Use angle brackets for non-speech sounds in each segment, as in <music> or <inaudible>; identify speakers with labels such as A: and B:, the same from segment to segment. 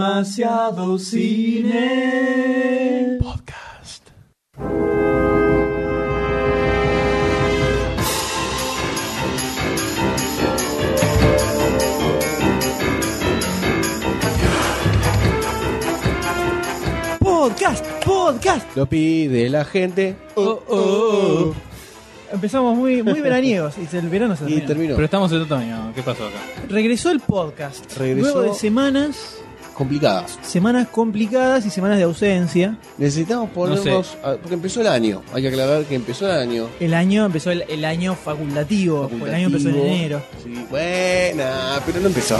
A: Demasiado cine.
B: Podcast.
A: Podcast, podcast.
B: Lo pide la gente. Oh, oh,
A: Empezamos muy, muy veraniegos y el verano se
B: Y
A: termina.
B: terminó.
C: Pero estamos en otoño, ¿qué pasó acá?
A: Regresó el podcast.
B: Regresó.
A: Luego de semanas,
B: Complicadas.
A: semanas complicadas y semanas de ausencia.
B: Necesitamos ponernos. a- porque empezó el año. Hay que aclarar que empezó el año.
A: El año empezó el, el año facultativo. Oh, El año empezó en
B: Facultativo.
A: enero.
B: Sí, buena, pero no empezó.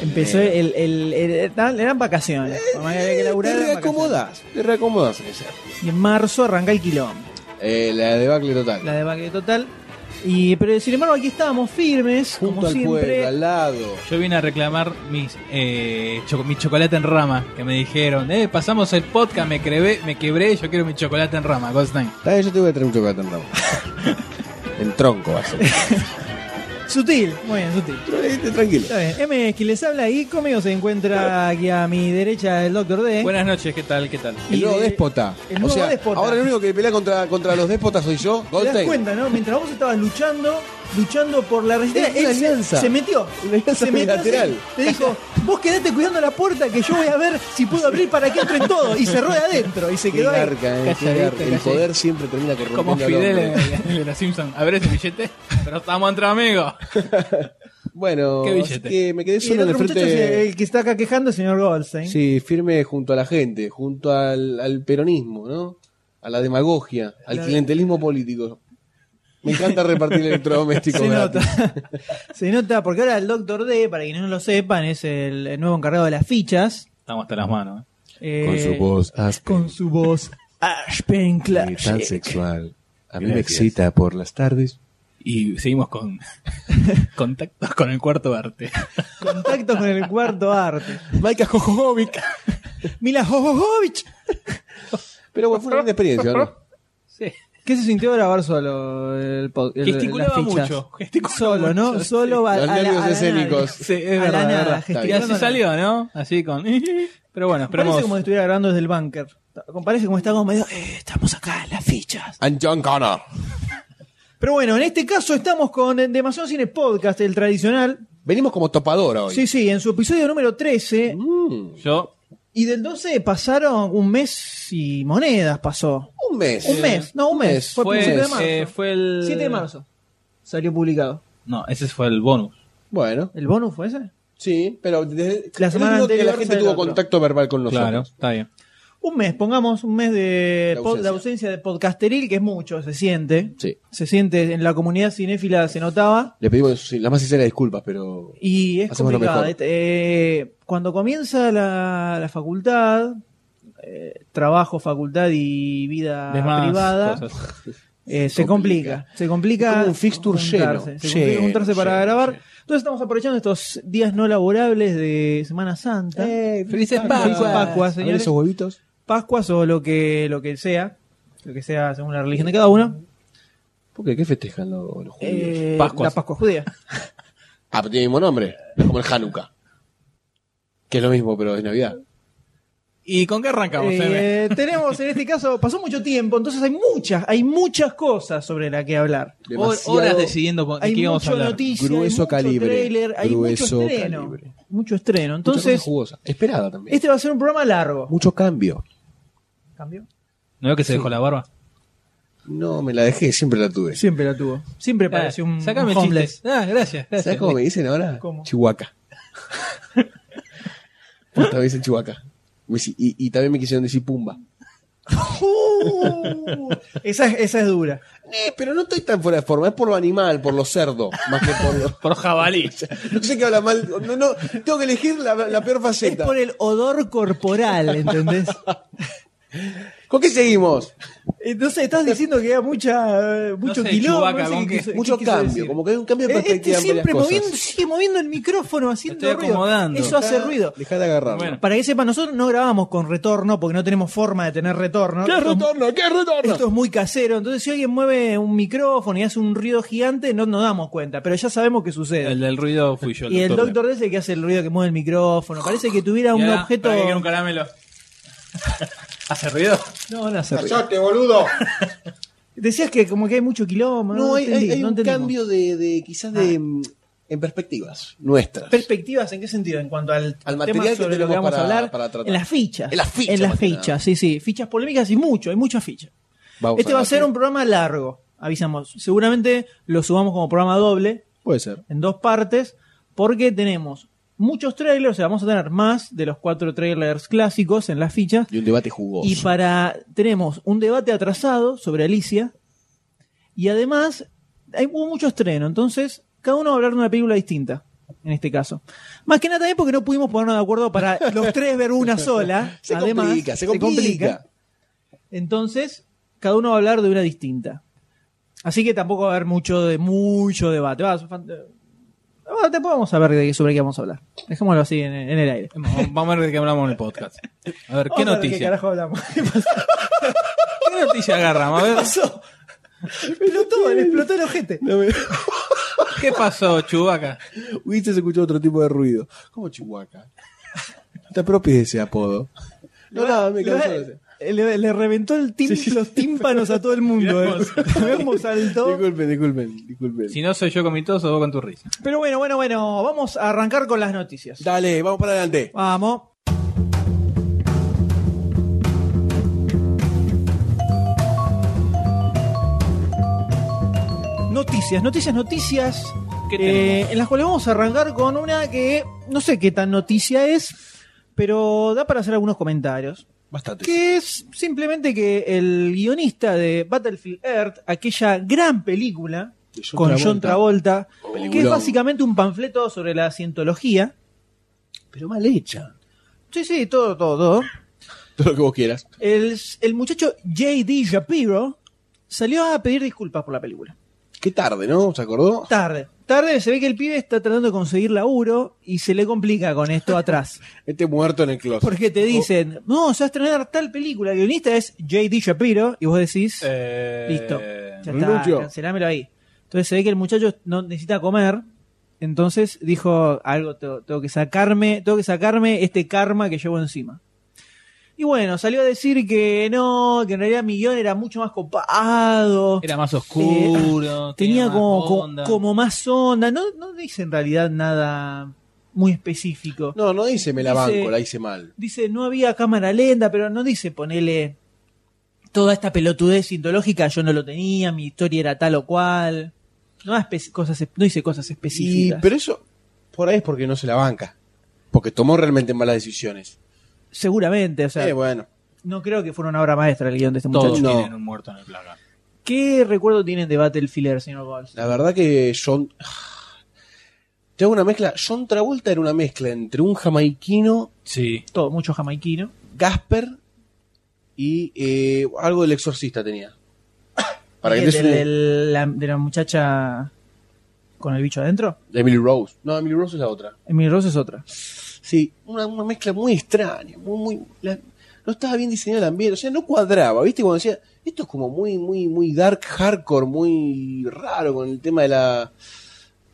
A: Empezó
B: Eh.
A: el, el, el- estaban- eran vacaciones. Por más que había que laburar,
B: te
A: eran
B: reacomodás. Te reacomodás en ese.
A: vacaciones. Y en marzo arranca el quilombo.
B: Eh, la debacle total.
A: La debacle total. Y, pero sin embargo aquí estábamos firmes,
B: Junto
A: como
B: al
A: siempre.
B: pueblo, al lado.
C: Yo vine a reclamar mis, eh, cho- mi chocolate en rama, que me dijeron, eh, pasamos el podcast, me, crevé, me quebré, yo quiero mi chocolate en rama, Goldstein.
B: Tal vez yo te voy a traer un chocolate
A: <laughs>
B: en ramo. En tronco va a ser.
A: Sutil, muy bien, sutil.
B: Tranquilo.
A: Está bien. M es quien les habla y conmigo se encuentra aquí a mi derecha el Doctor D.
C: Buenas noches, ¿qué tal? ¿Qué tal?
B: El
A: Y
B: nuevo
A: de-
B: déspota.
A: el
B: o
A: nuevo
B: sea,
A: déspota.
B: ahora el único que pelea contra, contra los déspotas soy yo,
A: ¿Te das
B: Goldstein.
A: cuenta, no? Mientras vos estabas luchando, luchando por la resistencia,
B: Es una
A: él se-
B: alianza.
A: se metió.
B: Una
A: <laughs>
B: alianza
A: se metió,
B: bilateral.
A: se- Te dijo, vos quedate cuidando la puerta que yo voy a ver si puedo abrir para que entren todos. Y cerró de adentro y se
B: Qué
A: quedó ahí.
B: garca, eh, qué
C: Calladito,
B: garca. El
C: calladito.
B: poder siempre termina corrompiendo
C: Como
B: al
C: Fidel
B: hombre.
C: en,
A: eh.
C: en- en la Simpson. A ver ese billete, pero estamos entre amigos.
B: Bueno,
C: Qué
B: así
C: billete.
B: que me quedé
A: Y el
B: solo en el
A: otro muchacho es el,
B: frente.
A: el que está acá quejando, el señor Goldstein.
B: Sí, firme junto a la gente, junto al, al peronismo, ¿no? A la demagogia, al
A: La-
B: clientelismo político. Me encanta repartir
A: <laughs>
B: electrodomésticos.
A: Se
B: gratis.
A: nota. Se nota, porque ahora el Doctor D, para quienes no lo sepan, es el el nuevo encargado de las fichas.
C: Estamos hasta las manos. eh.
B: Con
A: Eh,
B: su voz áspera
A: Con su voz Aspen
B: y
A: Clash.
B: tan sexual. A mí me
C: Gracias.
B: excita por las tardes.
C: Y
A: <laughs>
C: seguimos con contactos con el cuarto arte.
A: Contacto con el cuarto arte.
B: Maika Jojovic.
A: Mila Jojovic.
B: Pero bueno, fue una linda experiencia, ¿no?
C: Sí.
A: ¿Qué se sintió grabar solo el po- el-
C: Gesticulaba
A: las fichas?
C: mucho. gesticulaba
A: Solo, ¿no?
C: mucho, sí.
A: Solo a,
B: Los
A: a la-
B: nervios
A: a la
B: escénicos.
A: nada.
C: Sí, es
A: a la
C: verdad,
A: nada,
C: verdad.
A: gesticulando
C: Y así
A: nada.
C: salió, ¿no? Así con... <laughs> Pero bueno, esperemos...
A: Parece como si estuviera grabando desde el bunker. Parece como está como medio, eh, estamos acá en las fichas.
B: <laughs> And John Connor.
A: Pero bueno, en este caso estamos con eh, Demasiado Cine Podcast, el tradicional.
B: Venimos como topadora hoy.
A: Sí, sí, en su episodio número 13.
B: Mm,
C: Yo
A: Y del 12 pasaron un mes y monedas pasó.
B: un mes.
A: Un mes, no, un mes. Fue,
C: fue,
A: principio de marzo.
C: eh, fue el
A: 7 de marzo. Salió publicado.
C: No, ese fue el bonus.
B: Bueno,
A: ¿El bonus fue ese?
B: sí, pero desde
A: La
B: creo
A: semana
B: que
A: anterior
B: la gente
A: sale
B: tuvo
A: otro.
B: contacto verbal con nosotros.
C: Claro, está bien.
A: Un mes, pongamos un mes de
B: De
A: po-
B: ausencia.
A: de ausencia de podcasteril, que es mucho, se siente.
B: Sí.
A: Se siente, en la comunidad cinéfila se notaba.
B: Le pedimos sí, las más sinceras disculpas, pero
A: Y es
B: Hacemos lo
A: complicado.
B: mejor.
A: Eh, cuando comienza la, la facultad, eh, trabajo, facultad y vida
C: Demás
A: privada,
C: cosas.
A: eh, se complica. Se complica.
B: Es como un fixture
A: juntarse,
B: lleno.
A: Se complica
B: Lleno,
A: juntarse para
B: lleno,
A: grabar.
B: lleno.
A: Entonces estamos aprovechando estos días no laborables de Semana Santa.
B: Eh,
A: Felices
C: Felices Pascuas.
A: Pascuas,
B: Abre
A: señores.
B: esos huevitos.
A: Pascuas o lo que, lo que sea, lo que sea según la religión de cada uno.
B: ¿Por qué? ¿Qué festejan los, los judíos?
A: Eh,
C: Pascuas.
A: La Pascua
C: <laughs>
A: judía.
B: Ah, pero tiene el mismo nombre. Es como el Hanukkah. Que es lo mismo, pero es Navidad.
C: ¿Y con qué arrancamos? Eve?
A: Eh, tenemos en este caso, pasó mucho tiempo, entonces hay muchas, hay muchas cosas sobre la que hablar.
C: Hor-
B: Demasiado-
C: Horas decidiendo con- de
A: hay
C: qué íbamos a
A: mucha
C: hablar.
A: noticia,
B: Grueso
A: hay mucho
B: calibre,
A: trailer, hay
B: grueso
A: mucho estreno.
B: calibre.
A: Mucho estreno.
B: mucha cosa
A: Entonces,
B: jugosa. Esperada también.
A: este va a ser un programa largo.
B: Mucho cambio.
A: ¿Cambio?
C: ¿No veo que se dejó la barba?
B: No, me la dejé, siempre la tuve.
A: Siempre la tuvo. Siempre pareció un, un
C: Sácame Eh, el
A: homeless.
C: chiste. Ah, gracias, gracias.
B: ¿Sabes cómo me dicen ahora?
A: ¿Cómo? <laughs>
B: Chihuahua. Puta, me dicen Chihuahua. Me dice- Y, y también me quisieron decir Pumba.
A: Uh, esa, es- esa es dura.
B: Eh, pero no estoy tan fuera de forma, es por lo animal, por lo cerdo, más que por lo. <laughs>
C: Por jabalí.
B: No sé qué habla mal. No, no, tengo que elegir la, la peor
A: Es
B: faceta. <laughs>
A: por el odor corporal, ¿entendés?
B: ¿Con qué seguimos?
A: Entonces Eh, estás diciendo que había mucha, eh, mucho
C: sé,
A: quilombo.
C: Chewbacca,
A: no sé
C: ¿con
A: qué
C: qué?
A: quiso-
B: Mucho
A: qué quiso
B: cambio,
A: decir.
B: como que hay un cambio de
A: Eh,
B: perspectiva
A: Este
B: en varias
A: siempre
B: cosas.
A: moviendo, sigue moviendo el micrófono, haciendo
C: Estoy
A: ruido.
C: acomodando.
A: Eso hace ruido.
B: Dejá de agarrarlo.
C: Bueno.
A: Para que sepan, nosotros no grabamos con retorno porque no tenemos forma de tener retorno.
B: ¿Qué
A: Esto es-
B: retorno? ¿Qué retorno?
A: Esto es muy casero. Entonces, si alguien mueve un micrófono y hace un ruido gigante, no nos damos cuenta, pero ya sabemos que sucede.
C: El del ruido fui yo.
A: y el doctor es el que hace el ruido que mueve el micrófono. Parece que tuviera un objeto.
C: un caramelo. ¿Hace ruido?
A: No, no hace ruido.
D: ¡Cachate, boludo!
A: Decías que como que hay mucho quilombo. No,
B: No, hay,
A: entendí, Ah.
B: hay- hay
A: no
B: un
A: entendimos.
B: cambio de, de- quizás de mm, en perspectivas nuestras.
A: ¿Perspectivas en qué sentido? En cuanto al,
B: Al
A: tema
B: material que
A: sobre lo
B: tenemos
A: que vamos
B: para-
A: a hablar.
B: para tratar.
A: En las fichas.
B: En las fichas,
A: En las
B: más que nada.
A: fichas, sí, sí. Fichas polémicas y mucho, hay muchas fichas.
B: Vamos
A: este va a ser
B: debatir.
A: un programa largo, avisamos. Seguramente lo subamos como programa doble,
B: Puede ser.
A: en dos partes, porque tenemos muchos trailers, o sea, vamos a tener más de los cuatro trailers clásicos en las fichas.
B: Y un debate jugoso.
A: Y para tenemos un debate atrasado sobre Alicia. Y además, hay, hubo mucho estreno, entonces cada uno va a hablar de una película distinta, en este caso. Más que nada también porque no pudimos ponernos de acuerdo para los tres ver una sola.
B: <laughs> se
A: además,
B: complica, se complica.
A: Entonces, cada uno va a hablar de una distinta. Así que tampoco va a haber mucho de mucho debate. Va, fan- eh, bueno, después vamos a ver de- sobre qué vamos a hablar. Dejémoslo así en, en el aire.
C: Vamos a ver de qué hablamos en el podcast. A ver, ¿qué
A: Vamos a ver ¿Qué
C: noticia?
A: carajo hablamos? <laughs> ¿Qué pasó?
C: ¿Qué noticia agarramos? A ver,
A: pasó? Explotó, le explotó el ojete.
B: No me-
C: ¿qué pasó, Chubaca?
B: Hubiese escuchado otro tipo de ruido. Como Chihuahua. <laughs> No te apropies de ese apodo. No, nada, me cansó de ese.
A: Le, le reventó el tim- los tímpanos a todo el mundo. <laughs> eh. Vemos
B: <laughs>
A: saltó.
B: Disculpen, disculpen, disculpen.
C: Si no soy yo con mi tos o vos con tu risa.
A: Pero bueno, bueno, bueno, vamos a arrancar con las noticias.
B: Dale, vamos para adelante.
A: Vamos. Noticias, noticias, noticias.
C: ¿Qué
A: eh,
C: tenemos?
A: en las cuales vamos a arrancar con una que no sé qué tan noticia es, pero da para hacer algunos comentarios.
B: Bastante.
A: Que es simplemente que el guionista de Battlefield Earth, aquella gran película
B: De John
A: con John Travolta, que es
B: Peliculón.
A: básicamente un panfleto sobre la cientología.
B: Pero mal hecha.
A: Sí, sí, todo, todo, todo.
B: Todo lo que vos quieras.
A: El, el muchacho J.D. Shapiro salió a pedir disculpas por la película.
B: Qué tarde, ¿no? ¿Se acordó?
A: Tarde. Tarde, se ve que el pibe está tratando de conseguir laburo y se le complica con esto atrás.
B: Este muerto en el closet.
A: Porque te dicen, no, se va a estrenar tal película. El guionista es J.D. Shapiro y vos decís,
C: Eh,
A: listo, ya
B: renuncio.
A: está, cancelámelo ahí. Entonces se ve que el muchacho no necesita comer. Entonces dijo, algo tengo, tengo que sacarme, tengo que sacarme este karma que llevo encima. Y bueno, salió a decir que no, que en realidad mi guión era mucho más copado.
C: Era más oscuro.
A: Eh, tenía
C: más
A: como, co-
C: onda.
A: como más onda. No, no dice en realidad nada muy específico.
B: No, no dice me la
A: Dice-
B: banco, la hice mal.
A: Dice, no había cámara lenta, pero no dice ponele toda esta pelotudez cientológica, yo no lo tenía, mi historia era tal o cual. No, espe- cosas, es- no dice cosas
B: Y,
A: específicas.
B: pero eso, por ahí es porque no se la banca. Porque tomó realmente malas decisiones.
A: Seguramente, o sea,
B: eh, bueno.
A: no creo que fuera una obra maestra el guión de este
C: Todos
A: muchacho.
B: No.
C: tienen un muerto en el placa.
A: ¿Qué recuerdo tienen de Battlefield, Air, señor Gols?
B: La verdad que John. <sighs> Te hago una mezcla. John Travolta era una mezcla entre un jamaiquino,
C: Sí.
A: Todo, mucho jamaiquino.
B: Gasper y eh, algo del
A: <coughs>
B: exorcista tenía. Para
A: Y
B: que
A: el del-
B: te suene-
A: del- la- de la muchacha con el bicho adentro.
B: Emily Rose. No, Emily Rose es la otra.
A: Emily Rose es otra.
B: Sí, una, una mezcla muy extraña. Muy, muy, la- no estaba bien diseñado el ambiente. O sea, no cuadraba. ¿Viste? Cuando decía. Esto es como muy, muy, muy dark hardcore, muy raro con el tema de la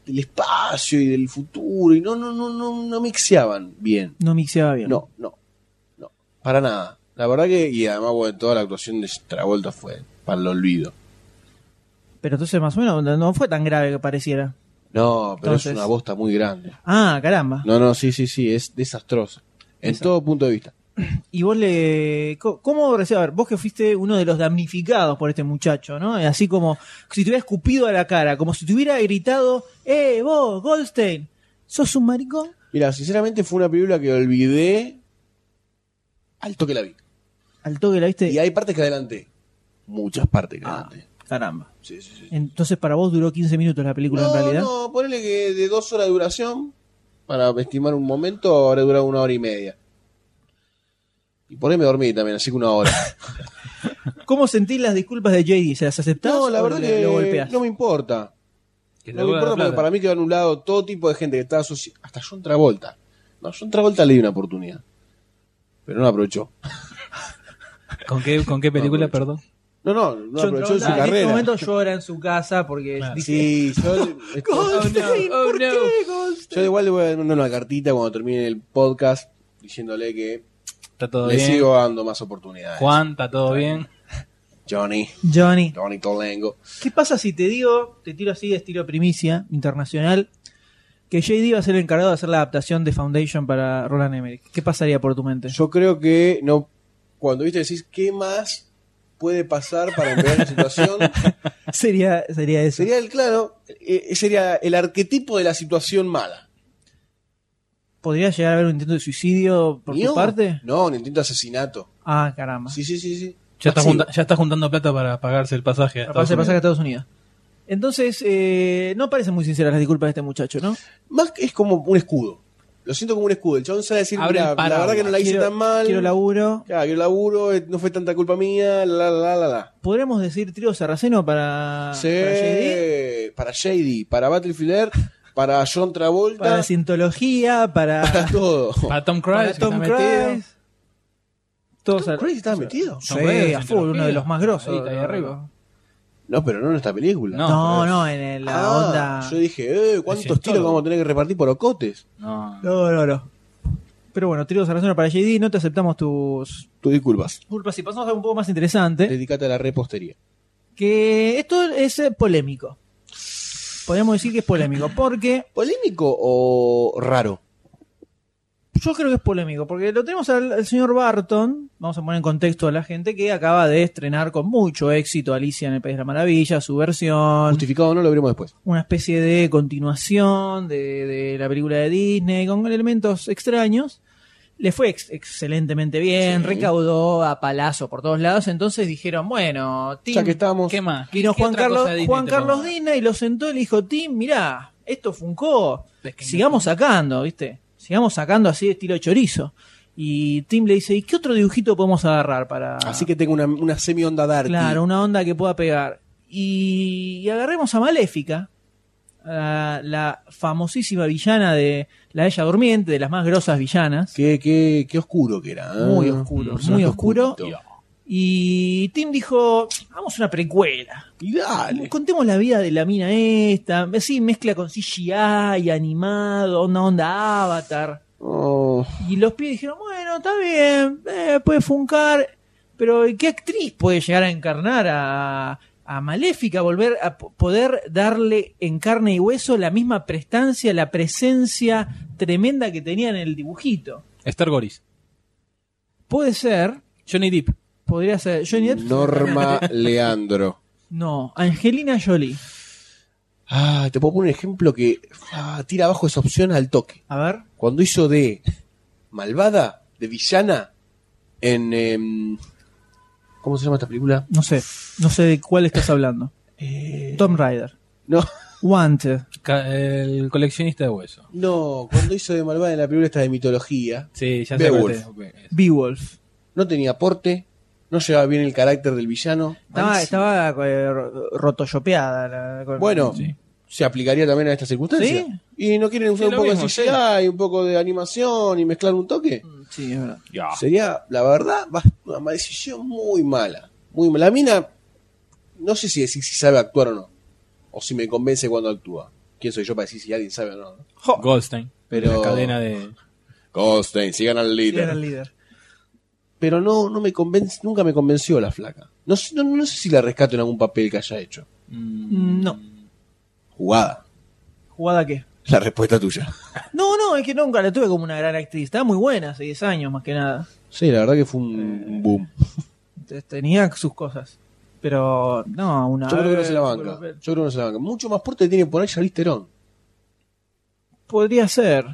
B: del espacio y del futuro y no no no no no mixeaban bien
A: No mixeaba bien.
B: No, no, no, para nada. La verdad que, y además, bueno, toda la actuación de Travolta fue para el olvido.
A: Pero entonces más o menos no fue tan grave que pareciera.
B: No, pero
A: Entonces-
B: es una bosta muy grande.
A: Ah, caramba.
B: No, no, sí, sí, sí, es desastrosa. En
A: Desastroso.
B: todo punto de vista.
A: Y vos le. co- ¿Cómo recién? A ver, vos que fuiste uno de los damnificados por este muchacho, ¿no? Así como si te hubiera escupido a la cara, como si te hubiera gritado, ¡Eh, vos, Goldstein! ¿Sos un maricón?
B: Mira, sinceramente fue una película que olvidé al toque la vi.
A: Al toque la viste.
B: Y hay partes que adelanté. Muchas partes que
A: Ah,
B: adelanté.
A: caramba.
B: Sí, sí, sí.
A: Entonces para vos duró 15 minutos la película en
B: No,
A: realidad.
B: no, ponele que de dos horas de duración, para estimar un momento, ahora dura una hora y media. Y por ahí me dormí también, así que una hora.
A: ¿Cómo sentís las disculpas de JD? ¿Se las aceptás
B: no, la
A: o
B: verdad
A: le- lo
B: que
A: golpeás?
B: no me importa.
C: Que te
B: No me
C: devuelva la
B: importa porque
C: plata.
B: para mí quedó anulado todo tipo de gente que estaba asociada. Hasta John Travolta. No, John Travolta le dio una oportunidad. Pero no la aprovechó.
C: ¿Con qué, con qué película,
B: No,
C: perdón?
B: No, no, no
A: John
B: aprovechó de su
A: Travolta En
B: carrera.
A: este momento llora en su casa porque
C: Claro.
A: dice,
B: Sí,
A: <laughs>
B: yo, Ah,
A: "Goldstein,
C: Oh, no,
A: ¿por
C: oh, no".
A: qué Goldstein?".
B: yo igual le voy a dar una cartita cuando termine el podcast diciéndole que
C: ¿Está todo
B: le
C: bien?
B: sigo dando más oportunidades.
C: Juan, ¿está todo bien?
B: Johnny,
A: Johnny,
B: Johnny Tolengo.
A: ¿qué pasa si te digo, te tiro así de estilo primicia internacional, que JD va a ser el encargado de hacer la adaptación de Foundation para Roland Emmerich? ¿Qué pasaría por tu mente?
B: Yo creo que no. Cuando viste decís qué más puede pasar para empeorar la situación,
A: <laughs> <laughs> sería, sería eso.
B: sería el claro, eh, sería el arquetipo de la situación mala.
A: ¿Podría llegar a haber un intento de suicidio por
B: ¿Mío?
A: tu parte?
B: No, un intento de asesinato.
A: Ah, caramba.
B: Sí, sí, sí, sí.
C: Ya está,
B: Sí.
C: junta- ya está juntando plata para pagarse el pasaje. a
A: Para
C: Estados
A: pasaje a
C: Unidos.
A: Estados Unidos. Entonces, eh, no parecen muy sinceras las disculpas de este muchacho, ¿no?
B: Más que es como un escudo. Lo siento como un escudo. El chabón sale a decir,
C: Abre el
B: "Mirá, la
C: paraguas.
B: verdad que no la hice
A: quiero,
B: tan mal.
A: quiero laburo.
B: Claro, quiero laburo, eh, no fue tanta culpa mía, la la la la la.
A: ¿Podríamos decir trío sarraceno para,
B: Sí,
A: Ah, para JD?
B: para Shady, para Battlefield Air, para John Travolta,
A: Para Cientología, para,
B: <laughs> para todo.
C: Para Tom Cruise.
A: para
C: que
A: Tom
C: está metido.
A: Cruise. Todos
B: ¿Tom
A: a-
B: Cruise estaba metido?
A: Sí,
C: Tom Cruise,
A: a full, uno de los más grosos.
C: Ahí, está ahí arriba.
B: No, pero no en esta película.
C: No,
A: No, no, en el- la
B: Ah,
A: onda.
B: Yo dije, eh, ¿cuántos
C: Es el
B: tiros
C: toro.
B: vamos a tener que repartir por ocotes?
C: No.
A: No, no, no. Pero bueno, trío sarraceno para JD, no te aceptamos tus
B: Tú disculpas.
A: disculpas. Y pasamos a algo un poco más interesante.
B: Dedicate a la repostería.
A: que esto es eh, polémico. Podríamos decir que es polémico, porque
B: ¿Polémico o raro?
A: yo creo que es polémico, porque lo tenemos al, al señor Barton, vamos a poner en contexto a la gente, que acaba de estrenar con mucho éxito Alicia en el País de la Maravilla, su versión,
B: Justificado o no, lo veremos después.
A: una especie de continuación de, de la película de Disney, con elementos extraños. Le fue ex- excelentemente bien,
B: Sí.
A: recaudó a palazo por todos lados, entonces dijeron, bueno,
B: Ya
A: Tim,
B: que estamos...
C: ¿Qué más?
A: Vino
C: ¿Qué
A: Juan
C: otra
A: Carlos,
C: cosa de Disney
A: Juan
C: te
A: Carlos
C: pongo?
A: Dina y lo sentó y le dijo, Tim, mirá, esto funcó,
C: Pequeño.
A: sigamos sacando, ¿viste? Sigamos sacando así de estilo chorizo. Y Tim le dice, ¿y qué otro dibujito podemos agarrar para...
B: Así que tengo una, una semi-onda dark.
A: Claro, una onda que pueda pegar. Y, y agarremos a Maléfica, a la famosísima villana de La Ella Durmiente, de las más grosas villanas.
B: Qué, qué, qué oscuro que era. ¿eh?
A: Muy oscuro,
B: Un
A: muy
B: personaje
A: oscuro.
B: oscurito.
A: Y Tim dijo, vamos a una precuela.
B: Y dale.
A: Contemos la vida de la mina esta. Sí, mezcla con CGI, animado, una onda avatar.
B: Oh,
A: Y los pies dijeron, bueno, está bien, eh, puede funcar, pero ¿qué actriz puede llegar a encarnar a, a Maléfica? Volver a po- poder darle en carne y hueso la misma prestancia, la presencia tremenda que tenía en el dibujito.
C: Star Goris.
A: Puede ser,
C: Johnny Depp.
A: podría ser Johnny Depp.
B: Norma Leandro.
A: <laughs> No, Angelina Jolie.
B: Ah, te puedo poner un ejemplo que ah, tira abajo esa opción al toque.
A: A ver.
B: Cuando hizo de malvada, de villana, en... em, ¿Cómo se llama esta película?
A: No sé, no sé de cuál estás hablando. Tom Rider.
B: No, <laughs>
A: Wanted.
C: Ca- El coleccionista de huesos.
B: no, cuando hizo de malvada en la película esta de mitología,
C: Sí, ya
B: sé
C: sé
B: cuál es.
A: Beowulf.
B: no tenía aporte, no llevaba bien el carácter del villano.
A: Estaba, estaba eh, ro- rotoshopeada. la- con-
B: Bueno,
C: Sí.
B: se aplicaría también a estas circunstancias.
A: Sí.
B: Y no quieren usar
C: Sí,
B: un
C: lo
B: poco
C: mismo,
B: de CGI, un poco de animación y mezclar un toque.
A: Sí, es verdad.
C: Ah.
B: Sería, la verdad, va- una decisión muy mala. Muy mala. La mina, no sé si decir si sabe actuar o no. O si me convence cuando actúa. ¿Quién soy yo para decir si alguien sabe o no? no?
C: Goldstein.
B: Pero-
C: La cadena de.
B: Goldstein, sigan al
A: Sí, era
B: líder.
A: el líder.
B: Pero no, no me convence, nunca me convenció la flaca. No, sé- no, no sé si la rescato en algún papel que haya hecho.
A: Mm, No.
B: Jugada.
A: ¿Jugada qué?
B: La respuesta tuya.
A: No, no, es que nunca la tuve como una gran actriz. Estaba muy buena hace 10 años, más que nada.
B: Sí, la verdad que fue
A: Eh,
B: un un boom.
A: Entonces, Tenía sus cosas. Pero, no, una.
B: Yo creo que no se la banca. Yo creo que no se la banca. Mucho más porte tiene por ahí Charlize Theron.
A: Podría ser.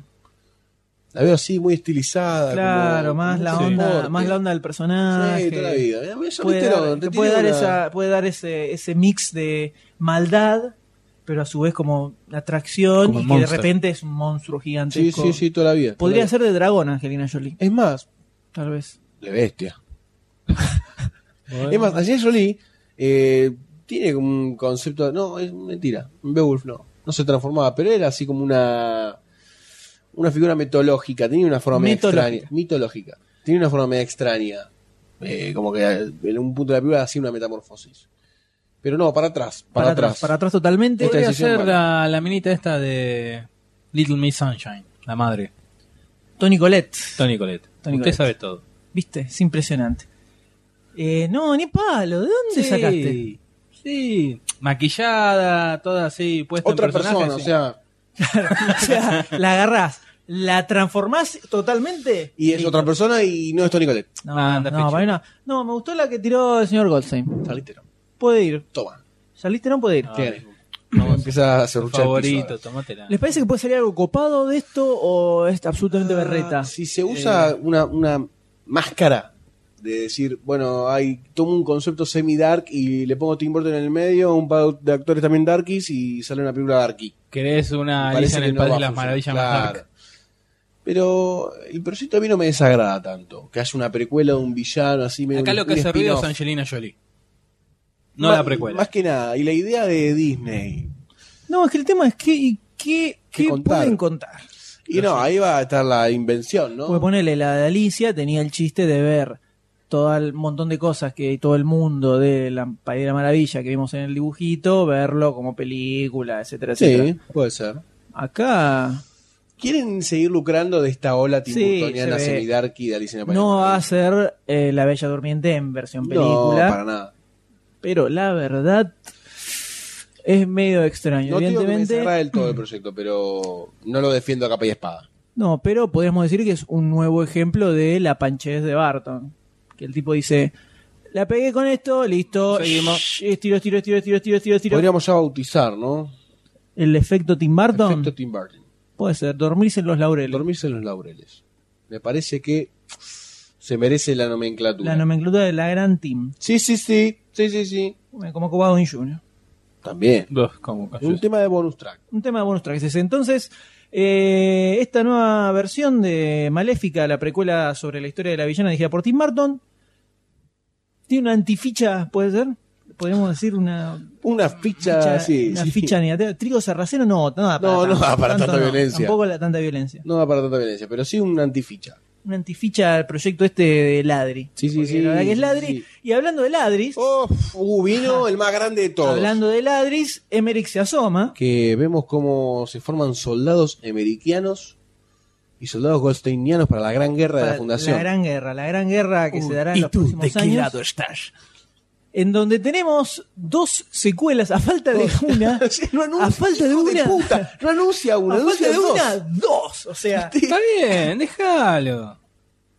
B: La veo así, muy estilizada.
A: Claro,
B: Ah, como-
A: más,
B: con
A: la
B: mucho
A: onda,
B: porte.
A: más la onda del personaje.
B: Sí, toda la vida. Eh, Charlize
A: puede dar,
B: Theron, te
A: te puede
B: tiene
A: dar
B: una-
A: esa, puede dar ese, ese mix de maldad, pero a su vez como atracción
C: Como
A: y que de
C: monster.
A: repente es un monstruo
B: Sí,
A: gigantesco.
B: sí, sí, toda la vida.
A: Podría
B: Toda
A: ser de dragón Angelina Jolie,
B: la vida. Es más,
A: tal vez.
B: la bestia. Es más, Angelina Jolie eh, tiene como un concepto. No, es mentira. En Beowulf no. No se transformaba, pero era así como una. Una figura mitológica. Tenía una forma medio
A: Mitológica.
B: extraña. Mitológica. Tenía una forma medio extraña. Eh, como que en un punto de la película hacía una metamorfosis. Pero no, para atrás. Para, atrás.
A: Para atrás totalmente.
B: Esta
C: Podría
B: decisión
C: ser
B: mala.
C: la, la minita esta de Little Miss Sunshine, la madre.
A: Tony Colette.
C: Tony Colette.
A: Toni
C: Usted
A: Collette.
C: sabe todo.
A: ¿Viste? Es impresionante. Eh, no, ni palo. ¿De dónde
C: Sí,
A: sacaste?
B: <laughs>
C: Sí. Maquillada, toda así, puesta
B: Otra
C: en Este personaje.
B: persona,
C: sí.
B: o sea.
A: o sea, la agarrás, la transformás totalmente.
B: Y es
A: Listo.
B: otra persona y no es Tony Colette.
A: No,
C: Anda,
A: no,
C: Fecho.
A: para mí no. No, me gustó la que tiró el señor Goldstein.
B: Saliste, no.
A: Puede ir.
B: Toma.
A: Saliste, no puede ir.
C: Ah,
B: Tiene. <laughs>
C: vamos,
B: Empieza a
C: tu
B: cerruchar el piso ahora.
C: favorito, tomátela.
A: ¿Les parece que puede salir algo copado de esto o es absolutamente berreta?
B: Ah, Si
C: Eh.
B: se usa una, una máscara de decir, bueno, hay, tomo un concepto semi-dark y le pongo Tim Burton en el medio, un par de actores también darkies y sale una película darky.
C: ¿Querés una
B: Me parece
C: Alicia en
B: que
C: Ah, el
B: no
C: País
B: va
C: de
B: a
C: las
B: funcionar.
C: Maravillas más
B: Claro.
C: dark?
B: Pero el proyecto a mí no me desagrada tanto. Que haya una precuela de un villano así medio
C: Acá
B: un-
C: lo que
B: un
C: hace ruido es
B: spin-off.
C: Angelina Jolie. No
B: Más-
C: la precuela.
B: Más que nada. Y la idea de Disney.
A: No, es que el tema es que, y qué,
B: ¿Qué
A: qué
B: contar?
A: pueden contar.
B: Y no, ahí va a estar la invención, ¿no?
A: Porque ponele la de Alicia, tenía el chiste de ver todo el montón de cosas que todo el mundo de la País de la Maravilla que vimos en el dibujito, verlo como película, etcétera, etcétera.
B: sí, puede ser.
A: Acá
B: ¿Quieren seguir lucrando de esta ola
A: Sí,
B: timburtoniana
A: se ve.
B: semidarky de Alicia en el País de
A: no
B: las
A: va a
B: Maravillas?
A: ser eh, La Bella Durmiente en versión
B: Eh, No,
A: película,
B: para nada.
A: pero la verdad es medio extraño.
B: No digo que me
A: Evidentemente,
B: desagrada del
A: <clears throat>
B: todo el proyecto, pero no lo defiendo a capa y espada.
A: No, pero podríamos decir que es un nuevo ejemplo de la panchez de Barton. Que el tipo dice, la pegué con esto, listo,
C: Seguimos.
A: estiro, estiro, estiro, estiro, estiro, estiro, estiro.
B: Podríamos ya bautizar, ¿no?
A: El efecto Tim Burton
B: Efecto Tim Burton.
A: puede ser dormirse en los laureles.
B: Dormirse en los laureles. Me parece que se merece la nomenclatura.
A: La nomenclatura de la gran Tim. Eh,
B: Sí, sí, sí. Sí, sí, sí.
A: Como Cobado en Junior.
B: También.
C: Dos, como
B: <laughs>
C: cayó.
B: Un tema de bonus track.
A: Un tema de bonus tracks. ese. Entonces, eh, esta nueva versión de Maléfica, la precuela sobre la historia de la villana dirigida por Tim Burton, tiene una antificha, puede ser. Podríamos decir una
B: Una ficha,
A: ficha-
B: sí,
A: una
B: sí.
A: ficha negativa. Trigo sarraceno no, no da para,
B: No,
A: tanto,
B: no da para
A: tanto
B: tanta
A: no,
B: violencia.
A: Tampoco la tanta violencia.
B: No da para tanta violencia, pero sí una antificha.
A: Una antificha al proyecto este de Ladri.
B: Sí, sí,
A: Porque
B: sí,
A: La verdad que es
B: sí,
A: Ladri.
B: sí.
A: Y hablando de Ladris,
B: Oh, uh, vino el más grande de todos.
A: hablando de Ladris, Emmerich se asoma.
B: que vemos cómo se forman soldados americanos y soldados goldsteinianos para la gran guerra de
A: para
B: la fundación.
A: La gran guerra, la gran guerra que se dará en los próximos años.
C: estás?
A: En donde tenemos dos secuelas, a falta
B: <laughs>
A: de una.
B: Sí, no
A: a falta de
B: hijo
A: una.
B: puta, no anuncia
A: a
B: una,
A: falta
B: anuncia
A: de
B: dos.
A: una, dos. O
B: <laughs>
A: sea,
C: Está bien, déjalo.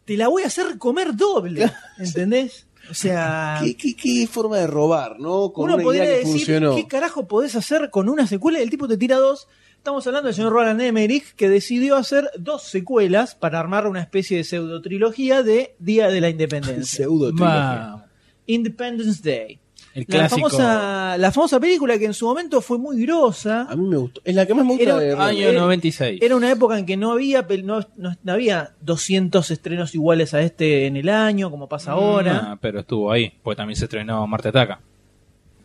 A: te la voy a hacer comer doble. ¿Entendés? O sea.
B: ¿Qué, qué, qué forma de robar, ¿no? Con
A: Uno
B: una idea
A: podría
B: que
A: decir,
B: funcionó. <laughs>
A: ¿qué carajo podés hacer con una secuela? Y el tipo te tira dos. Estamos hablando del señor Roland Emmerich, que decidió hacer dos secuelas para armar una especie de pseudo trilogía de Día de la
B: <laughs>
A: Independencia.
B: Pseudo trilogía.
C: Va.
A: Independence Day.
C: El
A: La
C: clásico.
A: famosa, la famosa película que en su momento fue muy grosa.
B: A mí me gustó. Es la que más me gusta
A: Era-
B: de Roland.
A: Ay,
C: Año 96.
A: Era una época en que no había, pel- no, no- no había 200 estrenos iguales a este en el año, como pasa
B: Mm.
A: ahora.
C: Ah, pero estuvo ahí, porque también se estrenó Marte Ataca.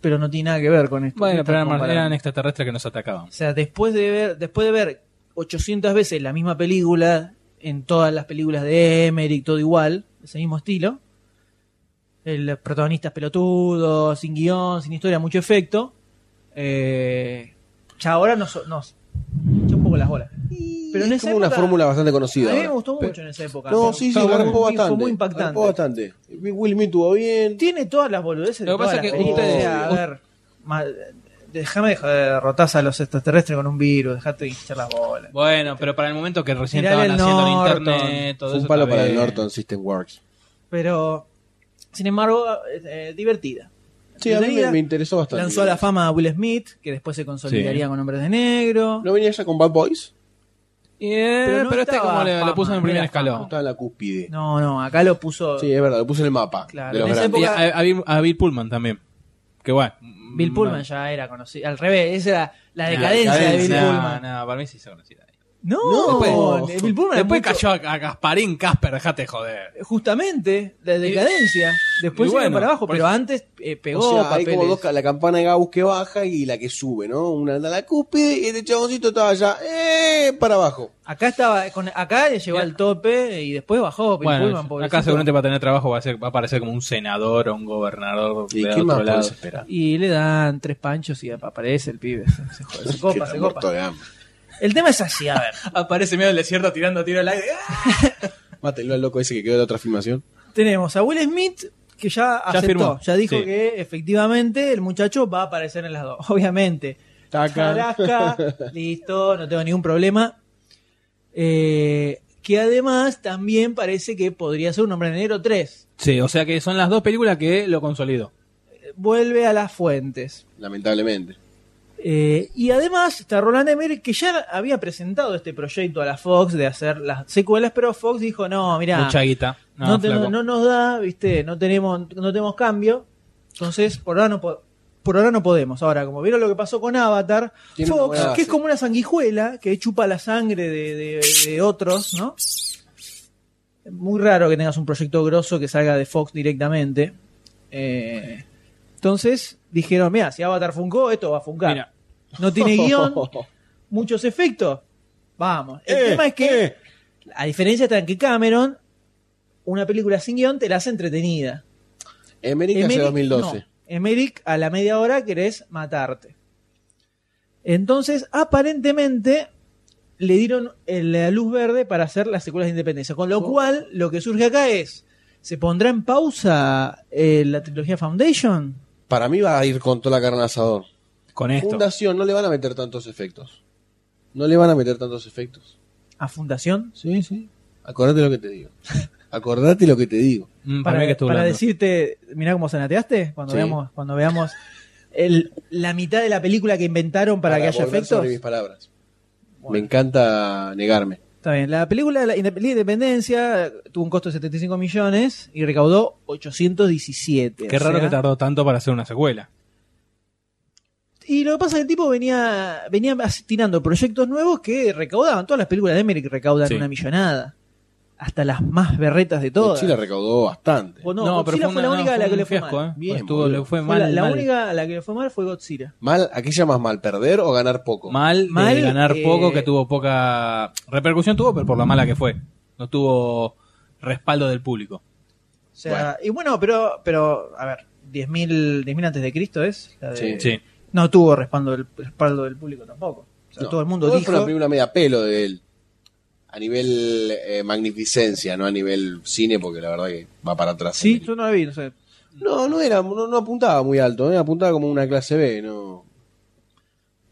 A: Pero no tiene nada que ver con esto.
C: Bueno,
A: Están
C: pero eran, mar-
A: comparando.
C: eran extraterrestres que nos atacaban.
A: O sea, después de ver, después de ver 800 veces la misma película, en todas las películas de Emmerich, todo igual, ese mismo estilo, el protagonista pelotudo, sin guión, sin historia, mucho efecto, eh, ya ahora nos, nos echa un poco las bolas. Pero en
B: es
A: esa
B: como una
A: época-
B: fórmula bastante conocida.
A: A mí me
B: ahora.
A: gustó
B: Pero-
A: mucho en esa época.
B: No,
A: Pero
B: sí, sí,
A: fue
C: bueno,
B: garpó
A: muy-
B: bastante.
A: Fue muy impactante.
B: Garpó bastante. Will Smith tuvo bien.
A: Tiene todas las boludeces
C: Lo
A: de
C: que pasa
A: todas las
C: es que
A: películas.
B: ustedes-
A: O sea, a ver, ma- déjame de joder, rotás a los extraterrestres con un virus, dejate de hinchar las bolas.
C: Bueno, pero para el momento que recién
A: Mirá el
C: estaban haciendo el
A: Norton.
C: internet, todo
B: Fue
C: eso
B: un palo
C: está
B: para el
C: bien.
B: Norton System Works.
A: Pero, sin embargo, eh, divertida.
B: Sí, a mí me,
A: Divertida.
B: me interesó bastante.
A: Lanzó a la fama a Will Smith, que después se consolidaría
C: Sí.
A: con Hombres de Negro.
B: ¿No venía ya con Bad Boys?
C: Eh,
A: Pero
C: pero,
A: no
C: este
A: estaba
C: como le,
A: fama,
C: lo puso en el
A: no
C: primer
A: era fama.
C: escalón.
B: Estaba en la cúspide.
A: No, no, acá lo puso
B: Sí, es verdad, lo puse en el mapa.
A: Claro,
B: de los
A: en esa
B: grandes.
C: Y
A: época-
C: a, a Bill, a Bill Pullman también. Que bueno. Mm,
A: Bill Pullman, ya era conocido. Al revés, esa era la decadencia, de Bill
C: No,
A: Pullman.
C: no, para mí sí se conocía.
A: No,
B: No.
A: eh, Bill Pullman es
C: Después
A: mucho-
C: cayó a, a Gasparín, Casper, dejate joder.
A: Justamente, la decadencia. Después
C: y
A: se vino
C: bueno,
A: para abajo,
C: por
A: pero
C: eso-
A: antes eh, pegó
B: o sea, hay como
A: papeles.
B: dos, ca- la campana de Gauss que baja y la que sube, ¿no? Una anda a la cúspide y este chaboncito estaba allá, ¡eh! para abajo.
A: Acá estaba, con, acá llegó
C: Mira.
A: al tope y después bajó. Bill
C: Bueno,
A: Pullman, pobrecito.
C: acá seguramente para tener trabajo va a, ser, va a aparecer como un senador o un gobernador
B: ¿Y
C: de
B: qué más
C: otro lado.
B: podés esperar?
A: Y le dan tres panchos y aparece el pibe. Se, jode,
B: <laughs>
A: se copa,
B: Que
A: se copa.
B: está muerto de hambre.
A: El tema es así, a ver.
C: Aparece medio del desierto tirando tiro al aire. ¡Ah!
B: Mátelo al loco ese que quedó de la otra filmación.
A: <laughs> Tenemos a Will Smith, que ya aceptó,
C: firmó,
A: ya dijo
C: sí.
A: que efectivamente el muchacho va a aparecer en las dos, <laughs> obviamente. Tarasca,
C: <laughs>
A: listo, no tengo ningún problema. Eh, que además también parece que podría ser un hombre de negro 3.
C: Sí, o sea que son las dos películas que lo consolidó.
A: Vuelve a las fuentes.
B: Lamentablemente.
A: Eh, y además está Roland Emmerich que ya había presentado este proyecto a la Fox de hacer las secuelas, pero Fox dijo, no, mira,
C: Mucha guita. No,
A: no, te-
C: flaco.
A: no nos da, viste, no tenemos, no tenemos cambio, entonces por ahora no po- por ahora no podemos. Ahora, como vieron lo que pasó con Avatar,
B: Tiene una
A: Fox,
B: buena
A: que es
B: base.
A: como una sanguijuela que chupa la sangre de, de- de otros, ¿no? Muy raro que tengas un proyecto grosso que salga de Fox directamente. Eh, entonces dijeron, mira, si Avatar funcó, esto va a funcar.
C: Mira,
A: No
B: <laughs>
A: tiene guión, muchos efectos. Vamos. El tema es que,
B: eh.
A: a diferencia está en que Cameron, una película sin guión te la hace entretenida.
B: Emmerich hace 2012.
A: no. Emmerich, a la media hora querés matarte. Entonces, aparentemente, le dieron el- la luz verde para hacer las secuelas de Independencia. Con lo
B: Oh.
A: cual, lo que surge acá es, ¿se pondrá en pausa eh, la trilogía Foundation?
B: Para mí va a ir con toda la carne al asador.
C: con esto.
B: Fundación, no le van a meter tantos efectos. No le van a meter tantos efectos.
A: ¿A Fundación?
B: Sí, sí. Acordate lo que te digo. Acordate lo que te digo.
C: Mm, para,
A: para,
C: mí que estuvo
A: para
C: hablando.
A: decirte, mirá cómo zanateaste cuando
B: Sí.
A: veamos, cuando veamos el- la mitad de la película que inventaron para, que haya
B: volver
A: efectos.
B: sobre mis palabras. Me encanta negarme.
A: Está bien. La película de la Indep- la Independencia eh, tuvo un costo de 75 millones y recaudó 817.
C: Qué
A: o
C: raro
A: sea.
C: que tardó tanto para hacer una secuela.
A: Y lo que pasa es que el tipo venía, venía as- tirando proyectos nuevos que recaudaban. Todas las películas de Emmerich recaudan
C: Sí.
A: una millonada. Hasta las más berretas de todas.
B: Chile recaudó bastante.
A: O no, Godzilla fue, la
C: una-
A: única a la
C: fue
A: que
C: un
A: le fue
C: fiasco,
A: mal.
C: ¿eh?
B: Bien,
C: Estuvo-
B: boludo.
C: le fue
A: Fue
C: mal.
A: la, la
C: mal.
A: única a la que le fue mal fue Godzilla.
B: Mal, ¿a qué llamas mal? ¿Perder o ganar poco?
C: mal, de
A: Mal,
C: ganar
A: eh,
C: poco, que tuvo poca repercusión, tuvo, pero por la mala que fue. No tuvo respaldo del público.
A: O sea, y bueno, pero, pero a ver, 10.000 10.000 antes de Cristo es. la de-
B: Sí.
C: Sí.
A: No tuvo respaldo del, respaldo del público tampoco. O sea,
B: No.
A: todo el mundo
B: Igual
A: dijo.
B: Fue una película media pelo de él. A nivel eh, magnificencia, no a nivel cine, porque la verdad que va para atrás.
A: Sí,
B: Emmerich.
A: yo no la vi, no sé.
B: No, no era, no, no apuntaba muy alto, ¿eh? apuntaba como una clase B, no.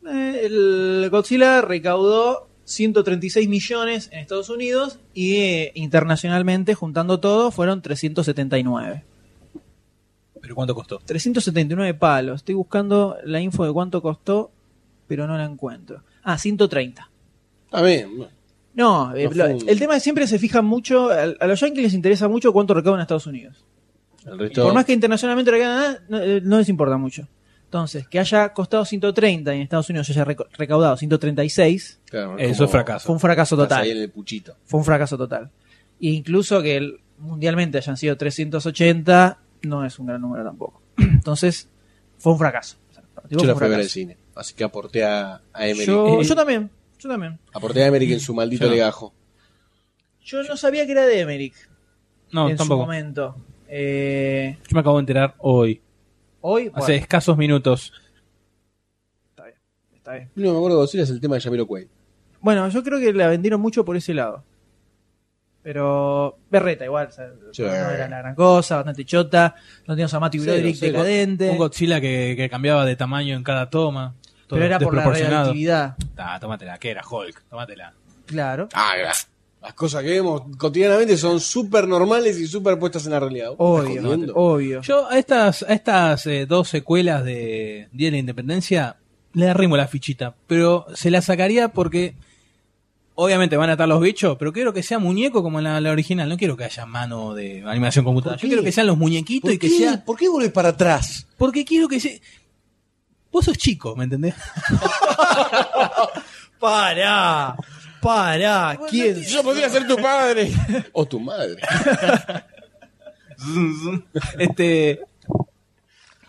A: Eh, el Godzilla recaudó 136 millones en Estados Unidos y eh, internacionalmente, juntando todo, fueron 379.
C: Pero ¿cuánto costó?
A: 379 palos. Estoy buscando la info de cuánto costó, pero no la encuentro. Ah, 130.
B: También, no.
A: No, eh,
B: No
A: lo-
B: fue un-
A: el tema es que siempre se fijan mucho, al- a, los yankees les interesa mucho cuánto recaudan en Estados Unidos.
B: el
A: Y
B: resto.
A: Por más que internacionalmente recaudan nada, no, eh, no les importa mucho. Entonces, que haya costado 130 y en Estados Unidos haya reco- recaudado 136,
B: Claro,
C: Eso
B: como
C: es fracaso.
A: Fue un fracaso
B: estás
A: total.
B: ahí en el puchito.
A: Fue un fracaso total. E incluso que el- mundialmente hayan sido 380, no es un gran número tampoco. <clears throat> Entonces, fue un fracaso. O sea, digo,
B: Yo
A: fue
B: la
A: un
B: fui a ver al
A: fracaso.
B: cine, así que aporté a, a Emmerich.
A: Yo,
C: Eh,
A: yo también, yo también.
B: Aporté a Emmerich en su maldito
C: Yo no.
B: legajo.
A: Yo no sabía que era de Emmerich
C: No,
A: en su
C: tampoco.
A: momento. Eh,
C: Yo me acabo de enterar hoy,
A: hoy, bueno,
C: hace escasos minutos.
A: está bien.
B: No me acuerdo de Godzilla es el tema de Jamiroquai.
A: Bueno, yo creo que la vendieron mucho por ese lado. Pero berreta igual, o sea,
B: Sí.
A: no era la gran cosa, bastante chota, no teníamos a Matthew
B: Cero,
A: Broderick
B: cero.
A: decadente,
C: Un Godzilla que, que cambiaba de tamaño en cada toma. todo
A: pero era por la
C: desproporcionado.
A: radioactividad.
C: Ah, tómatela, que era Hulk, tómatela.
A: Claro.
B: Ah, gra- las cosas que vemos cotidianamente son súper normales y súper puestas en la realidad. ¿Vos estás
A: Obvio,
B: jodiendo?
A: obvio.
C: Yo a estas, a estas eh, dos secuelas de Día de la Independencia le arrimo la fichita, pero se la sacaría porque obviamente van a estar los bichos, pero quiero que sea muñeco como en la, la original, no quiero que haya mano de animación computadora,
B: ¿Por
C: yo
B: qué?
C: quiero que sean los muñequitos
B: ¿Por,
C: y que
B: qué?
C: sea...
B: ¿Por qué volvés para atrás?
C: Porque quiero que sea...
B: <laughs>
C: Vos sos chico, ¿me entendés?
A: ¡Para!
D: Pará, ¿quién?
B: Yo podría ser tu padre. <laughs> o tu madre.
C: Este.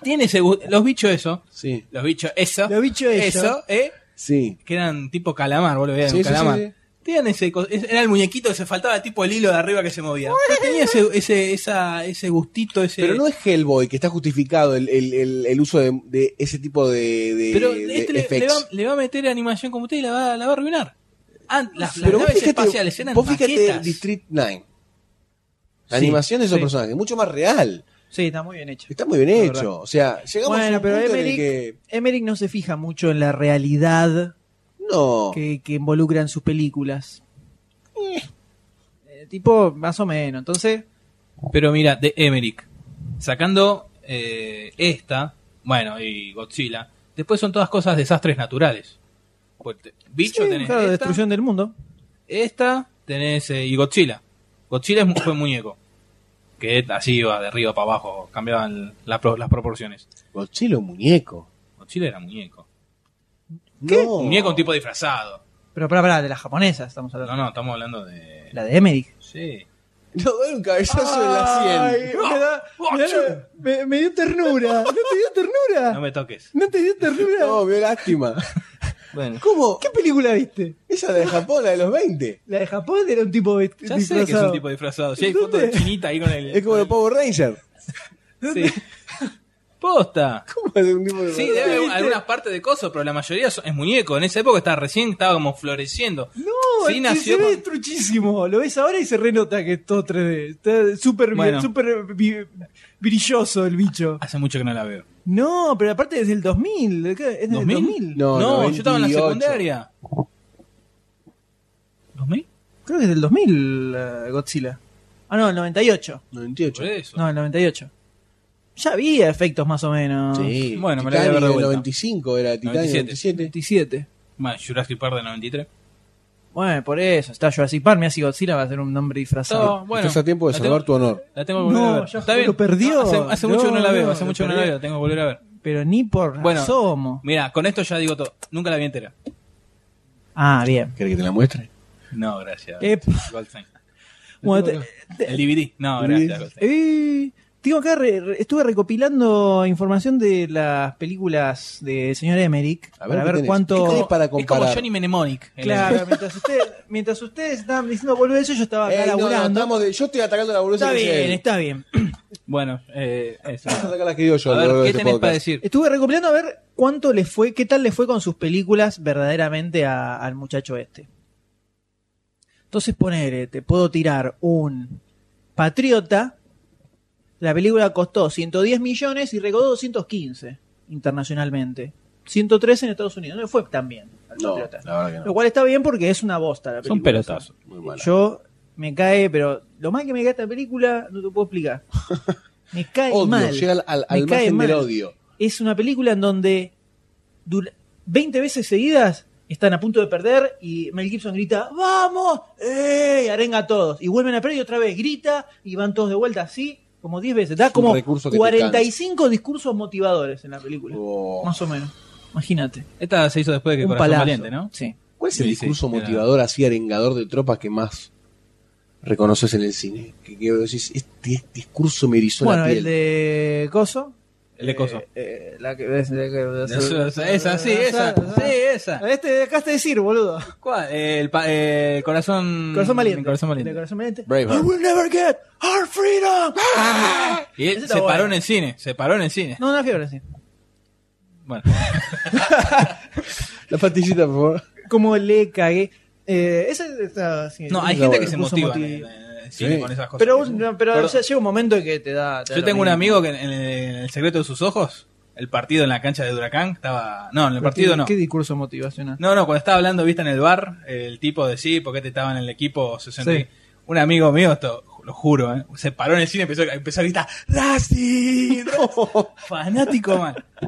C: Tiene ese gu- Los bichos eso.
B: Sí,
C: Los bichos eso.
D: Los bichos eso.
C: ¿eh?
B: sí.
C: Que eran tipo calamar, boludo. Eran
B: Sí, sí,
C: calamar.
B: sí, sí.
C: Tenían ese, co- ese- era el muñequito que se faltaba tipo el hilo de arriba que
B: <laughs>
C: se movía. Pero tenía ese, ese, esa- ese gustito, ese.
B: Pero no es Hellboy que está justificado el, el- el- el uso de, de ese tipo de, de-
C: Pero
B: de
C: este le, le va,
B: effects.
C: le va a meter animación como usted y la va, la va a arruinar. Ah, las, las
B: Pero vos
C: naves
B: fíjate,
C: espaciales eran
B: vos fíjate
C: maquetas.
B: District 9. La
A: Sí,
B: animación de esos
A: sí.
B: personajes, mucho más real.
A: Sí, está muy bien hecho.
B: Está muy bien
A: La
B: hecho.
A: verdad.
B: O sea, llegamos a
A: Bueno,
B: un
A: pero
B: punto en el
A: Emmerich,
B: que.
A: Emmerich no se fija mucho en la realidad
B: No.
A: que, que involucran sus películas. Eh, tipo, más o menos. Entonces,
C: Pero mira, de Emmerich, sacando eh, esta, bueno, y Godzilla, después son todas cosas desastres naturales. Pues te- bicho
A: sí,
C: tenés
A: claro,
C: esta,
A: destrucción del mundo.
C: esta, tenés eh, y Godzilla. Godzilla es mu- fue muñeco, que así iba de arriba para abajo, cambiaban la pro- las proporciones.
B: Godzilla, un muñeco.
C: Godzilla era muñeco.
B: No.
C: Muñeco un tipo disfrazado.
A: Pero para, para, de las japonesas estamos hablando.
C: No, no, estamos hablando de...
A: La de Emmerich.
C: Sí.
B: <laughs> No, era un cabezazo en la sien.
A: me, da-
C: Oh,
A: me da- me- me dio ternura. ¿No te dio ternura?
C: No me toques.
A: ¿No te dio ternura?
B: No, me dio
C: <laughs>
B: lástima.
C: Bueno,
B: ¿Cómo?
A: ¿Qué película viste?
B: Esa de Japón, la de los 20.
A: La de Japón era un tipo de
C: ya sé que es un tipo disfrazado. Si hay fotos de
A: ¿Dónde?
C: chinita ahí con el...
B: Es como los Power Rangers.
C: Sí. Posta.
B: <laughs> ¿Cómo es un tipo de
C: Sí, debe haber algunas partes de coso, pero la mayoría son- es muñeco. En esa época estaba recién estaba como floreciendo.
A: No,
C: Sí,
A: se-
C: nació
A: se ve
C: con-
A: truchísimo. Lo ves ahora y se renota que es todo 3D. Está súper bien,
C: Bueno.
A: súper vi- brilloso el bicho.
C: Hace mucho que no la veo.
A: No, pero aparte desde el 2000. ¿de qué? Es desde el
C: 2000?
A: 2000.
B: No,
C: No,
B: 98.
C: yo estaba en la secundaria. ¿2000?
A: Creo que es del 2000 eh, Godzilla. Ah, no, el 98.
B: 98.
C: Por eso.
A: No, el 98. Ya había efectos más o menos.
B: Sí.
C: Bueno, me la voy a
B: Titanic
C: ver de
B: del
C: vuelta.
B: 95 era Titanic
C: 97.
B: 97.
A: 27.
C: Bueno, Jurassic Park del 93.
A: Bueno, por eso. Está Jurassic Park, mira si Godzilla va a ser un nombre disfrazado.
C: No, bueno.
B: Estás a tiempo de
C: la
B: salvar tu
C: tengo-
B: honor.
C: La tengo que volver
A: No,
C: a ver.
A: ya
C: Está
A: lo
C: bien.
A: perdió.
C: hace hace mucho que no la
A: No,
C: veo.
A: no,
C: Hace
A: lo
C: mucho que no la
A: perdió.
C: veo. Tengo que volver a ver.
A: Pero ni por
C: Bueno.
A: asomo.
C: Mira, con esto ya digo todo. Nunca la vi entera.
A: Ah, bien.
B: ¿Querés que te la muestre?
C: No, gracias.
A: Eh,
C: <laughs> Goldstein.
A: bueno, te-
C: El DVD. No,
B: El DVD.
C: gracias. Goldstein.
A: Eh, tengo acá, re- re- estuve recopilando información de las películas de señor Emmerich
B: A
A: para
B: ver qué
A: ver
B: tenés. ¿Qué tenés
A: cuánto.
B: pa- para
C: Es como
B: comparar.
C: Johnny Mnemonic.
A: <laughs>
C: El-
A: Claro, mientras, usted, mientras ustedes estaban diciendo volver eso, yo estaba acá
B: Ey, no, no,
A: laburando.
B: estamos de- yo estoy atacando la
A: está
B: evolución.
A: bien, está bien.
C: Bueno, eh, eso.
B: Vamos a sacar las que digo yo.
C: A
B: lo veo
C: ver,
B: de
C: ¿qué
B: este
C: tenés
B: podcast.
C: para decir?
A: Estuve recopilando a ver cuánto le fue, qué tal le fue con sus películas verdaderamente a- al muchacho este. Entonces ponele, te puedo tirar un Patriota. La película costó 110 millones y recaudó 215 internacionalmente. 113 en Estados Unidos. No le fue tan bien al
B: No, la
A: Patriota.
B: verdad que
A: Lo
B: no.
A: cual está bien porque es una bosta la película.
C: Son pelotazos.
B: Muy mala.
A: Yo me cae, pero lo más que me cae esta película no te puedo
B: <laughs>
A: explicar. Me cae
B: Odio,
A: mal.
B: llega al, al,
A: Me
B: al
A: cae
B: margen
A: mal.
B: del odio.
A: Es una película en donde dura- 20 veces seguidas están a punto de perder y Mel Gibson grita, ¡Vamos! ¡Eh! Y arenga a todos. Y vuelven a perder y otra vez grita y van todos de vuelta así, como 10 veces. Da
B: Es un
A: como
B: recurso que te
A: 45 discursos motivadores en la película.
B: Oh.
A: Más o menos. Imagínate.
C: Esta se hizo después de que
A: Un
C: Corazón
A: palazo.
C: Valiente, ¿no?
A: Sí.
B: ¿Cuál es el
C: Sí, sí,
B: discurso
C: era-
B: motivador así arengador de tropas que más reconoces en el cine? Que, que vos decís, este discurso me erizó
A: Bueno,
B: la
A: el
B: piel.
A: de Coso.
C: El de Coso.
A: Eh, eh, la que ves, la que-
C: Esa, esa, sí, Eh, esa. Sí, esa.
A: Este de acá te decir, boludo.
C: ¿Cuál? El, pa- eh, corazón...
A: Corazón valiente.
C: el Corazón
A: El
C: valiente.
A: de corazón valiente. I
B: Braveheart.
A: will never get our freedom.
C: Y
A: Ese
C: él
A: está
C: se
A: bueno.
C: paró en el cine. Se paró en el cine.
A: No, no fiebre, sí.
C: Bueno.
B: La pastillita,
A: <laughs>
B: por favor.
A: Como le cagué. Eh, ese está así.
C: No, hay
B: Está
C: gente
B: bueno.
C: que se
A: Puso
C: motiva en
A: motiv-
C: el, en el cine
B: Sí.
C: con esas cosas.
A: Pero,
C: Que-
A: un- no, pero ya llega un momento que te da. te da
C: Yo
A: lo
C: tengo un
A: mismo.
C: amigo que en el, en el secreto de sus ojos, el partido en la cancha de Huracán, estaba... No, en el
A: ¿Qué-
C: partido no.
A: ¿Qué discurso motivacional?
C: No, no, cuando estaba hablando, viste, en el bar, el tipo de sí, porque te estaba en el equipo 60.
A: Sí.
C: Un amigo mío, esto, lo juro, ¿eh? se paró en el cine y empezó, empezó a gritar, ¡Racing! Fanático
A: <laughs>
C: mal.
B: <laughs>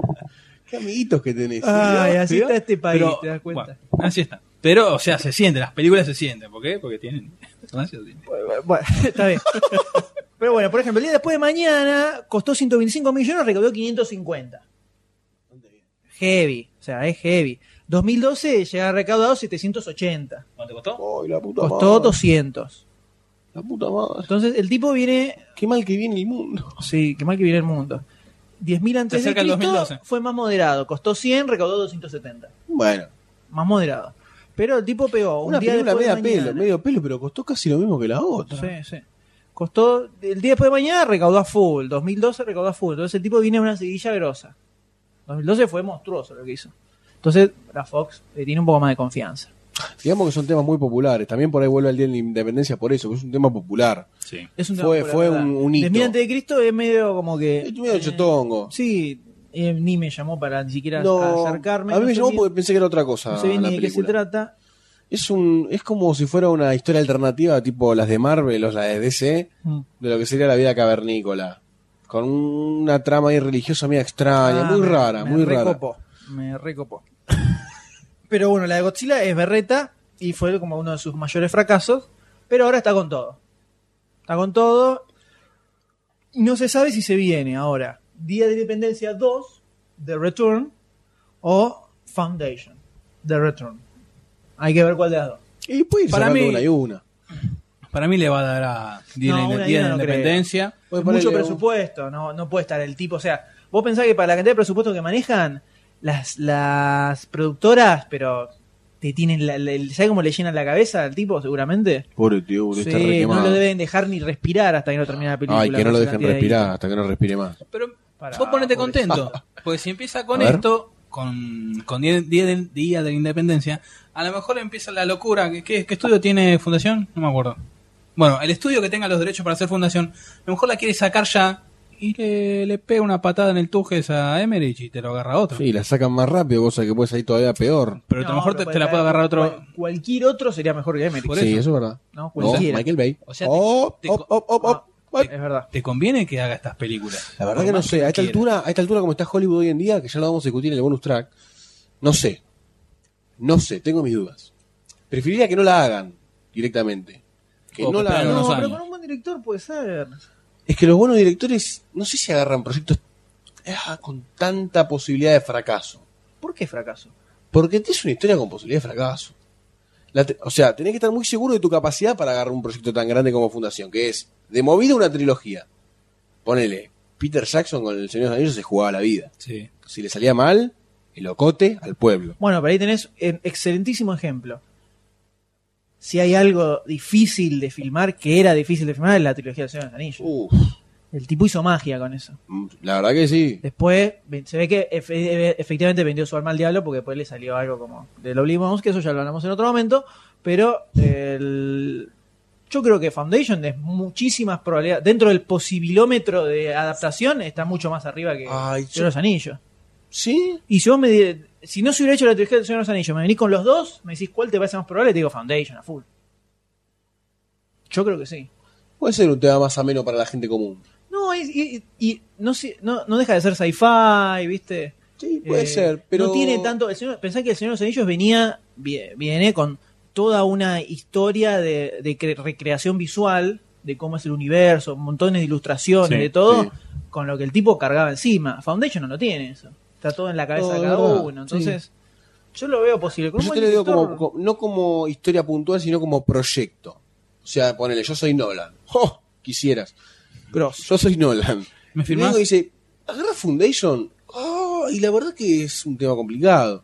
B: Qué amiguitos que tenés. ¿eh?
A: Ay, así
C: ¿Vio?
A: está este país,
C: Pero,
A: te das cuenta.
C: bueno, así está. Pero, o sea, se siente, las películas se sienten. ¿Por qué? Porque tienen... ¿no? Se siente.
A: Bueno, está bien. <laughs> Pero bueno, por ejemplo, el día después de mañana costó 125 millones, recaudó 550. Heavy, o sea, es heavy. 2012 llega recaudado 780.
C: ¿Cuánto costó?
B: Ay, la puta
A: Costó
B: madre.
A: 200.
B: La puta madre.
A: Pues Entonces el tipo viene
B: Qué mal que viene el mundo. <laughs>
A: Sí, qué mal que viene el mundo. 10.000 antes
C: Se
A: de
C: acerca el
A: Cristo
C: 2012.
A: fue más moderado. Costó 100, recaudó 270.
B: Bueno,
A: Más moderado. Pero el tipo pegó un
B: una
A: día
B: película
A: después de
B: media
A: mañana.
B: pelo, medio pelo, pero costó casi lo mismo que la otra.
A: Sí, sí. Costó, el día después de mañana recaudó a full. 2012 recaudó a full. Entonces el tipo viene a una seguilla grosa. 2012 fue monstruoso lo que hizo. Entonces la Fox eh, tiene un poco más de confianza.
B: Digamos que son temas muy populares. También por ahí vuelve al Día de la Independencia por eso, porque es un tema popular.
E: Sí.
A: Es un
B: Fue-
A: tema
B: fue
A: popular,
B: un-
A: ¿verdad?
B: un hito.
A: 10.000 antes de Cristo es medio como que...
B: Es medio chotongo.
A: Eh, Sí, eh, ni me llamó para ni siquiera
B: No,
A: acercarme.
B: a mí
A: no
B: me
A: sé
B: llamó
A: ni-
B: porque pensé que era otra cosa.
A: No sé bien
B: la
A: ni de qué se
B: película.
A: trata.
B: Es un es como si fuera una historia alternativa tipo las de Marvel o las de DC
A: Mm.
B: de lo que sería la vida cavernícola con una trama ahí religiosa media extraña,
A: Ah,
B: muy
A: me-
B: rara,
A: me
B: muy rara.
A: recopó, me recopó. pero bueno, la de Godzilla es berreta y fue como uno de sus mayores fracasos, pero ahora está con todo. Está con todo. Y no se sabe si se viene ahora Día de Independencia 2, The Return, o Foundation, The Return. Hay que ver cuál de las dos.
B: Y puede ir
C: Para
B: sacando
C: mí-
B: una y una.
C: Para mí le va a dar a Día de
A: No, una
C: la Inde- Día de
A: idea
C: la
A: no creo.
C: Independencia.
B: Puede ponerle
A: mucho
B: un-
A: presupuesto, no, no puede estar el tipo. O sea, vos pensás que para la cantidad de presupuesto que manejan, las, las productoras, pero te tienen la, la- el- ¿sabés cómo le llenan la cabeza al tipo seguramente?
B: Pobre tío, boludo, está
A: Sí, no
B: requemado.
A: lo deben dejar ni respirar hasta que no termine la película.
B: Ay, que no
A: con
B: lo
A: esa
B: dejen
A: cantidad de
B: respirar
A: guita.
B: hasta que no respire más.
C: Pero
A: Pará,
C: vos ponete
A: pobrecito. <laughs>
C: contento. Porque si empieza con
B: A ver.
C: esto, con, con Día, Día del- Día de la Independencia, a lo mejor empieza la locura. ¿Qué, qué, qué estudio tiene Fundación? No me acuerdo. Bueno, el estudio que tenga los derechos para hacer Fundación, a lo mejor la quiere sacar ya y le, le pega una patada en el tujes a Emerich y te lo agarra otro.
B: Sí, la sacan más rápido, cosa que puede salir todavía peor.
C: Pero a
A: No,
C: lo mejor
A: pero
C: te,
A: puede
C: te la
A: traer
C: puede agarrar otro.
A: cual- cualquier otro sería mejor que Emery.
C: Por
B: sí,
C: eso.
B: eso es verdad.
A: No,
B: No,
A: cualquiera.
B: Michael Bay.
C: O sea, te-
B: oh,
C: te-
B: op, op, op, op.
A: Ah, es verdad.
C: ¿Te conviene que haga estas películas?
B: La verdad
C: Por
B: que no
C: más
B: sé. A esta
C: quiera.
B: altura, a esta altura como está Hollywood hoy en día, que ya lo vamos a discutir en el bonus track, no sé. No sé, tengo mis dudas. Preferiría que no la hagan directamente. Que
C: O
B: no
C: que
B: la
C: esperen
B: hagan.
A: No,
C: unos
A: pero
C: años.
A: con un buen director puede ser.
B: Es que los buenos directores, no sé si agarran proyectos ah, con tanta posibilidad de fracaso.
A: ¿Por qué fracaso?
B: Porque es una historia con posibilidad de fracaso. La te- o sea, tenés que estar muy seguro de tu capacidad para agarrar un proyecto tan grande como Fundación, que es de movida una trilogía. Ponele, Peter Jackson con el Señor de los Anillos se jugaba la vida.
C: Sí.
B: si le salía mal, el ocote al pueblo.
A: Bueno, pero ahí tenés un excelentísimo ejemplo. Si hay algo difícil de filmar, que era difícil de filmar, es la trilogía del Señor de los Anillos.
B: Uf,
A: El tipo hizo magia con eso.
B: Mm, la verdad que sí.
A: Después ve- se ve que efe- e, efectivamente vendió su alma al diablo porque después le salió algo como del Oblivion, que eso ya lo hablamos en otro momento. Pero el- yo creo que Foundation es muchísimas probabilidades. Dentro del posibilómetro de adaptación está mucho más arriba que
B: Ay,
A: Señor de los Anillos.
B: ¿Sí?
A: Y si vos me di- si no se hubiera hecho la trilogía del Señor de los Anillos, me venís con los dos, me decís cuál te parece más probable, te digo Foundation a full. Yo creo que sí.
B: Puede ser un tema más ameno para la gente común.
A: No, es- y, y- y no, sé- no, no deja de ser sci-fi, ¿viste?
B: Sí, puede
A: Eh,
B: ser, pero...
A: No tiene tanto. El señor, pensá que el Señor de los Anillos venía, vie- viene con toda una historia de, de cre- recreación visual, de cómo es el universo, montones de ilustraciones,
E: Sí,
A: de todo,
B: sí.
A: con lo que el tipo cargaba encima. Foundation no lo tiene eso. Está todo en la cabeza
B: No,
A: de
B: es
A: cada
B: verdad,
A: uno. Entonces, yo lo veo posible. Con un
B: Yo te
A: buen
B: lo digo
A: director-
B: como, co- no como historia puntual, sino como proyecto. O sea, ponele, yo soy Nolan. <laughs> ¡Jo! Quisieras. Yo soy Nolan.
C: ¿Me
B: Y luego
C: firmás?
B: dice, agarra Foundation. Ah, y la verdad que es un tema complicado.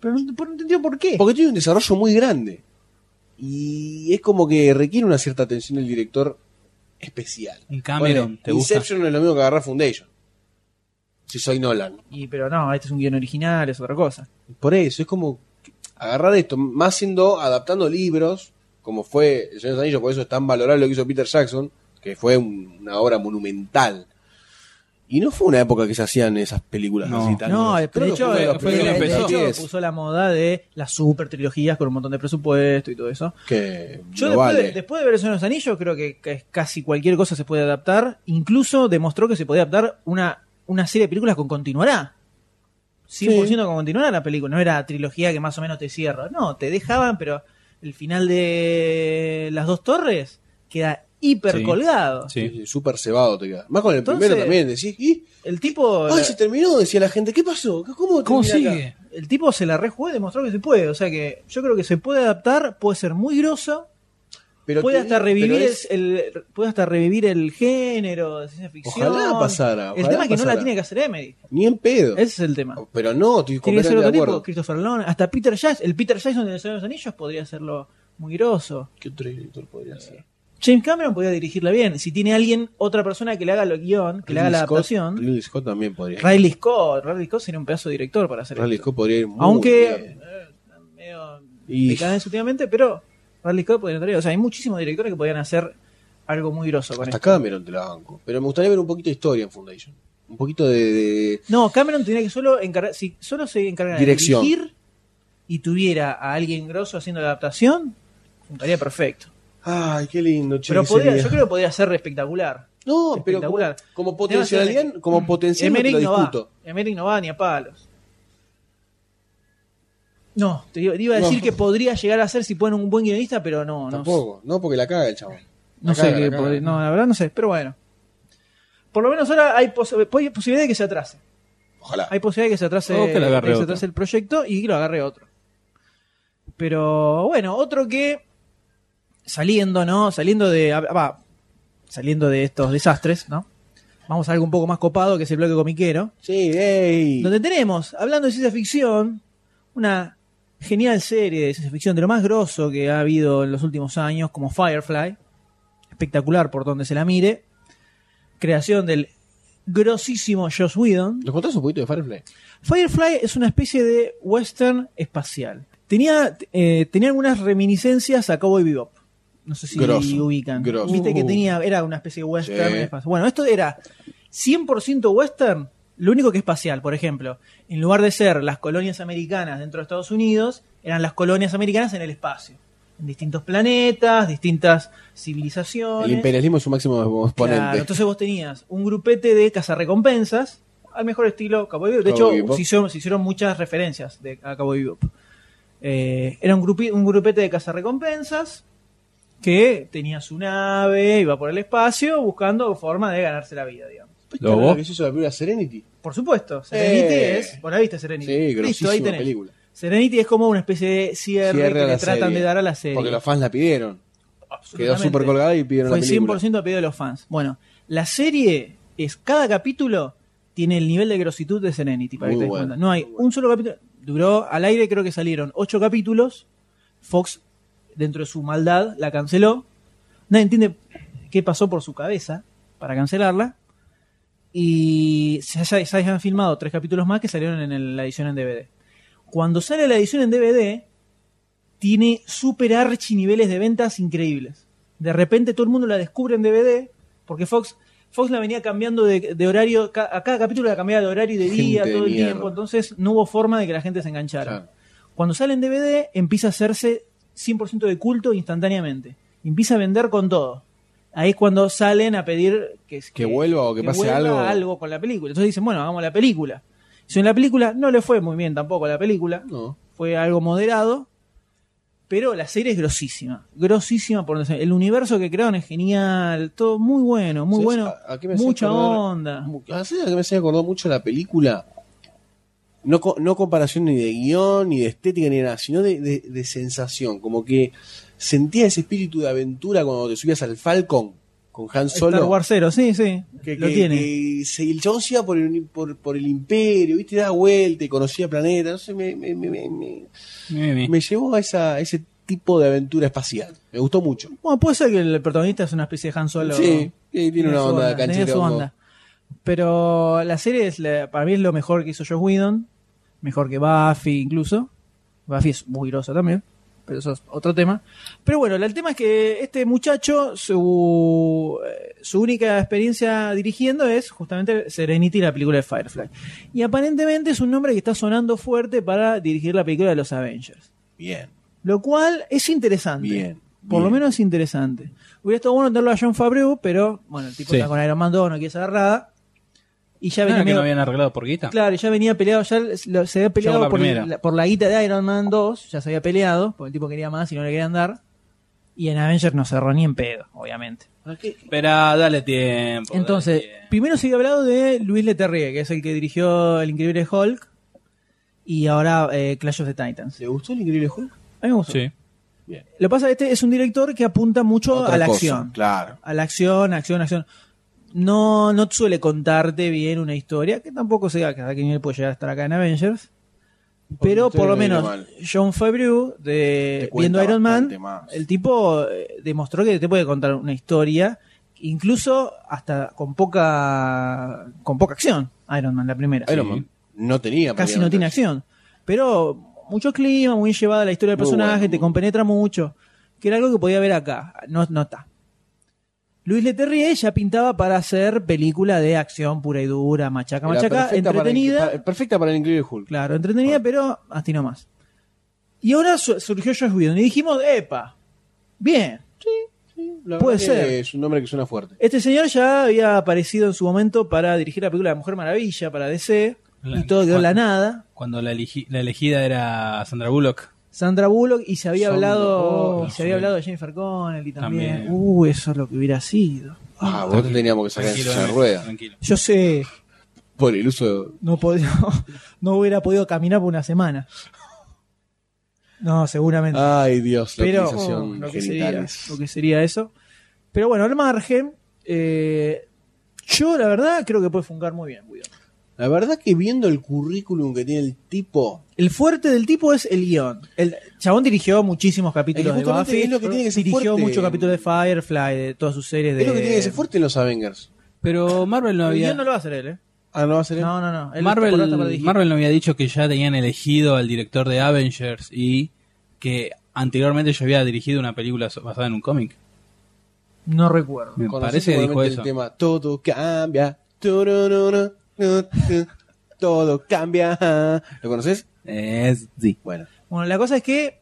A: Pero no, pero no entendió por qué.
B: Porque tiene un desarrollo muy grande. Y es como que requiere una cierta atención del director especial.
C: Y Cameron,
B: Ponele,
C: ¿te gusta?
B: Inception no es lo mismo que agarrar Foundation. Si soy Nolan.
A: Y, pero no, este es un guión original, es otra cosa.
B: Por eso, es como que- agarrar esto, más siendo adaptando libros, como fue El Señor de los Anillos, por eso es tan valorable lo que hizo Peter Jackson, que fue un- una obra monumental. Y no fue una época que se hacían esas películas
C: No.
B: así tan
A: No,
B: gruesas.
A: de
B: Creo que
A: hecho,
B: fue uno de
A: eh,
B: los
C: fue
A: de-
C: que
B: primeros
A: de
C: empezó.
A: hecho,
B: 10
A: puso la moda de las super trilogías con un montón de presupuesto y todo eso.
B: que
A: Yo
B: lo
A: después,
B: vale.
A: de, después de ver El Señor de los Anillos, creo que, que casi cualquier cosa se puede adaptar. Incluso demostró que se podía adaptar una, una serie de películas con continuará. 100% con continuará la película. No era trilogía que más o menos te cierra. No, te dejaban, pero el final de Las Dos Torres queda hiper
C: Sí.
A: colgado.
B: Sí,
C: Sí.
B: sí, Súper cebado te queda. Más con el
A: Entonces-
B: primero también, decís, ¿y?
A: El tipo.
B: ¡Ay, se terminó! Decía la gente, ¿qué pasó? ¿Cómo,
C: ¿Cómo
B: termina acá?
C: sigue?
A: El el tipo se la rejugó y demostró que se puede. O sea que yo creo que se puede adaptar, puede ser muy grosa,
B: Pero
A: puede
B: te-
A: hasta revivir
B: pero es-
A: el puede hasta revivir el género de ciencia ficción.
B: Ojalá pasara,
A: el
B: ojalá
A: tema es que no la
B: pasara.
A: tiene que hacer Emily.
B: Ni en pedo.
A: Ese es el tema.
B: Pero no, estoy
A: Tiene que ser
B: completamente
A: otro
B: de
A: tipo,
B: acuerdo.
A: Christopher Nolan, hasta Peter Jackson, el Peter Jackson de los Señor de los Anillos podría hacerlo muy groso.
B: ¿Qué otro director podría ser?
A: James Cameron podría dirigirla bien, si tiene alguien, otra persona que le haga el guión, que le haga la
B: Ridley Scott-
A: adaptación.
B: Ridley Scott también podría.
A: Riley Scott, Riley Scott sería un pedazo de director para hacer
B: Ridley
A: esto.
B: Scott podría ir muy
A: Aunque
B: bien.
A: eh, están medio
B: Y-
A: decadencia últimamente, pero Ridley Scott podría traer, o sea, hay muchísimos directores que podrían hacer algo muy groso con
B: Hasta
A: esto.
B: Cameron te la banco. Pero me gustaría ver un poquito de historia en Foundation. Un poquito de. de-
A: No, Cameron tenía que solo encargar, si solo se encargara
B: Dirección.
A: de dirigir y tuviera a alguien grosso haciendo la adaptación, funcionaría perfecto.
B: Ay, qué lindo, che,
A: Pero
B: que
A: podría,
B: sería.
A: yo creo que podría ser espectacular.
B: No, pero como,
A: espectacular.
B: como potencialidad, como potencial no te
A: Emmerich
B: lo
A: no va.
B: discuto.
A: Emmerich no va ni a palos. No, te iba, te iba a
B: No.
A: decir que podría llegar a ser si ponen un buen guionista, pero no, no sé.
B: Tampoco, no, porque la caga el chabón.
A: No
B: La
A: sé
B: caga,
A: qué
B: la caga.
A: podría- No, la verdad no sé, pero bueno. Por lo menos ahora hay, pos- hay posibilidad de que se atrase.
B: Ojalá.
A: Hay posibilidad de que se atrase,
C: O que lo agarre
A: de se
C: otro.
A: atrase el proyecto y que lo agarre otro. Pero bueno, otro que saliendo, ¿no? Saliendo de ah, va, saliendo de estos desastres, ¿no? Vamos a algo un poco más copado que es el bloque comiquero,
B: Sí, ey.
A: donde tenemos, hablando de ciencia ficción, una genial serie de ciencia ficción de lo más grosso que ha habido en los últimos años, como Firefly, espectacular por donde se la mire, creación del grosísimo Joss Whedon.
B: ¿Nos contás un poquito de Firefly?
A: Firefly es una especie de western espacial. Tenía, eh, tenía algunas reminiscencias a Cowboy Bebop. No sé si
B: Grosso,
A: ubican.
B: grosso.
A: Viste que
B: Uh.
A: tenía, era una especie de western
B: Sí.
A: espacial. Bueno, esto era 100% western, lo único que espacial, por ejemplo. En lugar de ser las colonias americanas dentro de Estados Unidos, eran las colonias americanas en el espacio. En distintos planetas, distintas
B: El
A: civilizaciones.
B: imperialismo es su máximo exponente.
A: Claro, entonces vos tenías un grupete de cazarrecompensas, al mejor estilo Cowboy Bebop. De
B: Cowboy
A: hecho,
B: Bebop.
A: se, hizo- se hicieron muchas referencias de, a Cowboy Bebop. Eh, era un, grupi- un grupete de cazarrecompensas que tenía su nave, iba por el espacio buscando forma de ganarse la vida, digamos.
C: ¿Lobo?
B: ¿Qué es eso de la película Serenity?
A: Por supuesto, Serenity
B: Eh.
A: es... Bueno, ¿viste Serenity?
B: Sí,
A: Listo, ahí
B: grosísima
A: tenés.
B: película.
A: Serenity es como una especie de cierre,
B: Cierre a
A: que le
B: la
A: tratan
B: serie.
A: de dar a la serie.
B: Porque los fans la pidieron. Quedó
A: Absolutamente.
B: súper colgada y pidieron
A: Fue
B: la película.
A: 100% a pedido de los fans. Bueno, la serie es cada capítulo tiene el nivel de grositud de Serenity, para que
B: Muy
A: te des
B: bueno,
A: cuenta. No hay un solo capítulo. Duró al aire, creo que salieron ocho capítulos. Fox, dentro de su maldad, la canceló. Nadie entiende qué pasó por su cabeza para cancelarla. Y se, haya- se hayan filmado tres capítulos más que salieron en el- la edición en DVD. Cuando sale la edición en DVD, tiene super archi niveles de ventas increíbles. De repente todo el mundo la descubre en DVD, porque Fox, Fox la venía cambiando de, de horario, ca- a cada capítulo la cambiaba de horario y de
B: Gente
A: día
B: de
A: todo el
B: mierda.
A: tiempo, entonces no hubo forma de que la gente se enganchara.
B: Claro.
A: Cuando sale en DVD, empieza a hacerse 100% de culto instantáneamente. Empieza a vender con todo. Ahí es cuando salen a pedir que,
B: Que vuelva o que pase algo.
A: con la película. Entonces dicen, bueno, hagamos la película. Si en la película no le fue muy bien tampoco a la película,
B: No.
A: fue algo moderado, pero la serie es grosísima. Grosísima por donde se- El universo que crearon es genial, todo muy bueno, muy
B: ¿Sabés
A: bueno.
B: a- a qué me hacía
A: Mucha
B: acordar?
A: onda.
B: Mu- ah, ¿Sabes a qué me hacía acordar mucho la película? No, co- no comparación ni de guión, ni de estética, ni de nada, sino de, de- de sensación. Como que sentía ese espíritu de aventura cuando te subías al Falcon con Han Solo.
A: Star Wars Zero, sí, sí.
B: Que,
A: lo
B: que-
A: tiene.
B: que se- el chabón se iba por el, uni- por, por el imperio, ¿viste? Daba vuelta y conocía planetas. No sé, me, me, me- me- me- me llevó a, esa, a ese tipo de aventura espacial. Me gustó mucho.
A: Bueno, puede ser que el protagonista es una especie de Han Solo.
B: Sí, sí, tiene una
A: su
B: onda de
A: tenía su
B: canchero.
A: onda. Pero la serie es la- para mí es lo mejor que hizo Josh Whedon, mejor que Buffy incluso. Buffy es muy grosa también, pero eso es otro tema. Pero bueno, el tema es que este muchacho, su, eh, su única experiencia dirigiendo es justamente Serenity, la película de Firefly. Y aparentemente es un nombre que está sonando fuerte para dirigir la película de los Avengers.
B: Bien,
A: Lo cual es interesante.
B: bien.
A: Por lo
B: bien.
A: menos es interesante. Hubiera estado bueno tenerlo a John Favreau, pero bueno, el tipo
C: Sí.
A: está con Iron Man 2, no quiere ser agarrada. Y ya
C: ¿No
A: venía,
C: era que lo
A: medio-
C: habían arreglado por guita?
A: claro, y ya venía peleado, ya lo- se había peleado
C: por la
A: por, el-
C: primera.
A: la- por la guita de Iron Man 2, ya se había peleado, porque el tipo quería más y no le querían dar. Y en Avengers no cerró ni en pedo, obviamente.
B: ¿Para qué?
C: Pero ah, dale tiempo. dale
A: Entonces,
C: tiempo.
A: primero se había hablado de Luis Leterrier, que es el que dirigió El Increíble Hulk. y ahora eh, Clash of the Titans.
B: ¿Le gustó el increíble Hulk?
A: A mí me gustó.
C: Sí.
A: Lo que pasa es que este es un director que apunta mucho
B: Otra
A: a la
B: cosa,
A: acción.
B: Claro.
A: A la acción, acción, acción. No, no suele contarte bien una historia, que tampoco sé a qué nivel puede llegar a estar acá en Avengers. Pero
B: Usted
A: por lo
B: no diga
A: menos,
B: mal.
A: John Favreau,
B: Te
A: de,
B: cuenta
A: viendo Iron Man,
B: bastante más.
A: el tipo eh, demostró que te puede contar una historia, incluso hasta con poca, con poca acción. Iron Man, la primera.
B: Iron Man no tenía.
A: Casi no tiene
B: prácticamente.
A: acción. Pero mucho clima, muy llevada la historia del
B: Muy
A: personaje,
B: bueno,
A: te
B: muy
A: compenetra mucho. Que era algo que podía ver acá. No, no está. Luis Leterrier ya pintaba para hacer película de acción pura y dura, machaca,
B: Era
A: machaca,
B: perfecta para Ah. el-
A: entretenida.
B: pa- perfecta para el increíble Hulk.
A: Claro, entretenida, pero hasta ahí nomás. Y ahora su- surgió Josh Whedon y dijimos, epa, bien.
B: La
A: Puede
B: verdad que
A: ser.
B: Es un nombre que suena fuerte.
A: Este señor ya había aparecido en su momento para dirigir la película de Mujer Maravilla, para DC,
C: La-
A: y todo quedó en la nada.
C: Cuando la, eligi- la elegida era Sandra Bullock.
A: Sandra Bullock y se había
B: Sandra
A: hablado
C: Bullock,
A: y se había
C: sí.
A: hablado de Jennifer Connelly también.
C: También.
A: Uh, eso es lo que hubiera sido.
B: Ah, vos te teníamos que sacar en
C: Tranquilo,
B: silla de
C: eh,
B: ruedas.
C: tranquilo.
A: Yo sé,
B: Por el uso.
A: no podía, <laughs> no hubiera podido caminar por una semana. No, seguramente.
B: Ay, Dios, la
A: Pero
B: utilización
A: oh, lo, que sería,
B: Ah, genitales.
A: lo que sería eso. Pero bueno, al margen, eh, yo la verdad creo que puede funcionar muy bien. Guido.
B: La verdad que viendo el currículum que tiene el tipo,
A: El fuerte del tipo es el guión. El chabón dirigió muchísimos capítulos
B: Es que
A: de
B: justamente
A: Buffy.
B: es lo que tiene que ser
A: dirigió
B: fuerte.
A: muchos capítulos de Firefly, de todas sus series de.
B: es lo que tiene que ser fuerte en los Avengers.
C: Pero Marvel no
A: El
C: había.
A: guión no lo va a hacer él, ¿eh?
B: Ah, no va a ser él.
A: No, no, no. Él por otra parte
C: Marvel,
A: dijo-
C: Marvel no había dicho que ya tenían elegido al director de Avengers y que anteriormente ya había dirigido una película so- basada en un cómic.
A: No recuerdo.
C: Me
B: Conocí
C: parece que dijo
B: seguramente
C: eso.
B: El tema, todo cambia. turururu, nu, tu, Todo cambia. ¿Lo conoces?
C: Es, sí.
B: Bueno.
A: Bueno, la cosa es que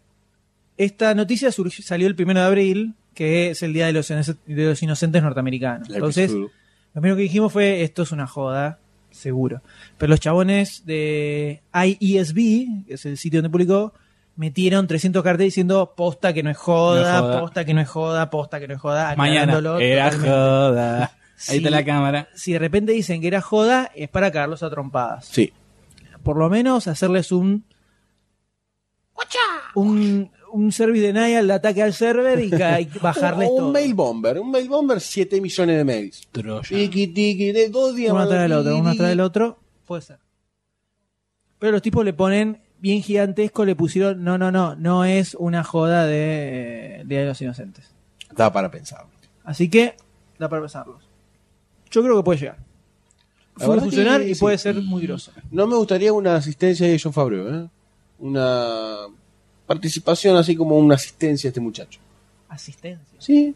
A: esta noticia surgió- salió el primero de abril, que es el Día de los, Inoc- de los Inocentes Norteamericanos.
B: la
A: Entonces,
B: episode.
A: lo primero que dijimos fue, esto es una joda, seguro. Pero los chabones de IESB, que es el sitio donde publicó, metieron 300 cartas diciendo, posta que no es joda,
C: No es joda.
A: posta que no es joda, posta que no es joda,
C: Mañana
A: aclarándolo
C: era
A: totalmente.
C: joda. Ahí
A: Sí.
C: está la cámara.
A: Si de repente dicen que era joda, es para cagarlos a trompadas.
B: sí.
A: por lo menos hacerles un un, un service denial de ataque al server y, ca- <laughs> y bajarles
B: O un
A: todo. Oh,
B: mail bomber. Un mail bomber, 7 millones de mails.
C: Troya.
B: Tiki, tiki, de dos días
A: uno
B: más,
A: atrás del otro,
B: tiki,
A: uno
B: tiki.
A: atrás del otro, puede ser. Pero los tipos le ponen bien gigantesco, le pusieron, no, no, no, no es una joda de eh, Día de los Inocentes.
B: Da para pensar.
A: Así que da para pensarlos. Yo creo que puede llegar.
B: La
A: Puede
B: verdad
A: funcionar
B: que
A: y
B: sí.
A: puede ser muy groso.
B: No me gustaría una asistencia de John Favreau, ¿eh? Una participación así como una asistencia a este muchacho.
A: Asistencia.
B: Sí.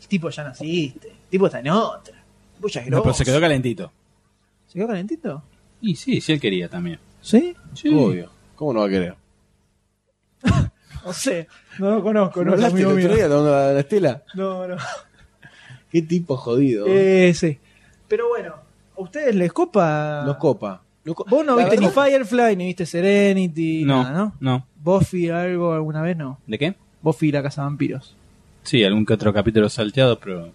A: El tipo ya no asiste. El tipo está en otra. El tipo ya es
C: No, pero se
A: grosso.
C: quedó calentito.
A: ¿Se quedó calentito?
C: Y sí, sí él quería también.
A: ¿Sí?
B: Obvio. ¿Cómo no va a querer?
A: No sé, no lo conozco, no, es
B: hablaste
A: amigo
B: el otro
A: mío.
B: día tomando la, la estela?
A: No, no.
B: Qué tipo jodido.
A: Eh, sí. Pero bueno, ¿a ustedes les copa?
B: Los copa. Los co-
A: Vos no
B: La
A: viste ni
B: verdad-
A: Firefly, ni viste Serenity,
C: no,
A: nada, ¿no?
C: no.
A: Buffy algo alguna vez, no.
C: ¿De qué?
A: Buffy y la casa de vampiros.
C: Sí, algún que otro capítulo salteado, pero.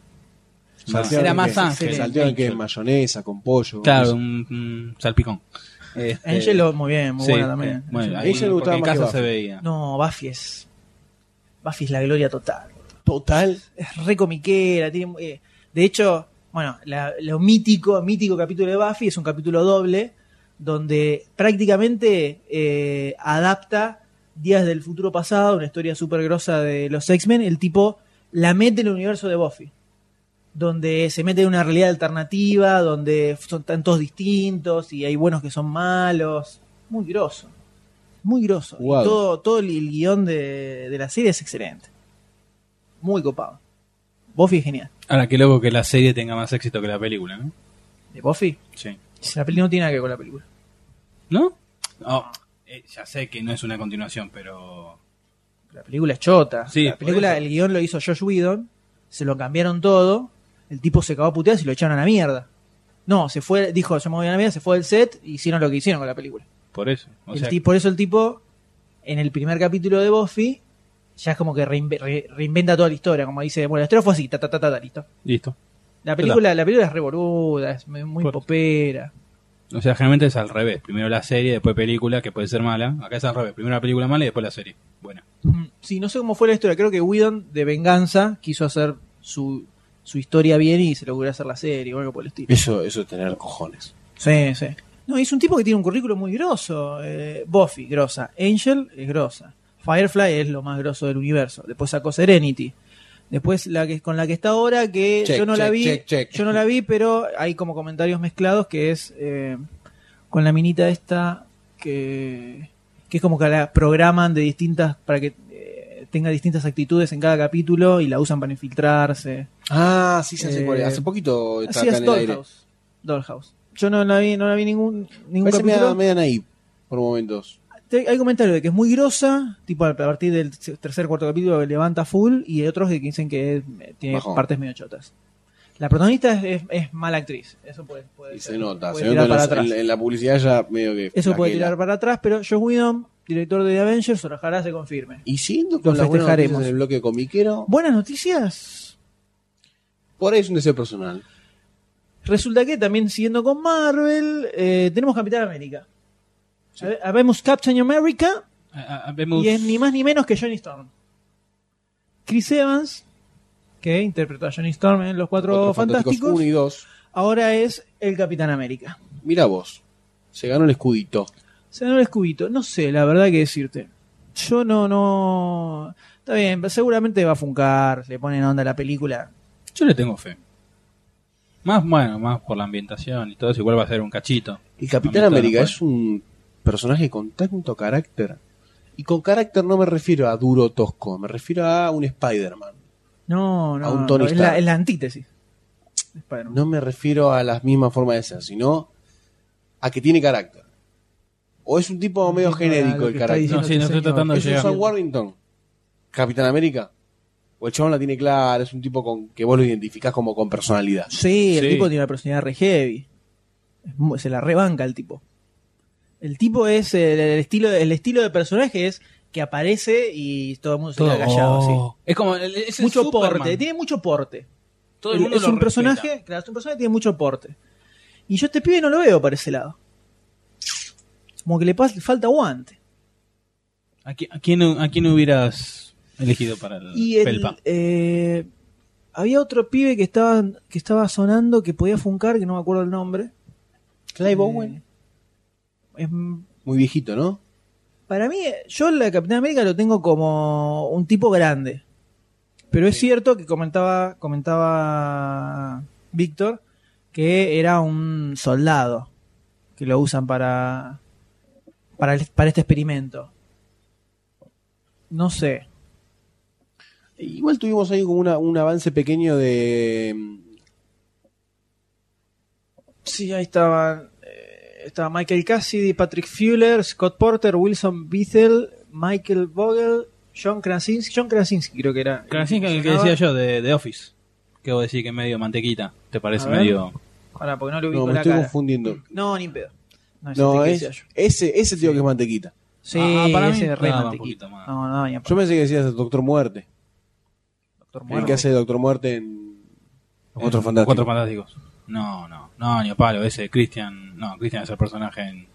B: Salteado
C: Era
B: en
C: más
B: que-
C: ángel.
B: Salteado en que es mayonesa, con pollo.
C: Claro,
B: eso.
C: un, un salpicón. Este,
B: Eh,
A: Angel, oh, muy bien, muy
C: sí,
A: buena también.
C: eh, Bueno,
A: Angel.
C: ahí,
B: Angel me gustaba
C: porque en
B: más que
C: casa
B: Buffy.
C: se veía.
A: No, Buffy es. Buffy es la gloria total.
B: Total.
A: Es re comiquera. Tiene, eh, de hecho, bueno, la- lo mítico, mítico capítulo de Buffy es un capítulo doble donde prácticamente eh, adapta Días del Futuro Pasado, una historia súper grosa de los X-Men. El tipo la mete en el universo de Buffy, donde se mete en una realidad alternativa, donde son tantos distintos y hay buenos que son malos. Muy groso. Muy groso. Y
B: Wow.
A: todo, todo el guión de, de la serie es excelente. Muy copado. Buffy es genial.
C: Ahora, qué loco que la serie tenga más éxito que la película, ¿no?
A: ¿De Buffy?
C: Sí.
A: Si La película no tiene nada que ver con la película.
C: ¿No? Oh, eh, ya sé que no es una continuación, pero.
A: La película es chota.
C: Sí,
A: la
C: por
A: película,
C: eso.
A: el guión lo hizo Josh Whedon, se lo cambiaron todo, el tipo se cagó a puteadas y lo echaron a la mierda. No, se fue, dijo, yo me voy a la mierda, se fue del set y hicieron lo que hicieron con la película.
C: Por eso. O
A: El
C: sea,
A: ti- por eso el tipo, en el primer capítulo de Buffy, ya es como que reinve- re- reinventa toda la historia, como dice, bueno, la historia fue así, ta ta ta ta, ta, listo.
C: listo.
A: La película, la película es revoluda, es muy muy
C: Por-
A: popera.
C: O sea, generalmente es al revés. Primero la serie, después película, que puede ser mala. Acá es al revés. Primero la película mala y después la serie. Bueno.
A: Mm, Sí, no sé cómo fue la historia. Creo que Whedon, de venganza, quiso hacer su, su historia bien y se logró hacer la serie o algo por el estilo.
B: Eso, eso es tener cojones.
A: Sí, sí. No, es un tipo que tiene un currículum muy grosso. Eh, Buffy, grosa. Angel es grosa. Firefly es lo más grosso del universo. Después sacó Serenity. Después la que con la que está ahora, que
B: Check,
A: yo no la
B: check,
A: vi,
B: check, check.
A: yo no la vi, pero hay como comentarios mezclados que es eh, con la minita esta que, que es como que la programan de distintas para que eh, tenga distintas actitudes en cada capítulo y la usan para infiltrarse.
B: Ah, sí, se hace
A: Eh,
B: cuál es. Hace poquito está
A: Así
B: acá
A: es
B: en el aire.
A: Dollhouse. Dollhouse. Yo no la vi, no la vi ningún ningún
B: Parece
A: capítulo.
B: media, media naif por momentos.
A: Te- Hay comentarios de que es muy grosa, tipo a partir del se- tercer cuarto capítulo que levanta full, y hay otros que dicen que eh, tiene
B: Bajón.
A: partes medio chotas. La protagonista es, es- es mala actriz, eso puede, puede
B: Y
A: ser.
B: se nota.
A: Puede
B: Se
A: tirar
B: nota en, los-
A: para atrás.
B: en la- en la publicidad ya medio que.
A: Eso puede
B: flaquea.
A: tirar para atrás, pero Josh Whedon, director de The Avengers, ojalá se confirme.
B: Y siguiendo con
A: Lo
B: las buenas
A: festejaremos.
B: noticias del bloque comiquero,
A: Buenas noticias.
B: por ahí es un deseo personal.
A: Resulta que también siguiendo con Marvel, eh, tenemos Capitán América. Habe- Habemos Captain America
C: A- a- Ah, vemos-
A: Y es ni más ni menos que Johnny Storm. Chris Evans, que interpretó a Johnny Storm en Los Cuatro,
B: Otro
A: Fantásticos,
B: 1 y 2.
A: ahora es el Capitán América.
B: Mira vos. Se ganó el escudito.
A: Se ganó el escudito. No sé, la verdad que decirte. Yo no, no... Está bien, seguramente va a funcar, le ponen onda a la película.
C: Yo le tengo fe. Más bueno, más por la ambientación y todo eso. Igual va a ser un cachito.
B: El
C: A
B: Capitán
C: mí todo
B: América
C: no
B: es un personaje con tanto carácter. Y con carácter no me refiero a duro tosco, me refiero a un Spider-Man.
A: No, no,
B: A un
A: no,
B: Tony
A: es, la,
B: Stark.
A: es la antítesis. de Spider-Man.
B: No me refiero a las mismas formas de ser, sino a que tiene carácter. O es un tipo medio
A: Tipo, a
B: genérico
A: lo
B: el
A: que está
B: carácter.
A: diciendo
C: No, sí, no
A: este
C: estoy
A: señor.
C: tratando de
B: ¿Es un
C: llega.
B: Sam Warrington? ¿Capitán América? O el chabón la tiene clara, es un tipo con que vos lo identificás como con personalidad.
A: Sí, el
C: Sí.
A: tipo tiene una personalidad re heavy. Es mu- Se la rebanca el tipo. El tipo es eh, el, el estilo el estilo de personaje es que aparece y todo el mundo se
C: Todo-
A: queda callado así.
C: Oh. Es como. el- Es el
A: Mucho
C: Superman.
A: porte, tiene mucho porte.
C: Todo el mundo
A: es
C: lo
A: un
C: respeta.
A: personaje, claro, es un personaje que tiene mucho porte. Y yo este pibe no lo veo para ese lado. Como que le pas- le falta guante.
C: ¿A qui- a quién, a quién hubieras elegido para el,
A: Y el,
C: Pelpa?
A: eh, había otro pibe que estaba que estaba sonando que podía funcar, que no me acuerdo el nombre.
B: Clive
A: Eh,
B: Owen.
A: Es
B: Muy viejito, ¿no?
A: Para mí, yo la Capitán América lo tengo como un tipo grande. Pero es cierto que comentaba, comentaba Víctor que era un soldado que lo usan para, para, el- para este experimento. No sé.
B: Igual tuvimos ahí como una- un avance pequeño de...
A: Sí, ahí estaban. eh, estaba Michael Cassidy, Patrick Fuller, Scott Porter, Wilson Bethel, Michael Vogel, John Krasinski. John Krasinski creo que era.
C: Krasinski, el que
A: Sonaba.
C: decía yo de, de Office. Que vos decís que es medio mantequita. ¿Te parece
A: A ver.
C: medio.?
A: Pará, porque no lo ubico
B: No, me
A: la
B: estoy
A: cara.
B: confundiendo.
A: No, ni en pedo. No, ese
B: No,
A: te
B: es,
A: decía yo.
B: ese, ese tío que es mantequita.
A: Sí,
C: Ah, para mí
A: ese es re
C: daba un
A: mantequita.
C: poquito más.
A: No, no, ni a
B: Yo
A: pedo.
B: pensé que decías el Doctor Muerte.
A: Doctor
B: El
A: Muerte.
B: que hace de Doctor Muerte en... Los Cuatro
C: Eh,
B: Fantásticos.
C: Cuatro Fantásticos. No, no, no, ni a palo. Ese Christian. No, Christian es el personaje en.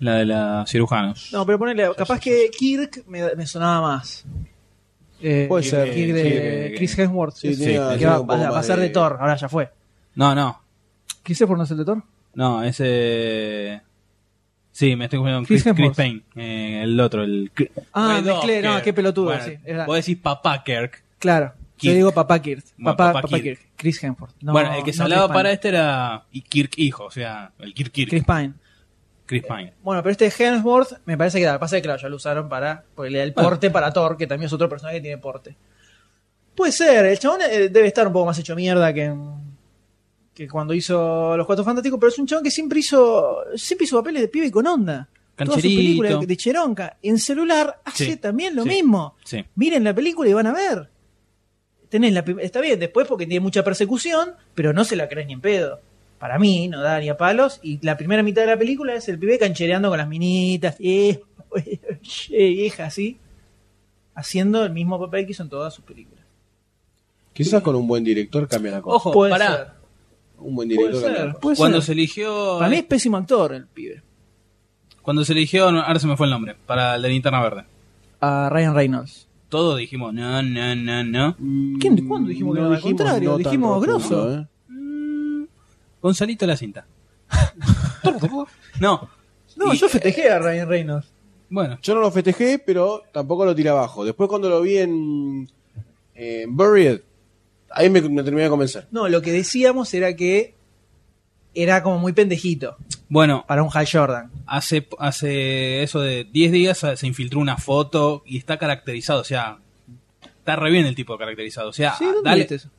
C: La de la cirujanos.
A: No, pero ponele, capaz que Kirk me, me sonaba más. Eh,
B: Puede
A: Kirk
B: ser,
A: Kirk de
C: sí, que-
A: Chris Hemsworth.
B: Sí,
C: sí,
B: tiene una-
A: que
B: tiene
A: va,
B: un poco
A: va- va a
B: más
A: ser de Thor, ahora ya fue.
C: no, no.
A: ¿Chris Hemsworth no es el de Thor?
C: No, ese. Sí, me estoy confundiendo con
A: Chris
C: Chris, Chris
A: Hemsworth.
C: Payne. eh, el otro, el. Cri-
A: Ah,
C: Redo
A: mezclé, no,
C: Kirk.
A: qué pelotudo,
C: Bueno,
A: sí, es verdad.
C: Vos decís papá Kirk.
A: Claro, yo
C: Kirk.
A: digo papá Kirk.
C: Bueno,
A: papá,
C: papá
A: papá Kirk.
C: Kirk.
A: Chris Hemsworth. No,
C: bueno, el que se
A: no
C: hablaba
A: Chris
C: para
A: Pine.
C: este era y Kirk hijo, o sea, el Kirk Kirk.
A: Chris
C: Chris,
A: Pine.
C: Pine.
A: Bueno, pero este Hemsworth me parece que da. Pasa que, claro, ya lo usaron para. Porque le da el porte para Thor, que también es otro personaje que tiene porte. Puede ser, el chabón eh, debe estar un poco más hecho mierda que, en- que cuando hizo Los Cuatro Fantásticos, pero es un chabón que siempre hizo siempre hizo papeles de pibe con onda. Todas sus
C: Cancherito.
A: películas de cheronca. En celular hace
C: Sí,
A: también lo
C: sí.
A: mismo.
C: Sí.
A: Miren la película y van a ver. Tenés la, prim- está bien, después porque tiene mucha persecución, pero no se la crees ni en pedo. Para mí, no da ni a palos. Y la primera mitad de la película es el pibe canchereando con las minitas. <laughs> Eh, oye, vieja, así. Haciendo el mismo papel que hizo en todas sus películas.
B: Quizás con un buen director cambia la cosa.
C: Ojo,
A: Puede
C: pará.
A: ser.
B: un buen
A: Puede
B: director.
A: ser,
B: también.
A: puede
C: Cuando
A: ser.
C: se eligió.
A: Para mí es pésimo actor el pibe.
C: Cuando se eligió, no, ahora se me fue el nombre, para el de Linterna Verde.
A: A Ryan Reynolds.
C: Todos dijimos, no, no, no, no.
B: Mm,
A: ¿Quién- cuándo dijimos que no? Al contrario,
B: tan
A: dijimos
B: rotundo,
A: grosso.
B: ¿eh?
C: Gonzalito
A: <laughs>
C: la cinta. no,
A: No,
C: Y- eh,
A: yo festejé a Ryan Reynolds.
C: bueno,
B: Yo no lo festejé, pero tampoco lo tiré abajo. Después cuando lo vi en, en Buried, ahí me, me terminé de convencer.
A: No, lo que decíamos era que era como muy pendejito
C: bueno,
A: para un Hal Jordan.
C: hace, hace eso de 10 días eh, se infiltró una foto y está caracterizado, o sea, está re bien el tipo caracterizado, o sea,
A: Sí, ¿dónde
C: dale.
A: viste eso?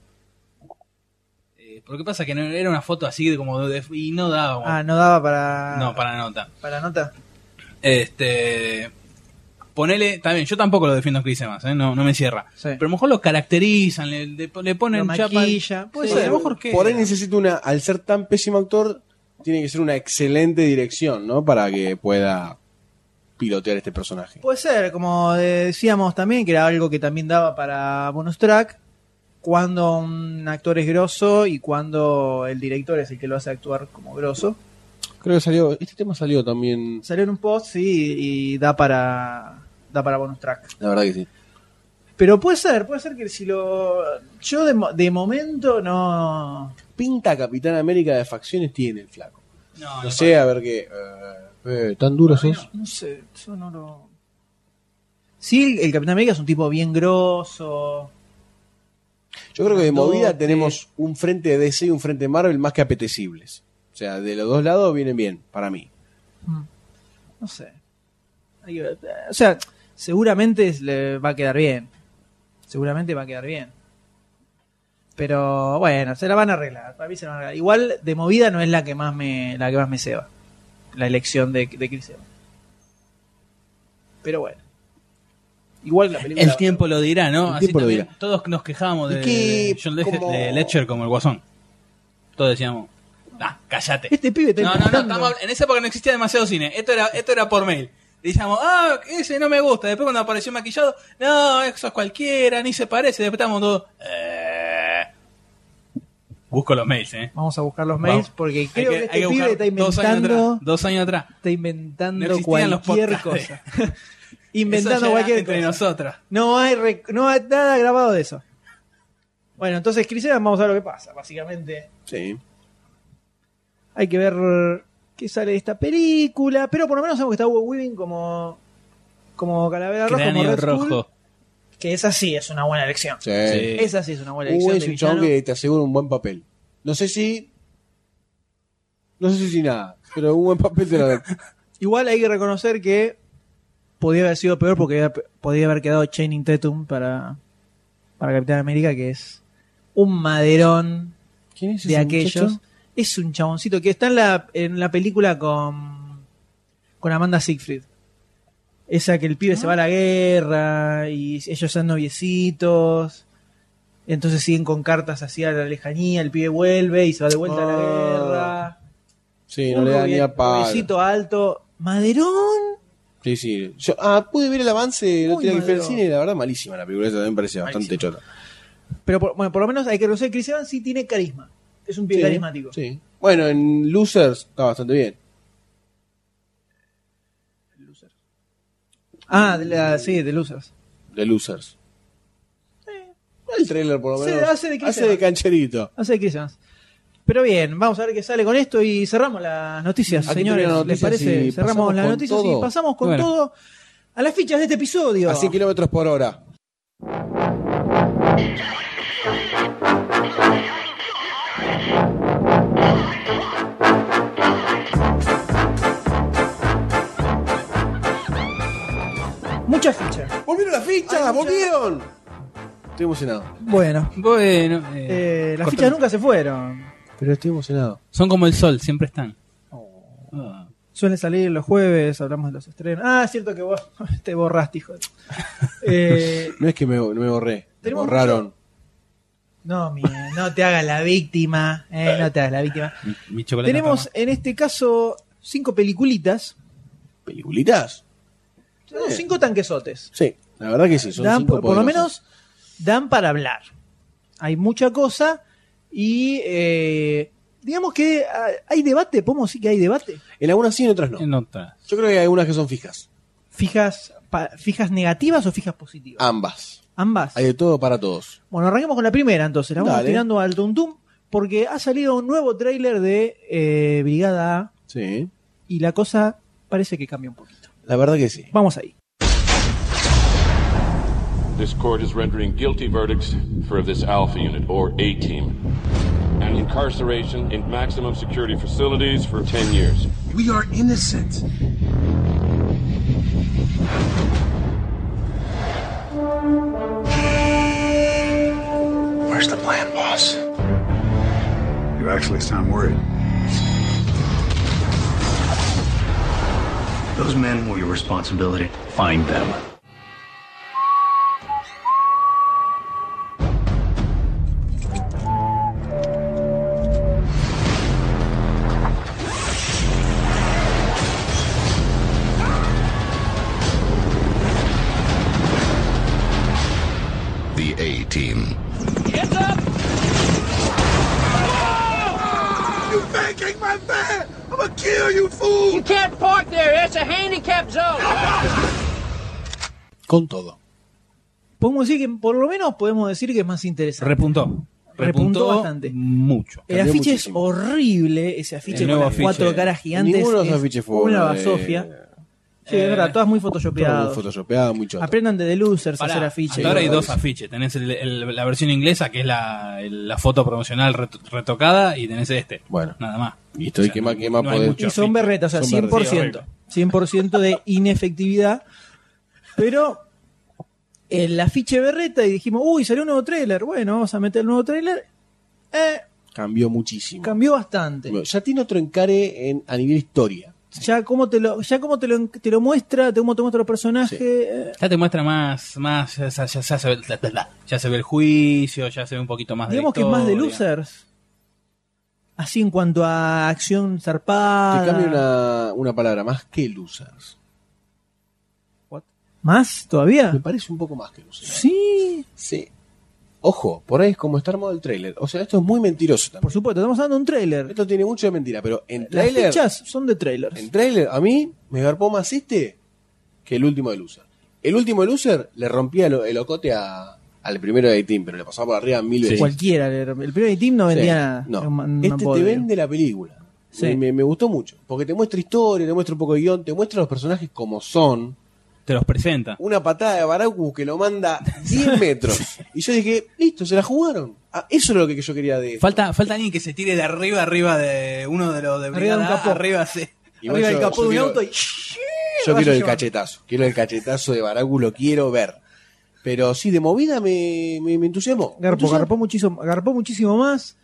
C: Eh, pero qué pasa que no, era una foto así de como de, y no daba bueno,
A: Ah, no daba para,
C: no para nota.
A: para nota.
C: Este ponele, también, yo tampoco lo defiendo a Chris Evans, eh, no, no me cierra.
A: Sí.
C: Pero a lo mejor lo caracterizan, le, le- le ponen
A: Lo
C: chapa.
A: maquilla, puede
C: Sí,
A: ser.
C: a lo mejor que
B: Por ahí necesito una, al ser tan pésimo actor, tiene que ser una excelente dirección, ¿no? Para que pueda pilotear este personaje.
A: Puede ser, como decíamos también, que era algo que también daba para bonus track, cuando un actor es grosso y cuando el director es el que lo hace actuar como grosso.
B: Creo que salió, este tema salió también,
A: Salió en un post, sí, y da para da para bonus track.
B: la verdad que sí.
A: Pero puede ser, puede ser que si lo... Yo de, mo- de momento no...
B: Pinta Capitán América de facciones tiene el flaco.
C: No,
B: No
C: no
B: sé, a ver qué... eh, eh, ¿Tan duro sos?
A: No sé, yo no lo... Sí, el Capitán América es un tipo bien grosso.
B: Yo creo que de
A: Grandote.
B: movida tenemos un frente DC y un frente Marvel más que apetecibles. O sea, de los dos lados vienen bien, para mí.
A: No sé. Hay que ver. O sea, seguramente es- le va a quedar bien. Seguramente va a quedar bien. Pero bueno, se la van a arreglar. Para mí se la van a arreglar. Igual de movida no es la que más me, la que más me ceba. La elección de, de Chris Evans. Pero bueno. Igual la película.
C: El tiempo lo dirá, ¿no?
B: El
C: Así
B: tiempo lo
C: también
B: dirá.
C: todos nos quejábamos de,
B: Es que,
C: de John Lech-
B: como-
C: de Ledger como el guasón. Todos decíamos, ah, cállate.
A: Este pibe está
C: No, no, no,
A: empujando.
C: estamos- en esa época no existía demasiado cine. Esto era, esto era por mail. Decíamos, ah, ese no me gusta. Después cuando apareció maquillado, no, eso es cualquiera, ni se parece. Después estábamos todos, eh. Busco los mails, ¿eh?
A: Vamos a buscar los mails
C: Vamos.
A: porque
C: Hay
A: creo que, este
C: buscar
A: pibe está
C: dos años atrás.
A: inventando,
C: Dos años atrás.
A: está inventando
C: No existían los
A: cualquier
C: podcasts.
A: cosa.
C: <laughs> Eso
A: inventando
C: ya era
A: cualquier
C: entre
A: cosa.
C: nosotros.
A: No hay, rec- no hay nada grabado de eso. Bueno, entonces Chris Evans, vamos a ver lo que pasa, básicamente.
B: Sí.
A: Hay que ver qué sale de esta película, pero por lo menos sabemos que está Hugo Weaving como, como Calavera Roja, como
C: Cráneo
A: Red Skull,
C: rojo.
A: que esa sí es una buena elección.
B: Sí.
C: Sí.
A: Esa sí es una buena
B: Hugo
A: elección
B: es
A: de
B: un chabón
A: villano.
B: que te asegura un buen papel. No sé si. No sé si nada, pero un buen papel te lo da.
A: Igual hay que reconocer que podía haber sido peor porque había- podía haber quedado Channing Tatum para, para Capitán América, que es un maderón
B: ¿Quién es
A: de aquellos.
B: muchacho?
A: Es un chaboncito que está en la, en la película con, con Amanda Siegfried. Esa que el pibe se va a la guerra y ellos son noviecitos. Entonces siguen con cartas hacia la lejanía. El pibe vuelve y se va de vuelta a la guerra.
B: Ah, Sí, no
A: Un
B: le da
A: rubie-
B: ni a palo.
A: rubiecito alto. Maderón.
B: Sí, sí. Yo, ah, pude ver el avance, no
A: Muy
B: tenía que fui al
A: malo.
B: cine, la verdad, malísima la película, esa también me parecía bastante chota.
A: Pero por, bueno, por lo menos hay que reconocer que Chris Evans sí tiene carisma. Es un pibe
B: Sí,
A: carismático.
B: Sí. Bueno, en Losers está bastante bien.
A: Ah, de la, sí, de Losers.
B: De Losers. El trailer, por lo
A: Se
B: menos.
A: Eh. hace de Chris Evans.
B: cancherito.
A: Hace de Chris Evans. Pero bien, vamos a ver qué sale con esto y cerramos las noticias,
B: Aquí
A: señores.
B: terminan las
A: ¿Les
B: noticias
A: parece?
B: y
A: Cerramos
B: pasamos
A: las
B: con
A: noticias
B: todo.
A: y pasamos con
C: Bueno.
A: todo a las fichas de este episodio.
B: A 100 kilómetros por hora.
A: Muchas fichas.
B: ¡Volvieron las fichas! ¡Volvieron! Estoy emocionado.
A: Bueno,
C: Bueno, eh,
A: eh, las
C: cortame.
A: fichas nunca se fueron.
B: Pero estoy emocionado.
C: son como el sol, siempre están.
A: Oh.
C: Ah.
A: Suelen salir los jueves, hablamos de los estrenos. Ah, es cierto que vos <laughs> te borraste, hijo. de- Eh,
B: No es que me, no me borré. Me
A: Tenemos
B: borraron.
A: no, mía, no te hagas la víctima. eh, no te hagas la víctima.
C: Mi, mi chocolate.
A: Tenemos en este caso cinco peliculitas,
B: ¿Peliculitas?
A: No, cinco tanquesotes.
B: Sí. La verdad que sí. Son
A: Dan,
B: cinco
A: por, por lo
B: poderosos.
A: menos dan para hablar. Hay mucha cosa y eh, digamos que ah, hay debate, podemos decir que hay debate.
B: En algunas sí, en otras no.
C: En otra.
B: Yo creo que hay algunas que son fijas.
A: Fijas, pa- fijas negativas o fijas positivas.
B: Ambas.
A: Ambas.
B: Ah, Hay de todo para todos.
A: Bueno, arranquemos con la primera entonces. La vamos
B: Dale.
A: tirando al tuntum porque ha salido un nuevo tráiler de eh, Brigada A
B: Sí.
A: y la cosa parece que cambia un poquito.
B: La verdad que sí.
A: Vamos ahí.
E: This court is rendering guilty verdicts for this Alpha unit, or A team, and incarceration in maximum security facilities for 10 years.
F: We are innocent.
G: Where's the plan, boss?
F: You actually sound worried.
G: Those men were your responsibility. Find them.
H: The A Team.
F: You pancake my van! I'ma kill you, fool!
I: You can't park there. That's a handicap zone.
B: Con todo.
A: Podemos decir que, por lo menos, podemos decir que es más interesante.
C: Repuntó. Repuntó,
A: Repuntó bastante.
C: Mucho.
A: el
B: cambió
A: afiche
B: muchísimo.
A: es horrible, ese afiche
C: El
A: con
C: nuevo
A: las
C: afiche.
A: cuatro caras gigantes.
B: Ninguno de los
A: es
B: afiches fue
A: Una
B: bueno, eh,
A: basofia. Sí,
C: Eh,
A: es verdad, todas muy
B: Todo muy
A: photoshopeadas.
B: photoshopeado, muy choto.
A: Aprendan de The Losers
C: Pará,
A: a hacer afiches.
C: hasta ahora hay
B: Igual.
C: dos afiches. Tenés el- el- la versión inglesa, que es la, el- la foto promocional ret- retocada, y tenés este.
B: Bueno.
C: Nada más.
B: Listo,
C: O
B: ¿y
C: sea,
B: qué más, qué más
C: no hay
B: podés-
C: mucho.
A: Y son berretas, o sea,
B: Son berretas.
A: 100%. 100% de inefectividad. Pero el afiche berreta y dijimos, uy, salió un nuevo trailer. Bueno, vamos a meter el nuevo trailer. Eh,
B: Cambió muchísimo.
A: cambió bastante.
B: Bueno, ya tiene otro encare en, a nivel historia.
A: Ya como te lo, ya como te lo, te lo muestra, te- cómo te muestra los personajes.
B: Sí.
A: eh,
C: Ya te muestra más, más ya, ya- ya se ve, la- la- la- ya se ve el juicio, ya se ve un poquito más
A: digamos
C: de
A: que es más de
C: historia.
A: losers. Así en cuanto a acción zarpada.
B: Te cambia una, una palabra, más que losers.
A: ¿Más
B: Me
A: todavía?
B: parece un poco más que losers.
A: Sí.
B: Sí. Ojo, por ahí es como está armado el trailer. O sea, esto es muy mentiroso
A: Por
B: también.
A: supuesto, estamos dando un trailer.
B: Esto tiene mucho de mentira, pero en
A: Las
B: trailer,
A: fichas son de trailers.
B: en trailer a mí me garpó más este que el último de loser. El último de loser le rompía lo- el ocote a- al primero de Team, pero le pasaba por arriba mil veces.
A: Cualquiera. El el primer team no
B: Sí,
A: vendía nada.
B: no.
A: Era un- un
B: este te
A: bodrio.
B: vende la película.
A: Sí.
B: Me- Me, me gustó mucho. Porque te muestra historia, te muestra un poco de guión, te muestra los personajes como son.
C: Te los presenta.
B: Una patada de Baraucu que lo manda
A: <laughs>
B: 10 metros. Y yo dije, listo, se la jugaron. Ah, eso era lo que yo quería de.
C: Falta, falta alguien que se tire de arriba, arriba de uno de los
A: Arriba de
C: de
A: un
C: Brigada A,
A: capó.
C: arriba, sí.
B: Igual
A: Arriba
B: yo-
A: del capó
B: yo
A: de un
B: quiero-
A: auto y.
B: Yo
A: Vaya
B: quiero el
A: llevando.
B: cachetazo. Quiero el cachetazo de Baraucu, lo quiero ver. Pero sí, de movida me, me, me entusiasmó.
A: Garpó,
B: Entusiasmo.
A: garpó muchísimo, garpó muchísimo más.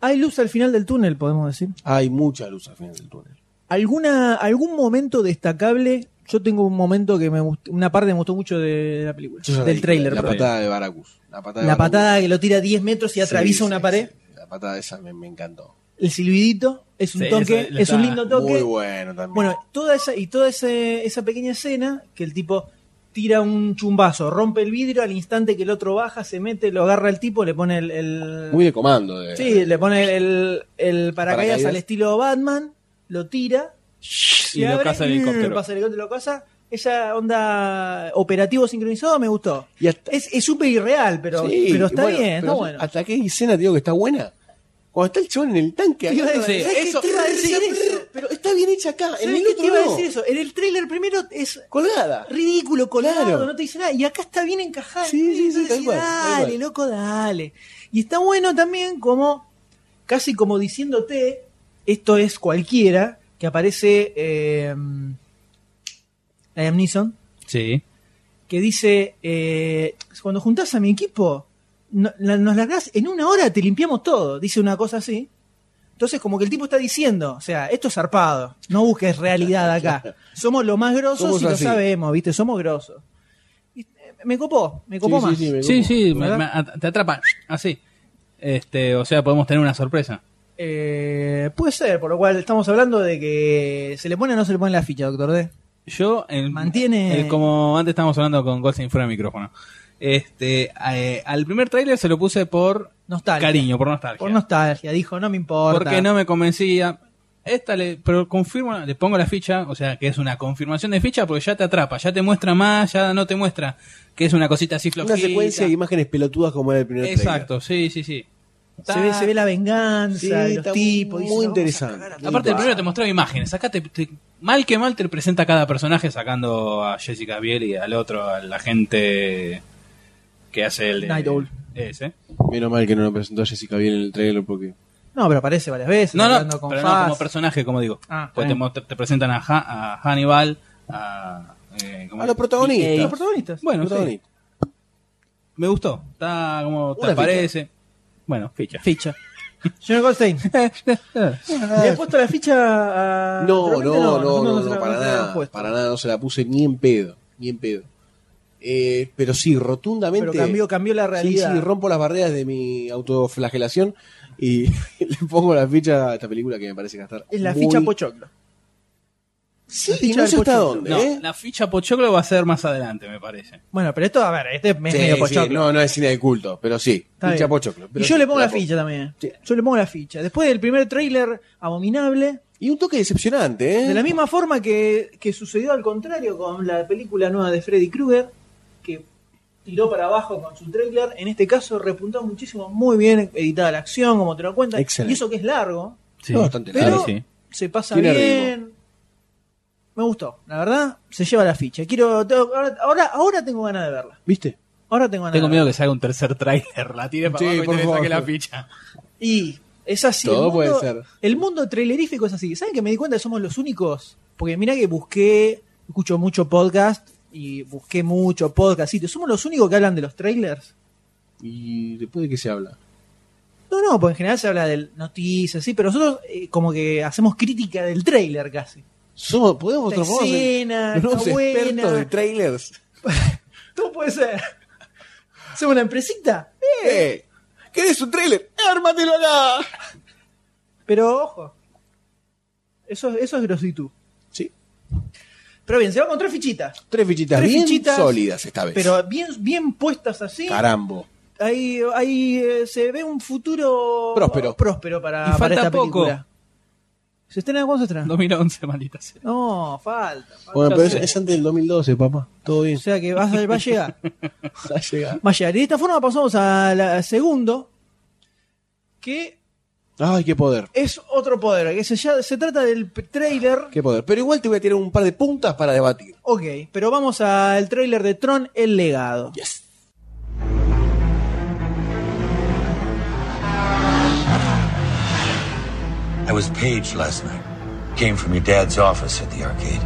A: Hay luz al final del túnel, podemos decir.
B: Hay mucha luz al final del túnel.
A: ¿Alguna, ¿Algún momento destacable? Yo tengo un momento que me gustó, una parte que me gustó mucho de la película,
B: Yo ya
A: del
B: dije,
A: trailer.
B: La,
A: perdón. La,
B: patada de Baraucu. La patada, de Baraucu.
A: patada que lo tira 10 metros y
B: Sí,
A: atraviesa
B: sí,
A: una
B: sí.
A: pared.
B: La patada esa me- me encantó.
A: El silbidito es un
C: Sí,
A: toque,
C: eso-
A: es un
C: está
A: lindo toque.
B: Muy bueno también.
A: Bueno, toda esa, y toda ese- esa pequeña escena que el tipo tira un chumbazo, rompe el vidrio al instante que el otro baja, se mete, lo agarra el tipo, le pone el, el-
B: Muy de comando. De,
A: sí, le pone el, el paracaídas,
B: Paracaídas.
A: al estilo Batman, lo tira se
C: Y lo
A: abre, mm,
C: caza el helicóptero.
A: pasa el helicóptero, lo caza. Esa onda operativo sincronizado me gustó.
B: Y hasta-
A: Es es súper irreal, pero,
B: Sí,
A: pero está
B: bueno,
A: bien, está
B: pero
A: bueno.
B: ¿Hasta qué escena te digo que está buena? Cuando está el chabón en el tanque.
A: Te iba a
B: agarra-
A: decir,
B: ¿sabes qué?
A: eso-
B: Te iba a decir eso. Pero está bien hecha acá. En el
A: ¿Sabés qué
B: otro
A: te iba a
B: no.
A: decir eso? En el trailer primero es
B: Colgada.
A: ridículo, colado,
B: Claro.
A: no te dice nada. Y acá está bien encajado.
B: Sí, sí, sí,
A: Entonces,
B: tal cual, tal
A: dale,
B: cual.
A: loco, dale. Y está bueno también como, casi como diciéndote, esto es cualquiera, que aparece eh, Liam Neeson,
C: Sí.
A: que dice, eh, cuando juntás a mi equipo, no- la- nos largás, en una hora te limpiamos todo, dice una cosa así. Entonces como que el tipo está diciendo, o sea, esto es zarpado, no busques
B: <laughs>
A: realidad acá. Somos lo más grosos
B: Somos
A: y lo
B: así.
A: sabemos, ¿viste? Somos grosos. Y, eh, Me copó, me
B: Sí,
A: copó
B: sí,
A: más.
B: sí, me
C: Sí,
B: como.
C: sí,
A: ¿Verdad?
C: me- me at- te atrapa así. Este, o sea, podemos tener una sorpresa.
A: Eh, puede ser, por lo cual estamos hablando de que se le pone o no se le pone la ficha, doctor ¿eh? D.
C: Yo, eh, el-
A: Mantiene-
C: el- como antes estábamos hablando con Goldstein fuera de micrófono, Este, eh, al primer tráiler se lo puse por
A: Nostalgia.
C: cariño, por nostalgia.
A: Por nostalgia, dijo, no me importa.
C: porque no me convencía. Esta le, pero confirmo, le pongo la ficha, o sea, que es una confirmación de ficha porque ya te atrapa, ya te muestra más, ya no te muestra que es una cosita así flojita.
B: Una secuencia de imágenes pelotudas como era el primer trailer.
C: Exacto, sí, sí, sí.
A: Se ve, se ve la
B: Sí,
A: venganza, de
B: está
A: los tipos. dice,
B: muy
A: "No,
B: interesante.
C: Ah. Aparte, el primero te mostraba imágenes. Acá te, te- mal que mal te presenta cada personaje sacando a Jessica Biel y al otro, al agente que hace el de-
A: Night Owl.
C: Ese.
B: Menos mal que no lo presentó a Jessica bien en el trailer porque.
A: No, pero aparece varias veces.
C: No,
A: hablando
C: no,
A: con
C: pero no
A: Faz.
C: como personaje, como digo.
A: Ah,
C: Pues te, mo- te- te presentan a, Ha- a Hannibal, a. eh, ¿cómo
B: A los
C: es?
B: protagonistas.
A: Los protagonistas.
C: Bueno, sí.
B: Protagonista.
C: me gustó. Está como te
B: Una ficha.
C: aparece. Bueno, ficha.
A: Ficha. Señor
C: <laughs>
A: Goldstein, ¿le has puesto la ficha a.?
B: No, no,
A: Ah, Realmente
B: no, no,
A: nosotros
B: no,
A: se la-
B: para
A: no se la hemos
B: nada.
A: puesto.
B: Para nada, no se la puse ni en pedo. Ni en pedo. Eh, pero sí, rotundamente.
A: Pero cambió, cambió la
B: Sí,
A: realidad.
B: sí, rompo las barreras de mi autoflagelación y <laughs> le pongo la ficha a esta película que me parece gastar.
A: es la
B: muy-
A: ficha Pochoclo.
B: Sí,
A: la ficha
B: no
A: del
B: sé hasta
A: pochoclo.
B: dónde,
C: No,
B: ¿eh?
C: la ficha Pochoclo va a ser más adelante, me parece.
A: Bueno, pero esto, a ver, este es
B: Sí,
A: medio
B: sí,
A: Pochoclo.
B: no, no es cine de culto, pero sí.
A: Está
B: ficha
A: bien.
B: pochoclo. pero
A: y yo
B: sí,
A: le pongo la
B: pongo.
A: ficha también.
B: Sí.
A: Yo le pongo la ficha. Después del primer tráiler abominable,
B: Y un toque decepcionante, ¿eh?
A: de la misma forma que, que sucedió al contrario con la película nueva de Freddy Krueger, que tiró para abajo con su tráiler, en este caso repuntó muchísimo, muy bien editada la acción, como te lo cuentan. Y
B: Excelente.
A: eso que es largo,
C: Sí,
B: No, bastante
A: pero
B: largo.
A: se pasa
B: Tiene
A: bien. Me gustó, la verdad, se lleva la ficha. Quiero tengo- ahora, ahora ahora tengo ganas de verla.
B: ¿Viste?
A: Ahora tengo ganas.
C: Tengo
A: de verla.
C: miedo que salga un tercer tráiler, la tire para
B: Sí,
C: abajo y
B: por
C: te le
B: favor.
C: saque la ficha. <laughs>
A: Y es así.
B: Todo
A: el mundo,
B: puede ser.
A: El mundo trailerífico es así. ¿Saben que me di cuenta que somos los únicos? Porque mirá que busqué, escucho mucho podcast y busqué mucho podcast. sitio. ¿Somos los únicos que hablan de los trailers?
B: ¿Y después de qué se habla?
A: No, no, porque en general se habla de noticias, sí, pero nosotros eh, como que hacemos crítica del trailer casi.
B: Somos, podemos
A: Esta
B: transformarnos en-
A: escena,
B: en unos
A: está buena.
B: expertos de trailers.
A: Todo puede ser. <laughs> ¿Somos una empresita?
B: ¡Eh! ¿Querés un trailer? ¡Ármatelo acá!
A: Pero ojo, eso, eso es grositud.
B: Sí.
A: Pero bien, se va con tres fichitas,
B: Tres fichitas
A: Tres
B: bien
A: fichitas,
B: sólidas esta vez.
A: pero bien, bien puestas así.
B: Carambo.
A: ahí, ahí eh, se ve un futuro
B: Próspero.
A: próspero para,
C: Y falta
A: para esta
C: poco.
A: película. ¿Se estrena cuándo se estrena? No,
C: 2011, maldita sea.
A: falta. falta.
B: Bueno, pero es,
C: sé.
B: es antes del 2012, papá. Todo
A: O
B: bien. <laughs>
A: sea que va a, va a llegar.
B: Va a llegar.
A: Va a llegar. Y de esta forma pasamos al al segundo, que
B: Ay, qué poder.
A: es otro poder, que se, ya- se trata del p- trailer.
B: Qué poder. Pero igual te voy a tirar un par de puntas para debatir.
A: Ok, pero vamos al trailer de Tron, El Legado.
B: Yes.
G: I was paged last night. Came from your dad's office at the arcade.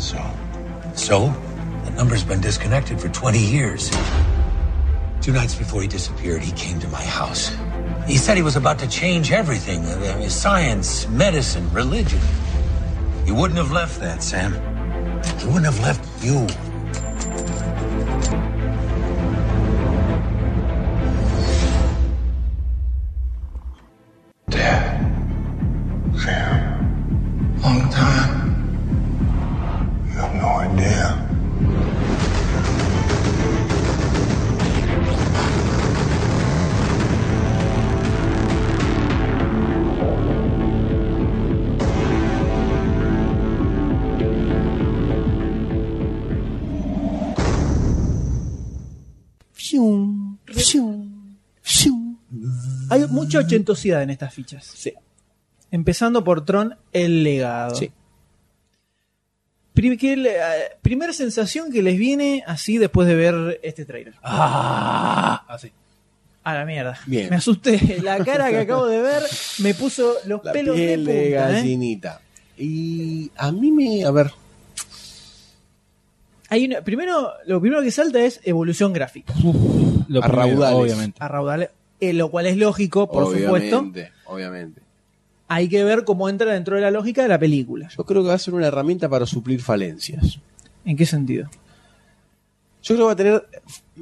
G: So? So? The number's been disconnected for 20 years. Two nights before he disappeared, he came to my house. He said he was about to change everything I mean, science, medicine, religion. He wouldn't have left that, Sam. He wouldn't have left you.
J: Dad. Sam. Long time. You have no idea.
A: Fium, fium, fium. Hay mucha ochentosidad en estas fichas.
B: Sí.
A: Empezando por Tron, el legado.
B: Sí.
A: Pri- que le- eh, primera sensación que les viene así después de ver este trailer.
C: Ah, así.
A: A la mierda.
B: Bien.
A: Me asusté. La cara que acabo de ver me puso los
B: La
A: pelos de
B: piel de
A: punta. ¿eh?
B: gallinita. Y a mí me. A ver.
A: Hay una- primero, lo primero que salta es evolución gráfica.
C: Lo
B: A raudales.
C: obviamente.
A: A raudal, eh, lo cual es lógico, por
B: obviamente,
A: supuesto.
B: Obviamente.
A: Hay que ver cómo entra dentro de la lógica de la película.
B: Yo creo que va a ser una herramienta para suplir falencias.
A: ¿En qué sentido?
B: Yo creo que va a tener.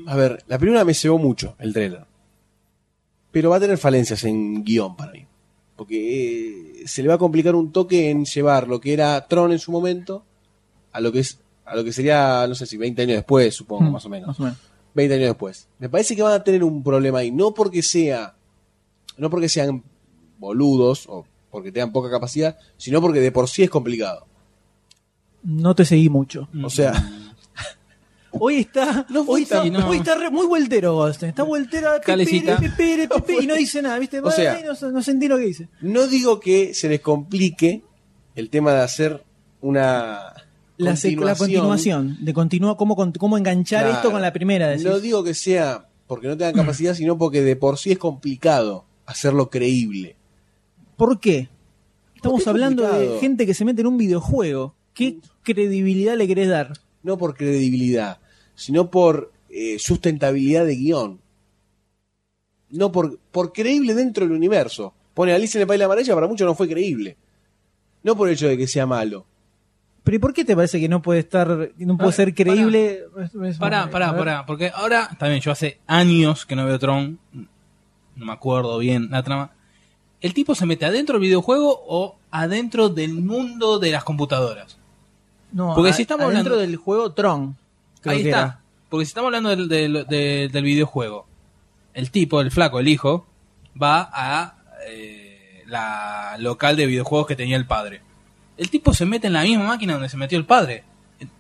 B: A ver, la primera me cebó mucho el trailer. Pero va a tener falencias en guión para mí. Porque eh, se le va a complicar un toque en llevar lo que era Tron en su momento a lo que es a a lo que sería, no sé si 20 años después, supongo, más o menos.
A: Mm. Más o menos.
B: 20 años después. Me parece que van a tener un problema ahí, no porque sea, no porque sean boludos o porque tengan poca capacidad, sino porque de por sí es complicado.
A: No te seguí mucho.
B: O sea,
A: Hoy está,
B: No fue
A: hoy está,
C: tan- no.
A: hoy está re- muy vueltero Goldstein. Está vueltero
C: Calecita.
A: y no dice nada, ¿viste?
B: O sea-
A: Ay, no, se- no sentí lo que dice.
B: no digo que se les complique el tema de hacer una
A: La, sec- la continuación, de continúa cómo, con- cómo enganchar
B: Claro.
A: esto con la primera. decís. Mm.
B: No digo que sea porque no tengan capacidad, sino porque de por sí es complicado hacerlo creíble.
A: ¿Por qué? Estamos
B: Porque es
A: hablando de
B: complicado.
A: gente que se mete en un videojuego. ¿Qué credibilidad le querés dar?
B: No por credibilidad, sino por eh, sustentabilidad de guión. No por, por creíble dentro del universo. Pone Alice en el País de la Maravilla, para muchos no fue creíble. No por el hecho de que sea malo.
A: ¿Pero y por qué te parece que no puede estar, no puede
C: Ah,
A: ser creíble?
C: Pará,
A: A
C: pará,
A: ver.
C: pará. Porque ahora, también yo hace años que no veo Tron. No me acuerdo bien la trama. ¿El tipo se mete adentro del videojuego o adentro del mundo de las computadoras?
A: No,
C: Porque
A: a-
C: si estamos
A: adentro
C: hablando-
A: del juego Tron. creo
C: Ahí
A: que
C: está.
A: era.
C: Porque si estamos hablando del, del- del- del videojuego, el tipo, el flaco, el hijo, va a eh, la local de videojuegos que tenía el padre. El tipo se mete en la misma máquina donde se metió el padre.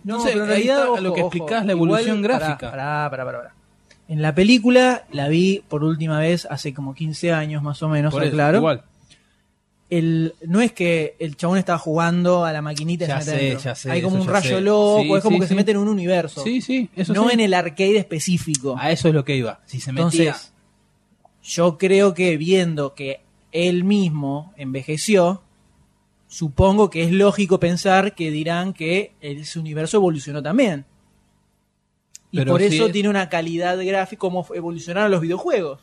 A: No,
C: Entonces,
A: pero en
C: ahí
A: realidad,
C: está
A: ojo,
C: lo que
A: ojo,
C: explicás, la
A: igual-
C: evolución
A: pará,
C: gráfica.
A: Pará, pará, pará, pará. En la película la vi por última vez hace como 15 años más o menos,
C: Por eso,
A: claro.
C: Igual.
A: El, no es que el chabón estaba jugando a la maquinita y
C: Ya
A: se mete
C: sé,
A: adentro.
C: ya sé,
A: Hay como
C: eso
A: un
C: ya
A: rayo
C: sé.
A: loco,
C: Sí,
A: es como
C: sí,
A: que se
C: sí.
A: mete en un universo.
C: Sí, sí, eso
A: no
C: sí.
A: en el arcade específico.
C: A eso es lo que iba. Si se metía.
A: Entonces, yo creo que viendo que él mismo envejeció, supongo que es lógico pensar que dirán que ese universo evolucionó también. Y
C: Pero
A: por
C: si
A: eso
C: es-
A: tiene una calidad gráfica como evolucionaron los videojuegos.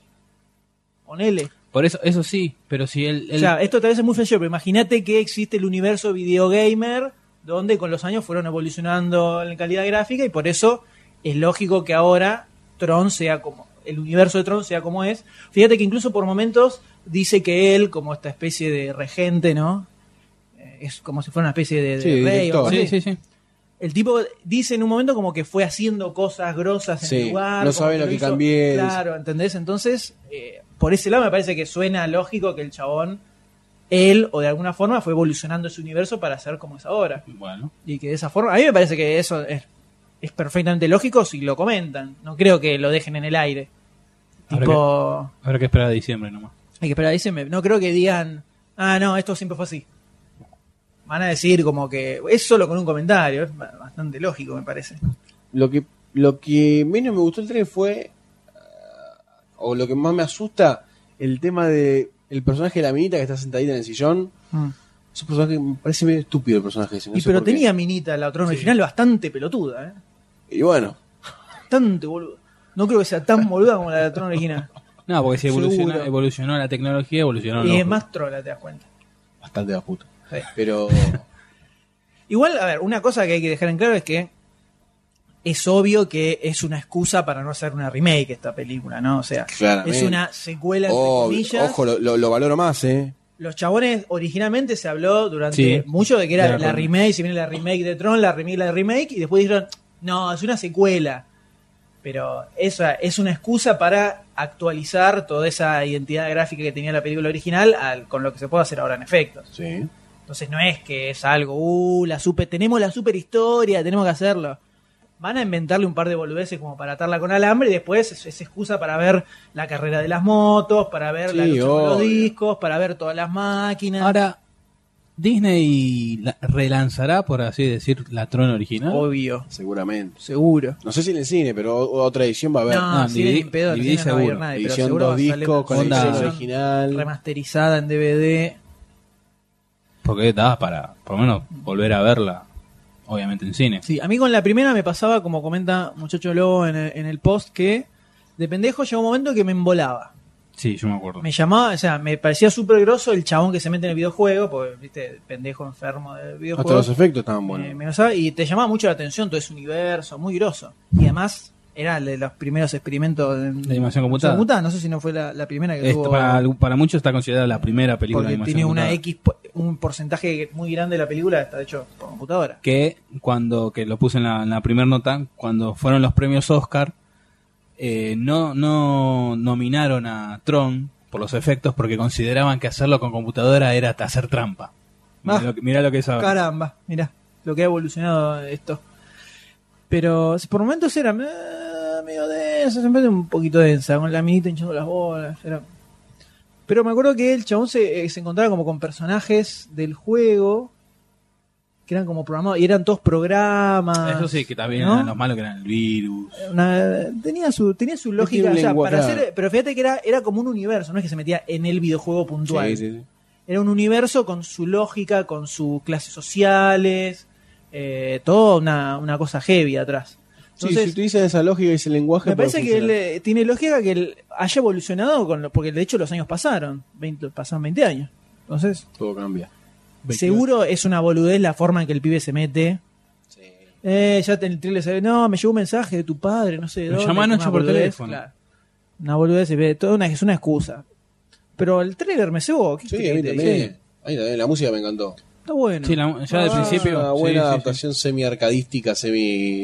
A: Ponele.
C: por eso, eso sí, pero si el, el-
A: O sea, esto tal vez es muy flashero, pero imagínate que existe el universo videogamer donde con los años fueron evolucionando en calidad gráfica y por eso es lógico que ahora Tron sea como el universo de Tron sea como es. Fíjate que incluso por momentos dice que él, como esta especie de regente, ¿no? Eh, Es como si fuera una especie de, de
B: Sí,
A: rey o algo
B: director.
A: así.
C: sí, sí, sí.
A: El tipo dice en un momento como que fue haciendo cosas grosas en
B: Sí,
A: el lugar. como
B: no saben lo que cambié,
A: Claro, ¿entendés? Entonces, eh, por ese lado me parece que suena lógico que el chabón, él o de alguna forma, fue evolucionando ese universo para ser como es ahora.
C: Bueno,
A: Y que de esa forma, a mí me parece que eso es, es perfectamente lógico si lo comentan. No creo que lo dejen en el aire.
C: Habrá
A: Tipo,
C: habrá que esperar a diciembre nomás.
A: hay que esperar, dicen, no creo que digan, ah, no, esto siempre fue así. Van a decir como que es solo con un comentario, es ba- bastante lógico me parece.
B: Lo que, lo que menos me gustó el tren fue, ah, o lo que más me asusta, el tema de el personaje de la minita que está sentadita en el sillón. Es un personaje que me parece medio estúpido el personaje ese, no
A: y
B: sé
A: pero
B: por qué.
A: tenía minita la Tron original bastante pelotuda, ¿eh?
B: Y bueno,
A: Bastante boluda. No creo que sea tan boluda como la de la Tron
B: <laughs>
A: original.
C: No, porque si evolucionó,
A: Seguro.
C: evolucionó la tecnología, evolucionó
A: y
C: los-
A: es más trola, te das cuenta.
B: bastante la puta.
A: Sí.
B: Pero
A: <laughs> Igual, a ver, una cosa que hay que dejar en claro es que es obvio que es una excusa para no hacer una remake esta película, ¿no? O sea,
B: Claramente.
A: es una secuela, entre
B: Oh,
A: comillas.
B: ojo, lo, lo- lo valoro más, ¿eh?
A: Los chabones originalmente se habló durante
C: Sí.
A: mucho de que
C: De
A: era la
C: acuerdo.
A: remake, si viene la remake de Tron, la remake, la remake, y después dijeron, no, es una secuela. Pero esa es una excusa para actualizar toda esa identidad gráfica que tenía la película original al- con lo que se puede hacer ahora en efectos.
B: Sí.
A: Entonces no es que es algo, uh, la super, tenemos la super historia, tenemos que hacerlo. Van a inventarle un par de boludeces como para atarla con alambre y después es, es excusa para ver la carrera de las motos, para ver la
B: Sí,
A: lucha con los
B: obvio.
A: discos, para ver todas las máquinas.
C: Ahora, ¿Disney la- relanzará, por así decir, la Tron original?
A: Obvio,
B: Seguramente.
A: seguro.
B: No sé si en el cine, pero o- otra edición va a haber.
A: No,
C: no,
A: sí, ni
C: DVD,
A: en pedo, en cine
C: DVD
A: no va a ir
C: seguro.
A: nadie, pero
B: edición
A: seguro
B: dos
A: va a salir
B: discos con
A: una
C: onda-
B: edición
A: edición
B: original.
A: remasterizada en DVD.
C: Porque da para, por lo menos, volver a verla, obviamente en cine.
A: Sí, a mí con la primera me pasaba, como comenta Muchacho Lobo en el, en el post, que de pendejo llegó un momento que me embolaba.
C: Sí, yo me acuerdo.
A: Me llamaba, o sea, me parecía súper grosso el chabón que se mete en el videojuego, porque, viste, pendejo enfermo del
B: Hasta los
A: videojuego.
B: efectos estaban
A: Eh,
B: buenos.
A: me pasaba, y te llamaba mucho la atención todo ese universo, muy grosso. Y además, era de los primeros experimentos de,
C: De animación computada.
A: No sé si no fue la, la primera que
C: Esto
A: tuvo.
C: para, para muchos está considerada la primera película de
A: porque
C: animación
A: tiene una
C: computada.
A: X, un porcentaje muy grande de la película está hecho por computadora.
C: que cuando que lo puse en la, en la primera nota cuando fueron los premios Oscar eh, no no nominaron a Tron por los efectos porque consideraban que hacerlo con computadora era hacer trampa mirá,
A: Ah.
C: lo, que- mirá lo que es ahora
A: Caramba, mirá lo que ha evolucionado esto. Pero si por momentos era eh, medio densa, siempre un poquito densa, con la minita hinchando las bolas. era- Pero me acuerdo que el chabón se, eh, se encontraba como con personajes del juego que eran como programados y eran todos programas.
C: eso sí que también
A: ¿no?
C: eran los malos que eran el virus
A: Una- tenía su tenía su lógica
B: un
A: o sea,
B: lenguaje,
A: para
B: claro.
A: hacer, pero fíjate que era era como un universo no es que se metía en el videojuego puntual
B: Sí, sí, sí.
A: era un universo con su lógica, con sus clases sociales, eh, toda una, una cosa heavy atrás.
B: Sí, si
A: Entonces,
B: utilizan esa lógica y ese lenguaje.
A: me
B: puede
A: parece que
B: funcionar.
A: él, eh, tiene lógica que él haya evolucionado, con lo- porque de hecho los años pasaron, 20 pasaron 20 años. Entonces,
B: todo cambia.
A: seguro es una boludez la forma en que el pibe se mete. Eh, ya te- el trailer se ve, no, me llegó un mensaje de tu padre, no sé de
C: Me
A: dónde.
C: llamaron
A: una
C: yo por
A: boludez,
C: teléfono.
A: Una boludez, y ve, toda una, es una excusa. Pero el trailer me cebó, ¿qué
B: Sí,
A: querés
B: a mí
A: que te
B: también.
A: diga?
B: A mí también, la música me encantó.
A: Está bueno.
C: Sí, la- ya del
B: Ah,
C: principio
B: Una
C: sí,
B: buena
C: sí, sí.
B: adaptación semi-arcadística,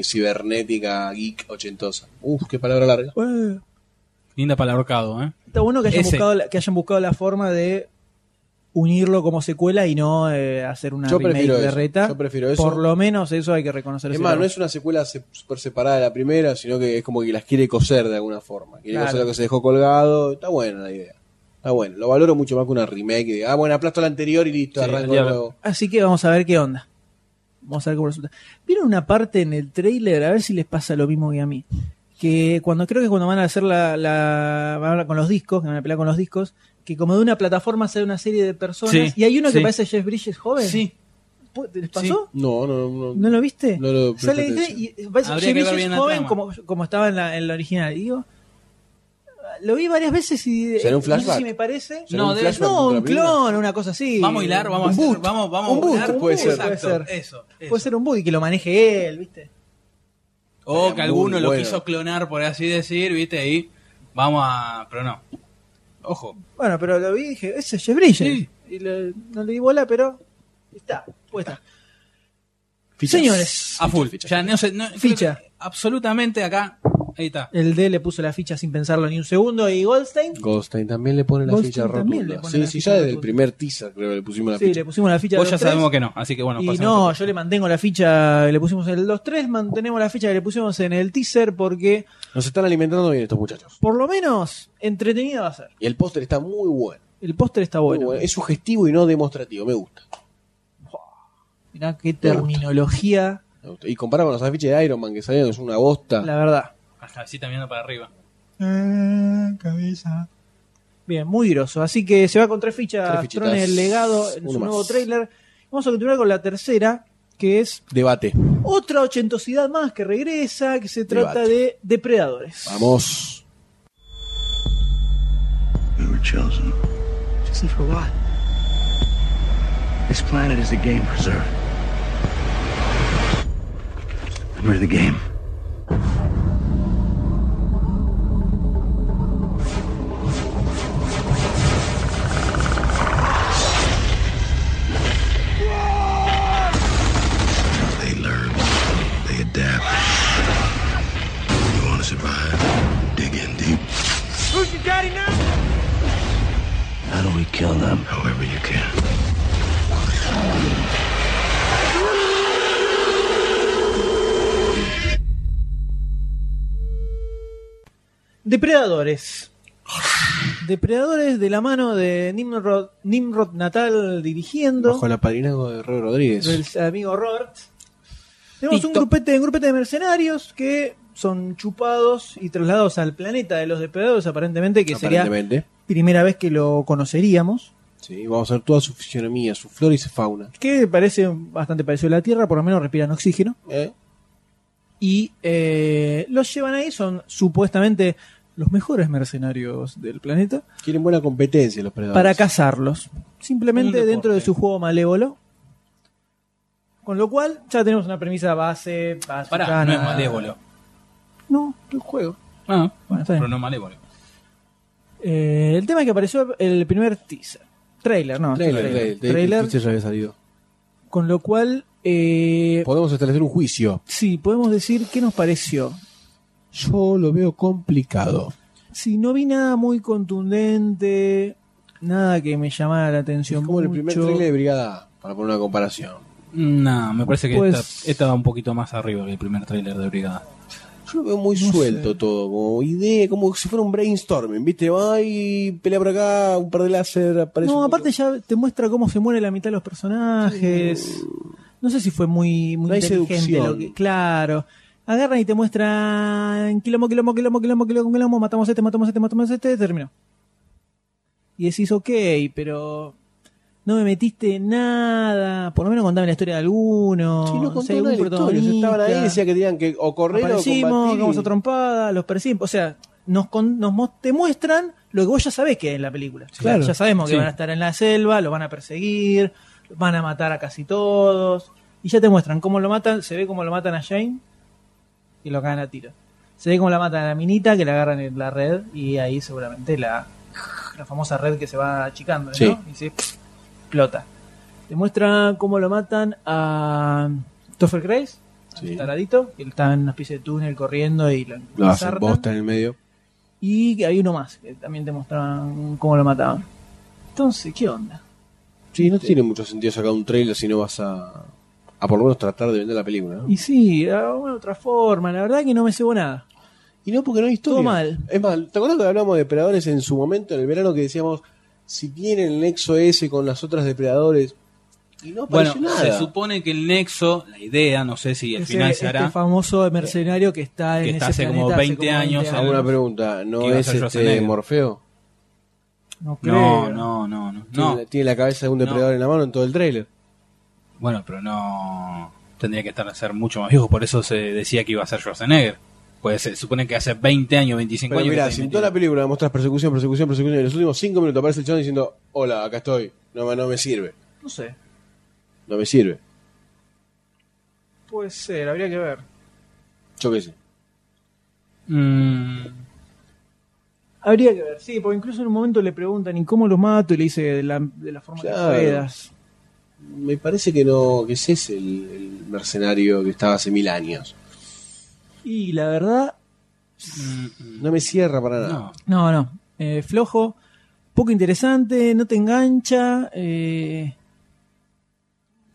B: semi-cibernética, geek, ochentosa. Uf, qué palabra larga.
A: Eh.
C: linda palabrocado eh
A: Está bueno que hayan,
C: Ese.
A: buscado la, que hayan buscado la forma de unirlo como secuela y no eh, hacer una
B: Yo
A: remake
B: prefiero
A: de
B: eso,
A: reta.
B: yo prefiero eso.
A: Por lo menos eso hay que reconocer.
B: Es más, no es una secuela se- super separada de la primera, sino que es como que las quiere coser de alguna forma. Quiere
A: Claro.
B: coser lo que se dejó colgado. Está buena la idea. Está bueno. Lo valoro mucho más que una remake. De, ah, bueno, aplasto la anterior y listo,
C: Sí,
B: arranco
C: ya-
B: luego.
A: Así que vamos a ver qué onda. Vamos a ver cómo resulta. ¿Vieron una parte en el trailer? A ver si les pasa lo mismo que a mí. Que cuando creo que cuando van a hacer la, la- van a hablar con los discos, que van a pelear con los discos, que como de una plataforma sale una serie de personas
C: Sí,
A: y hay uno que
C: sí.
A: parece Jeff Bridges joven. ¿Pu- ¿Les pasó?
B: No, no, no.
A: ¿No lo viste?
B: No lo presté
A: Sale
B: atención.
A: y y parece
C: Habría que
A: Jimmy
C: ver
A: Jay
C: bien la
A: joven
C: trama.
A: como, como estaba en la, en la original. Y digo, lo vi varias veces y eh,
B: ¿Será un
A: no sé
B: flashback?
A: si me parece.
B: ¿Será
C: No,
B: un
C: de-
B: flashback
A: No,
B: de
A: un
B: la película?
A: clon, una cosa así.
C: vamos a hilar vamos
B: Un
C: a hacer-
B: boot.
C: vamos vamos
B: Un
C: a
B: boot,
C: hilar.
B: puede ser.
C: Exacto,
A: Puede ser.
C: eso,
A: Puede
C: eso.
A: ser un bug y que lo maneje él, ¿viste?
C: O que
B: Estaría
C: alguno
B: muy
C: lo
B: bueno.
C: quiso clonar, por así decir, ¿viste? Y vamos a. Pero no. Ojo.
A: Bueno, pero lo vi y dije, ese es Jeff Bridges.
C: Sí.
A: Y le- no le di bola, pero está, puesta.
B: Fichas.
A: Señores,
C: A full.
B: ficha.
C: Ya no sé. no- creo
A: Ficha.
C: que Absolutamente acá. Ahí está.
A: el D le puso la ficha sin pensarlo ni un segundo y Goldstein.
B: Goldstein también le pone la
A: Goldstein
B: ficha
A: también
B: rotunda.
A: le pone
B: Sí,
A: la
B: sí,
A: ficha
B: ya desde el
A: rotunda.
B: primer teaser creo que le pusimos la
A: Sí,
B: ficha.
A: le pusimos la ficha.
C: Vos
A: de
C: ya
A: los tres.
C: sabemos que no. Así que bueno,
A: Y
C: pasemos
A: no,
C: a-
A: yo le mantengo la ficha, le pusimos en el 2-3, mantenemos la ficha que le pusimos en el teaser porque
B: Nos están alimentando bien estos muchachos.
A: por lo menos entretenido va a ser.
B: Y el póster está muy bueno,
A: El póster está
B: muy
A: bueno.
B: bueno. Es sugestivo y no demostrativo. Me gusta.
A: Mirá qué terminología,
B: Me gusta. Y comparado con los afiches de Iron Man que salieron, es una bosta.
A: la verdad.
C: La cabecita mirando para arriba.
A: cabeza. Bien, muy groso. Así que se va con tres
B: Tres
A: fichas,
B: fichitas.
A: Tron el legado en
B: Uno
A: su
B: más.
A: nuevo trailer. Vamos a continuar con la tercera, que es
B: Debate.
A: otra ochentosidad más que regresa, que se trata
B: Debate.
A: de depredadores.
B: Vamos.
G: We were chosen.
H: Chosen for what?
G: This planet is a game preserve. We're the game. They learn. They adapt. You want to survive? Dig in deep.
F: Who's your daddy now?
G: How do we kill them? However you can.
A: Depredadores. Depredadores de la mano de Nimrod, Nimrod Natal dirigiendo,
B: Bajo el apadrinazgo de Roy Rodríguez.
A: del amigo Robert. Tenemos un
C: Tito.
A: grupete, un grupete de mercenarios que son chupados y trasladados al planeta de los depredadores, aparentemente, que sería
B: aparentemente.
A: primera vez que lo conoceríamos.
B: Sí, vamos a ver toda su fisionomía, su flora y su fauna.
A: Que parece bastante parecido a la Tierra, por lo menos respiran oxígeno.
B: ¿Eh?
A: Y eh, los llevan ahí, son supuestamente los mejores mercenarios del planeta.
B: Quieren buena competencia los predadores.
A: para cazarlos. Simplemente
C: Un
A: dentro de
C: deporte.
A: su juego malévolo. Con lo cual, ya tenemos una premisa base. base
C: Pará,
A: plana.
C: no es malévolo.
A: No, el juego.
C: Ah,
A: Bueno, está bien.
C: pero no es malévolo.
A: Eh, el tema es que apareció el primer teaser. Trailer, no.
B: Trailer,
A: trailer.
B: trailer,
A: Trailer,
B: ya había salido.
A: con lo cual, eh,
B: Podemos establecer un juicio.
A: sí, podemos decir qué nos pareció.
B: Yo lo veo complicado.
A: Sí, no vi nada muy contundente, nada que me llamara la
B: Es
A: atención.
B: como el primer
A: mucho.
B: trailer de Brigada A, para poner una comparación.
C: No, Mm, me parece que
A: Pues-
C: esta, esta va un poquito más arriba que el primer tráiler de Brigada.
B: Yo lo veo muy suelto todo, como idea, como si fuera un brainstorming, ¿viste? Va y pelea por acá, un par de láser, aparece.
A: No,
B: un-
A: aparte ya te muestra cómo se muere la mitad de los personajes. No sé si fue muy, muy
B: No hay
A: inteligente
B: seducción.
A: lo que- claro. Agarran y te muestran quilombo, quilombo, quilombo, quilombo, quilombo, quilombo, matamos a este, matamos a este, matamos a este, terminó. Y decís, ok, pero no me metiste en nada, por lo menos contame la historia de alguno.
B: Sí, no contó
A: sé,
B: nada de
A: algún
B: la historia. Se Estaban ahí y
A: protagonista.
B: decían que tenían que o correr o
A: Aparecimos,
B: combatir.
A: vamos
B: y-
A: a trompada, los perseguimos. O sea, nos, con- nos mos- te muestran lo que vos ya sabés que hay en la película.
C: Claro.
A: Ya sabemos que
C: Sí.
A: van a estar en la selva, lo van a perseguir, van a matar a casi todos. Y ya te muestran cómo lo matan. Se ve cómo lo matan a Jane y lo cagan a tiro. Se ve cómo la matan a la minita, que la agarran en la red y ahí seguramente la, la famosa red que se va achicando, ¿no?
B: Sí.
A: Y se explota. Te muestra cómo lo matan a Topher Grace
B: Sí.
A: taradito, que él está en una especie de túnel corriendo y lo,
B: Lo hacen,
A: sartan.
B: bosta en el medio.
A: Y que hay uno más, que también te mostraban cómo lo mataban. Entonces, ¿qué onda? Este,
B: Sí, no tiene mucho sentido sacar un trailer si no vas a, a por lo menos tratar de vender la película, ¿no?
A: Y sí, de alguna otra forma, la verdad que no me cebo nada.
B: Y no porque no hay historia.
A: Todo mal.
B: Es mal. ¿Te acuerdas que hablamos de depredadores en su momento, en el verano, que decíamos si tienen el nexo ese con las otras depredadores? Y no
C: Bueno,
B: apareció
C: se
B: nada.
C: supone que el nexo, la idea, no sé si al
A: Ese-
C: final se
A: este
C: hará,
A: famoso mercenario que está en
C: que está
A: ese
C: hace como
A: planeta hace
C: 20 años,
B: Hago una pregunta, ¿no
C: Que iba a
B: es
C: ser
B: este
C: Schwarzenegger.
B: Morfeo?
A: No creo.
C: no, no, no, no, no.
B: Tiene, tiene la cabeza de un depredador en la mano en todo el trailer.
C: Bueno, pero no tendría que estar a ser mucho más viejo, por eso se decía que iba a ser Schwarzenegger. Pues se supone que hace 20 años, 25
B: Pero
C: años. que
B: mira,
C: está
B: si en
C: metido.
B: toda la película le mostras persecución, persecución, persecución, y en los últimos 5 minutos aparece el chabón diciendo, hola, acá estoy, no, me- no me sirve,
A: No sé,
B: no me sirve,
A: puede ser, habría que ver.
B: yo qué sé.
C: Mm,
A: Habría que ver, sí, porque incluso en un momento le preguntan, ¿y cómo los mato? Y le dice de la, de la forma
B: Claro.
A: que puedas.
B: Me parece que no, que ese es el, el mercenario que estaba hace mil años.
A: Y la verdad,
C: mm, mm,
B: No me cierra para nada.
C: no.
A: No, no. Eh, flojo, poco interesante, no te engancha. Eh,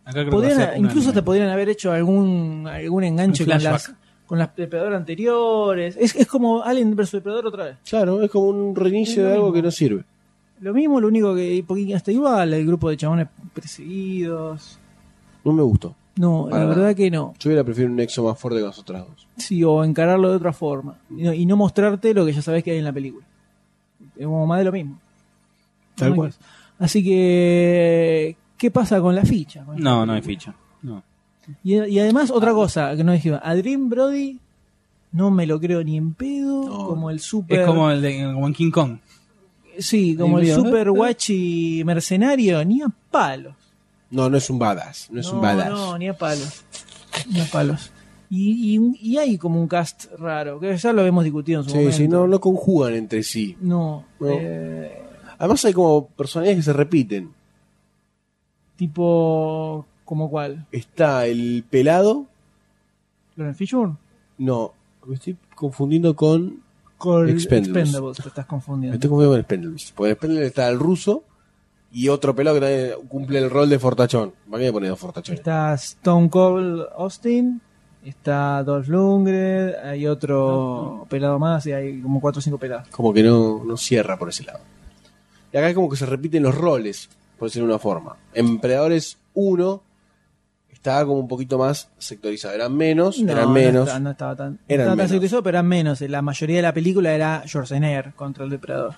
C: Acá creo que
A: podrían-
C: va a ser una-
A: incluso te podrían haber hecho algún, algún enganche
C: Un
A: con
C: flashback.
A: las, con las Depredador anteriores. Es, es como Alien vs Depredador otra vez.
B: Claro, es como un
A: Es
B: reinicio
A: lo
B: de algo
A: mismo.
B: que no sirve.
A: Lo mismo, lo único que. Porque hasta igual, el grupo de chabones perseguidos.
B: No me gustó.
A: No,
B: Para
A: la
B: nada.
A: verdad que no.
B: Yo hubiera preferido un nexo más fuerte que las otras dos.
A: Sí, o encararlo de otra forma. Y no, y no mostrarte lo que ya sabes que hay en la película. Es como más de lo mismo.
B: Tal
A: No hay
B: cual.
A: que- Así que. ¿Qué pasa con la ficha? Con
C: No, no hay ficha. No.
A: Y, y además, otra cosa que no dije, a Dream Brody no me lo creo ni en pedo,
B: No.
A: como el super.
C: Es como, el de, como en King Kong.
A: sí, como el
C: Dream Brody.
A: super guachi mercenario, ni a palos.
B: No, no es un badass, no es un badass.
A: no, ni a palos. Ni a palos. Y, y- y hay como un cast raro, que ya lo habíamos discutido en su
B: sí,
A: momento.
B: sí, no, no conjugan entre sí.
A: No,
B: No.
A: eh,
B: Además hay como personajes que se repiten.
A: tipo. ¿Como cuál?
B: Está el pelado,
A: ¿Loren Fishburne?
B: no, me estoy confundiendo con...
A: Con
B: Expendables.
A: te estás
B: Me
A: confundiendo.
B: estoy confundiendo con Spendables. Porque en Spendables está el ruso y otro pelado que también cumple el rol de fortachón. ¿Para qué me pone dos fortachones?
A: Está Stone Cold Austin, está Dolph Lundgren, hay otro pelado más y hay como cuatro o cinco pelados.
B: Como que no, no cierra por ese lado. Y acá es como que se repiten los roles, por decirlo de una forma. En Predadores 1 estaba como un poquito más sectorizado. Eran menos, eran
A: No,
B: menos.
A: está- no estaba tan, no
B: Eran
A: estaba tan
B: menos.
A: sectorizado, pero eran menos. La mayoría de la película era Schwarzenegger contra el depredador.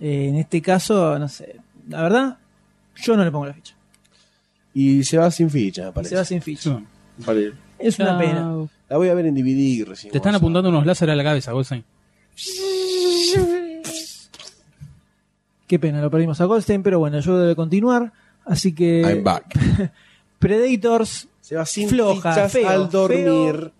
A: Eh, en este caso, no sé. La verdad, yo no le pongo la ficha.
B: Y se va sin ficha, me parece.
A: Se va sin ficha.
B: Vale.
A: Es
C: Ah,
A: una pena.
B: La voy a ver en DVD recién.
C: Te están
B: Gonzalo.
C: apuntando unos láseres a la cabeza, Goldstein.
A: Qué pena, lo perdimos a Goldstein, pero bueno, yo debo continuar. Así
B: I'm
A: que
B: back.
A: Predators
B: Se va sin
A: Floja,
B: fichas
A: feo,
B: al dormir.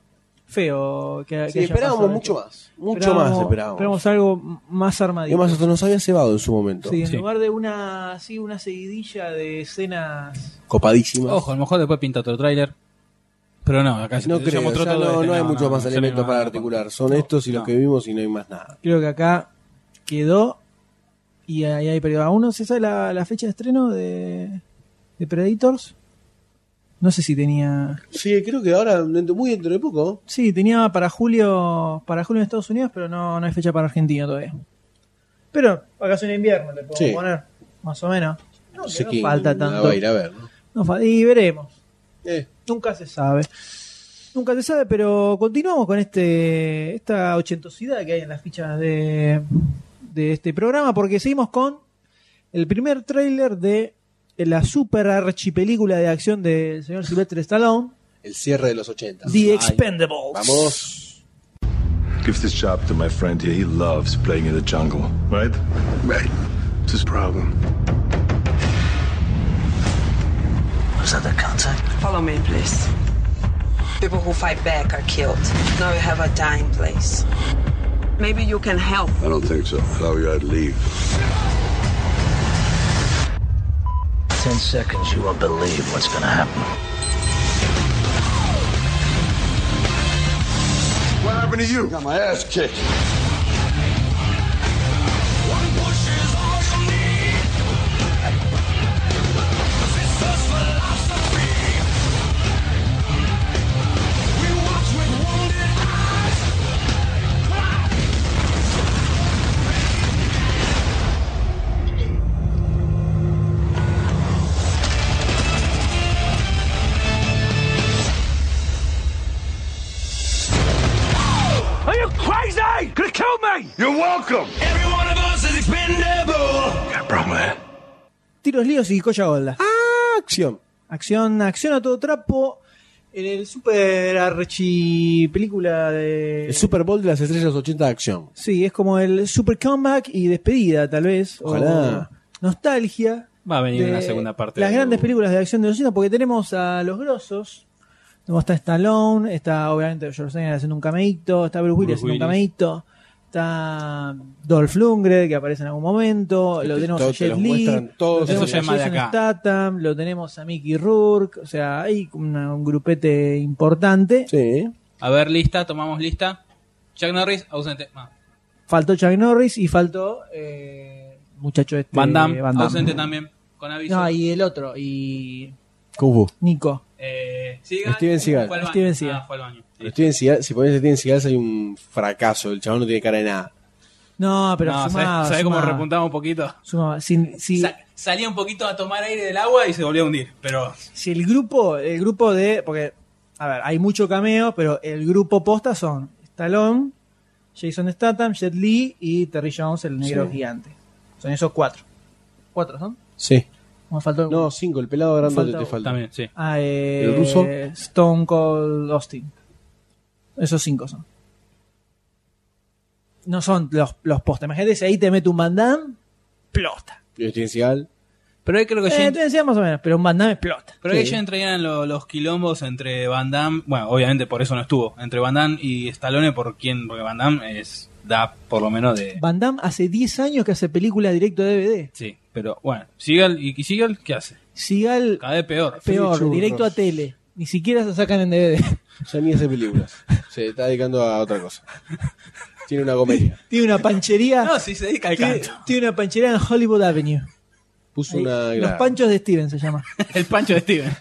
A: feo. Que, que
B: Sí,
A: haya pasado
B: esperábamos
A: esto.
B: mucho más. Mucho
A: Esperábamos-
B: más esperábamos.
A: Esperábamos algo m- más armadito.
B: Además, hasta nos había cebado en su momento.
A: Sí, en
C: Sí.
A: lugar de una, así una seguidilla de escenas
B: Copadísimas.
C: Ojo, a lo mejor después pinta otro tráiler. Pero no, acá se-
B: no
C: se
B: creo,
C: mostró
B: ya
C: todo
B: no,
C: este,
B: no hay muchos más
C: ya no hay
B: elementos
C: más
B: para
C: nada.
B: articular. Son estos y los
C: no.
B: que vimos y no hay más nada.
A: creo que acá quedó y ahí hay Predator. ¿Aún no se sabe la, la fecha de estreno de, de Predators? No sé si tenía.
B: Sí, creo que ahora, dentro- muy dentro de poco,
A: Sí, tenía para julio para julio en Estados Unidos, pero no, no hay fecha para Argentina todavía. Pero vacaciones de invierno le podemos
B: Sí.
A: poner, más o menos. No, que
B: sé
A: no
B: que
A: falta
B: la
A: tanto.
B: va a ir a ver. ¿no?
A: No fa- y veremos.
B: Eh,
A: Nunca se sabe. Nunca se sabe, pero continuamos con este esta ochentosidad que hay en las fichas de, de este programa, porque seguimos con el primer tráiler de la super archipelícula de acción del señor Silvestre Stallone,
B: el cierre de los 80.
A: The
B: Ay,
A: Expendables.
B: Vamos.
H: Give this job to my friend here. He loves playing in the jungle. Right? Right. It's his problem.
G: Is that the concept?
J: Follow me, please. People who fight back are killed. Now we have a dying place. Maybe you can help.
H: I don't think so. If I were you, I'd leave.
G: Ten seconds, you won't believe what's gonna happen.
H: What happened to you? got my ass kicked.
F: Are you crazy? Could have killed me!
H: You're welcome.
F: Every one of us is expendable!
H: Yeah, bro, man.
A: Tiros líos y colla golda.
B: Acción.
A: Acción, acción a todo trapo en el super archi película de
B: El Super Bowl de las estrellas 80 de acción.
A: Sí, es como el super comeback y despedida, tal vez. o
B: Ojalá.
A: nostalgia.
C: Va a venir
A: de
C: una segunda parte. Uh.
A: Las
C: de-
A: grandes películas de acción de los 80, porque tenemos a los grosos. Como está Stallone, está obviamente Schwarzenegger haciendo un cameíto, está Bruce Willis
C: Bruce
A: haciendo un
C: Willis.
A: cameíto, está Dolph Lundgren que aparece en algún momento, lo
B: Este,
A: tenemos
B: todo
A: a
B: te
A: Jet
B: los
A: Li,
B: muestran todos,
A: lo tenemos
C: eso
A: a
C: ya es más de
A: Jason
C: acá.
A: Statham, lo tenemos a Mickey Rourke, o sea, hay una- un grupete importante.
B: Sí.
C: A ver, lista, tomamos lista. Chuck Norris, ausente. Ah,
A: Faltó Chuck Norris y faltó eh, muchacho este
C: Van Damme,
A: Van Damme.
C: ausente también. Con aviso.
A: No, y el otro, y
B: Kung Fu.
A: Nico.
C: Eh, Seagal.
B: Steven Seagal.
C: Fue al baño.
A: Steven Seagal.
C: Ah, fue al baño.
B: Pero Steven Seagal- si pones Steven Seagal, hay un fracaso. El chabón no tiene cara de nada.
A: No, pero
C: No,
A: sumaba,
C: ¿sabes, sabés cómo
A: sumaba,
C: repuntaba un poquito?
A: sumaba. Si, si-
C: Sa- salía un poquito a tomar aire del agua y se volvió a hundir. Pero
A: si el grupo, el grupo de, porque, a ver, hay mucho cameo, pero el grupo posta son Stallone, Jason Statham, Jet Li y Terry Jones, el negro
B: Sí.
A: gigante. Son esos cuatro. Cuatro, ¿son?
B: Sí.
A: Me faltó alguno.
B: No, cinco. El pelado grandote
A: Falta
B: te
A: uno.
B: falta.
C: también, sí.
A: Ah, eh,
B: ¿El ruso?
A: Stone Cold Austin. Esos cinco son. No son los, los postas. Imagínate si ahí te mete un bandán, plota.
B: Y Steven Seagal.
C: Pero ahí creo que ya,
A: Eh, te decía más o menos, pero un bandán explota.
C: pero ahí ya entraían lo- los quilombos entre Van Damme. Bueno, obviamente por eso no estuvo. Entre Van Damme y Stallone, por quién. Porque Van Damme es. Da por lo menos de.
A: Van Damme hace 10 años que hace película directo a DVD.
C: Sí, pero bueno. Seagal y Seagal, ¿qué hace?
A: Sigal,
C: Cada vez peor.
A: peor,
B: Churros.
A: directo a tele. Ni siquiera se sacan en DVD.
B: Ya ni hace películas. Se está dedicando a otra cosa. Tiene una comedia.
A: <laughs> Tiene una panchería.
C: No, sí, se dedica al
A: tiene,
C: canto.
A: tiene una panchería en Hollywood Avenue.
B: Puso
A: Ahí,
B: una.
A: los
B: gran-
A: panchos de Steven se llama.
C: <laughs> El pancho de Steven.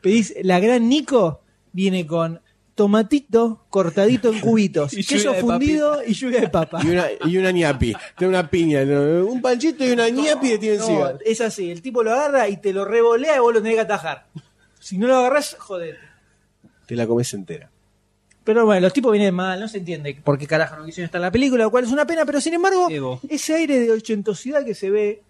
A: pedís la gran Nico viene con tomatito cortadito en cubitos,
C: <laughs> Y
A: queso
C: lluvia de
A: fundido y lluvia de papa.
B: Y una, y una ñapi. Tiene una piña. ¿no? Un panchito y una ñapi de Steven
A: No,
B: Seagal.
A: es así, el tipo lo agarra y te lo revolea y vos lo tenés que atajar. Si no lo agarrás, jodete.
B: Te la comes entera.
A: Pero bueno, los tipos vienen mal, no se entiende por qué carajo no quisieron estar en la película, lo cual es una pena, pero sin embargo,
C: Evo.
A: ese aire de ochentosidad que se ve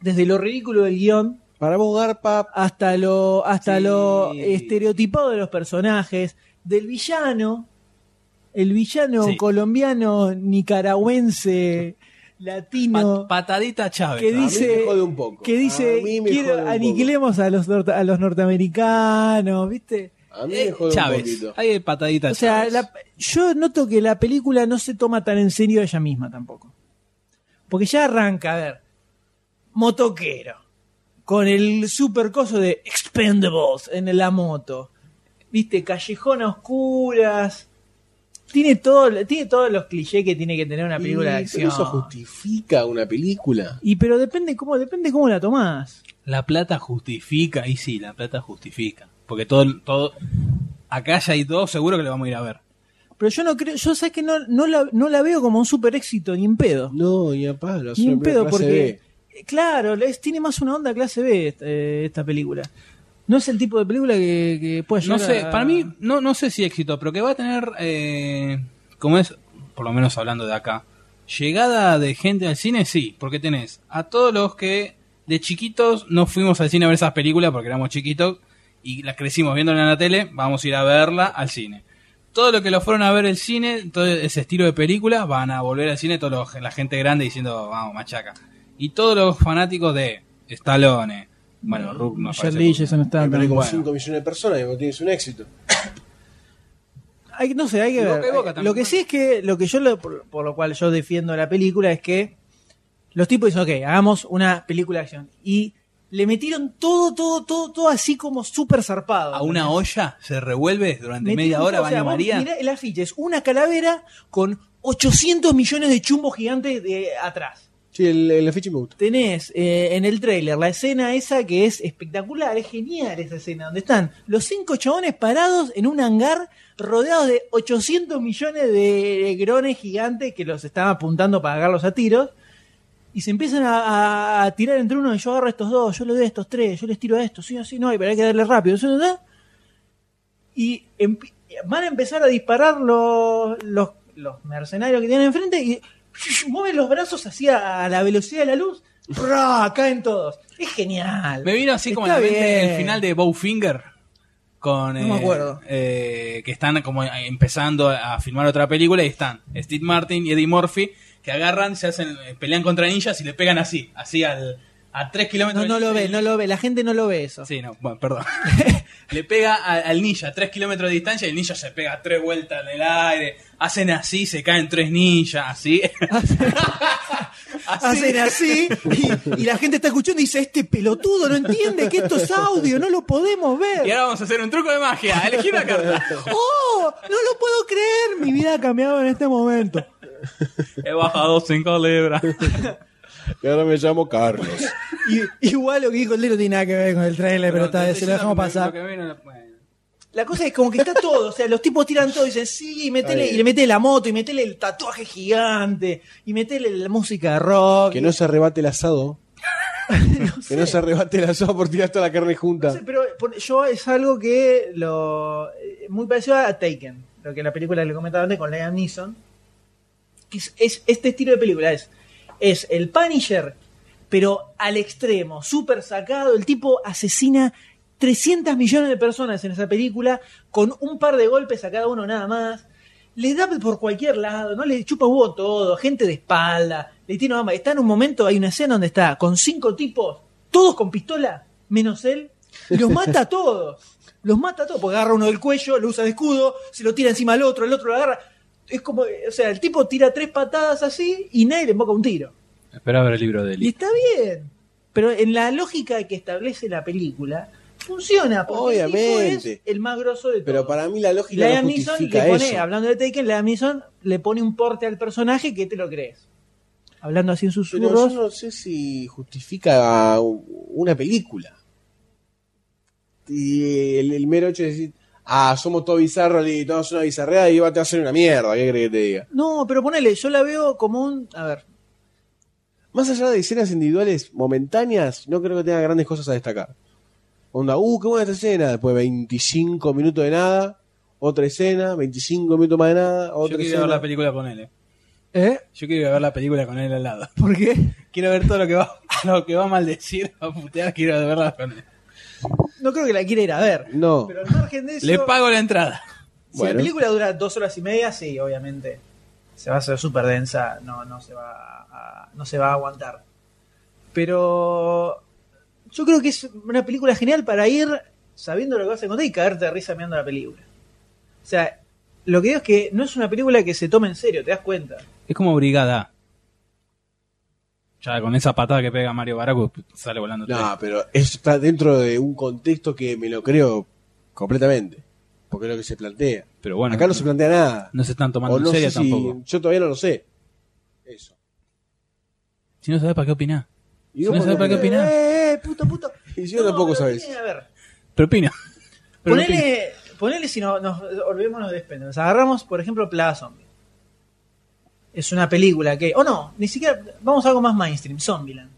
A: desde lo ridículo del guión
B: Para vos, Garpa.
A: hasta lo hasta
C: Sí.
A: lo estereotipado de los personajes del villano el villano
C: Sí.
A: colombiano nicaragüense latino
C: Pat- patadita Chávez.
A: que
B: mí
A: dice
B: me jode un poco.
A: que
B: A
A: dice
B: mí me jode un
A: quiero
B: poco".
A: aniquilemos a los norte- a los norteamericanos viste
B: A A mí
C: Eh,
B: me jode un
C: Chávez.
B: poquito.
C: Hay pataditas.
A: O sea, la- yo noto que la película no se toma tan en serio a ella misma tampoco. Porque ya arranca, a ver, motoquero, con el super coso de Expendables en la moto. Viste, callejón a oscuras. Tiene, todo, tiene todos los clichés que tiene que tener una película de
B: Y- pero
A: acción.
B: eso justifica una película.
A: Y pero depende cómo, depende cómo la tomás.
C: La plata justifica, y sí, la plata justifica. Porque todo, todo acá ya hay todo, seguro que lo vamos a ir a ver.
A: Pero yo no creo, yo sabes que no, no, la, no la veo como un super éxito ni en pedo.
B: No, ni a palo, es
A: Ni
B: una
A: un
B: película
A: pedo,
B: clase
A: porque. eh,
B: B.
A: Claro, es- tiene más una onda clase B esta, eh, esta película. No es el tipo de película que, que puede
C: No
A: llegar
C: sé,
A: a-
C: para mí, no, no sé si éxito, pero que va a tener, eh, como es, por lo menos hablando de acá, llegada de gente al cine, sí, porque tenés a todos los que de chiquitos no fuimos al cine a ver esas películas porque éramos chiquitos y las crecimos viéndola en la tele, vamos a ir a verla al cine. Todo lo que lo fueron a ver el cine, todo ese estilo de película, van a volver al cine toda la gente grande diciendo, vamos, machaca. Y todos los fanáticos de Stallone, bueno, Rook no
A: Charlie
C: aparece
A: Jason Statham.
B: Pero hay como
C: bueno.
B: 5 millones de personas y no tienes un éxito.
A: Hay- no sé, hay que
C: Y
A: ver. Eh,
C: Boca y Boca también,
A: lo que
C: ¿no?
A: sí es que, lo que yo lo- por, por lo cual yo defiendo la película es que los tipos dicen, ok, hagamos una película de acción. Y le metieron todo, todo, todo, todo así como súper zarpado.
C: a una olla, se revuelve durante media
A: Metieron
C: hora,
A: todo, o
C: baño
A: sea, vos
C: María.
A: mirá el afiche, es una calavera con 800 millones de chumbos gigantes de atrás.
B: Sí, el, el afiche me gusta.
A: tenés eh, en el tráiler la escena esa que es espectacular, es genial esa escena, donde están los cinco chabones parados en un hangar rodeados de 800 millones de grones gigantes que los están apuntando para agarrarlos a tiros. Y se empiezan a, a- a tirar entre uno, yo agarro a estos dos, yo le doy a estos tres, yo les tiro a estos, sí, así, no, y pero hay que darle rápido. ¿sí, no, no? Y empi- van a empezar a disparar los, los, los mercenarios que tienen enfrente y <laughs> mueven los brazos hacia a la velocidad de la luz, ¡Pra! caen todos. Es genial.
C: Me vino así como en
A: Está
C: la mente
A: bien.
C: el final de Bowfinger. Con,
A: No me
C: eh,
A: acuerdo.
C: eh, que están como empezando a filmar otra película y están Steve Martin y Eddie Murphy que agarran, se hacen, eh, pelean contra ninjas y le pegan así, así al, a 3 kilómetros
A: No, no
C: del
A: lo
C: ninja.
A: ve, no lo ve, la gente no lo ve eso.
C: Sí, no, bueno, perdón. <laughs> le pega a- al ninja a 3 kilómetros de distancia y el ninja se pega tres vueltas en el aire. Hacen así, se caen tres ninjas,
A: <laughs>
C: así. <laughs> Ah,
A: Hacen así y, y la gente está escuchando y dice, este pelotudo no entiende que esto es audio, no lo podemos
C: Y
A: ver.
C: ahora vamos a hacer un truco de magia. Elegí una carta.
A: ¡Oh! No lo puedo creer, mi vida ha cambiado en este momento.
C: He bajado
A: <laughs>
C: 5 libras.
B: Y ahora me llamo Carlos.
A: Y- igual lo que dijo el Lero tiene nada que ver con el trailer, pero está, bien, se lo dejamos pasar. La cosa es como que está todo, o sea, los tipos tiran todo y dicen, sí, metele,
B: Ahí.
A: y le metele la moto, y metele el tatuaje gigante, y metele la música de rock.
B: Que no se arrebate
A: <laughs>
B: el asado. Que no
A: sé.
B: se arrebate el asado por tirar toda la carne junta.
A: No sé, pero por- yo es algo que lo. eh, Muy parecido a Taken, lo que la película que le comentaba antes con Liam Neeson. Que es, es este estilo de película: es, es el Punisher, pero al extremo, súper sacado. El tipo asesina 300 millones de personas en esa película con un par de golpes a cada uno nada más. Le da por cualquier lado, no le chupa huevo todo, gente de espalda, le tira una Está en un momento, hay una escena donde está con cinco tipos, todos con pistola, menos él, y
B: <laughs>
A: los mata a todos. Los mata a todos, porque agarra uno del cuello, lo usa de escudo, se lo tira encima al otro, el otro lo agarra. Es como, o sea, el tipo tira tres patadas así y nadie le emboca un tiro.
C: Espera a ver el libro de
A: Y está bien. Pero en la lógica que establece la película, funciona. Porque El, tipo
B: Obviamente.
A: es el más grosso de todos.
B: Pero para mí la
A: Y
B: lógica
A: Liam
B: no
A: Neeson le
B: justifica
A: pone,
B: eso.
A: hablando de Taken, Liam Neeson le pone un porte al personaje que te lo crees. Hablando así en
B: Pero
A: susurros.
B: yo no sé si justifica una película. Y el, el mero hecho de decir, ah, somos todos bizarros, y tomamos una bizarreada y va a hacer una mierda, ¿qué crees que te diga?
A: No, pero ponele, yo la veo como un. A ver,
B: Más allá de escenas individuales momentáneas, no creo que tenga grandes cosas a destacar. Onda, uh, qué buena esta escena. Después 25 minutos de nada, otra escena, 25 minutos más de nada,
C: Yo
B: otra
C: quiero ir a
B: escena.
C: ver la película con él. eh.
A: ¿eh?
C: Yo quiero ir a ver la película con él al lado.
A: ¿Por qué?
C: Quiero ver todo lo que va, <laughs> lo que va a maldecir, va a putear, quiero verla con él.
A: No creo que la quiera ir a ver.
B: No,
A: Pero al margen de eso.
C: Le pago la entrada.
A: Si
B: Bueno.
A: la película dura dos horas y media, sí, obviamente. Se va a hacer súper densa, no, no, se va a, no se va a aguantar. Pero yo creo que es una película genial para ir sabiendo lo que vas a encontrar y caerte de risa mirando la película. O sea, lo que digo es que no es una película que se tome en serio, te das cuenta.
C: Es como Brigada. Ya con esa patada que pega Mario Baracu sale volando. todo.
B: No, pero eso está dentro de un contexto que me lo creo completamente. Porque es lo que se plantea.
C: Pero bueno,
B: Acá no se plantea nada.
C: no se están tomando
B: O
C: en
B: no
C: serio
B: sé si-
C: tampoco.
B: yo todavía no lo sé. Eso.
C: Si no sabes para qué opinar.
B: Y
C: Si no sabes para qué
B: porque-
C: opinar.
B: ¡Eh, eh, puto, puto! Y yo
A: No,
B: tampoco
A: pero
B: sabes.
A: tiene- A ver,
C: Pero opina. Pero opina.
A: ponele, ponele si no, nos olvidémonos de Spender. Nos agarramos, por ejemplo, Plaza Zombie. Es una película que. O no, ni siquiera. Vamos a algo más mainstream, Zombieland.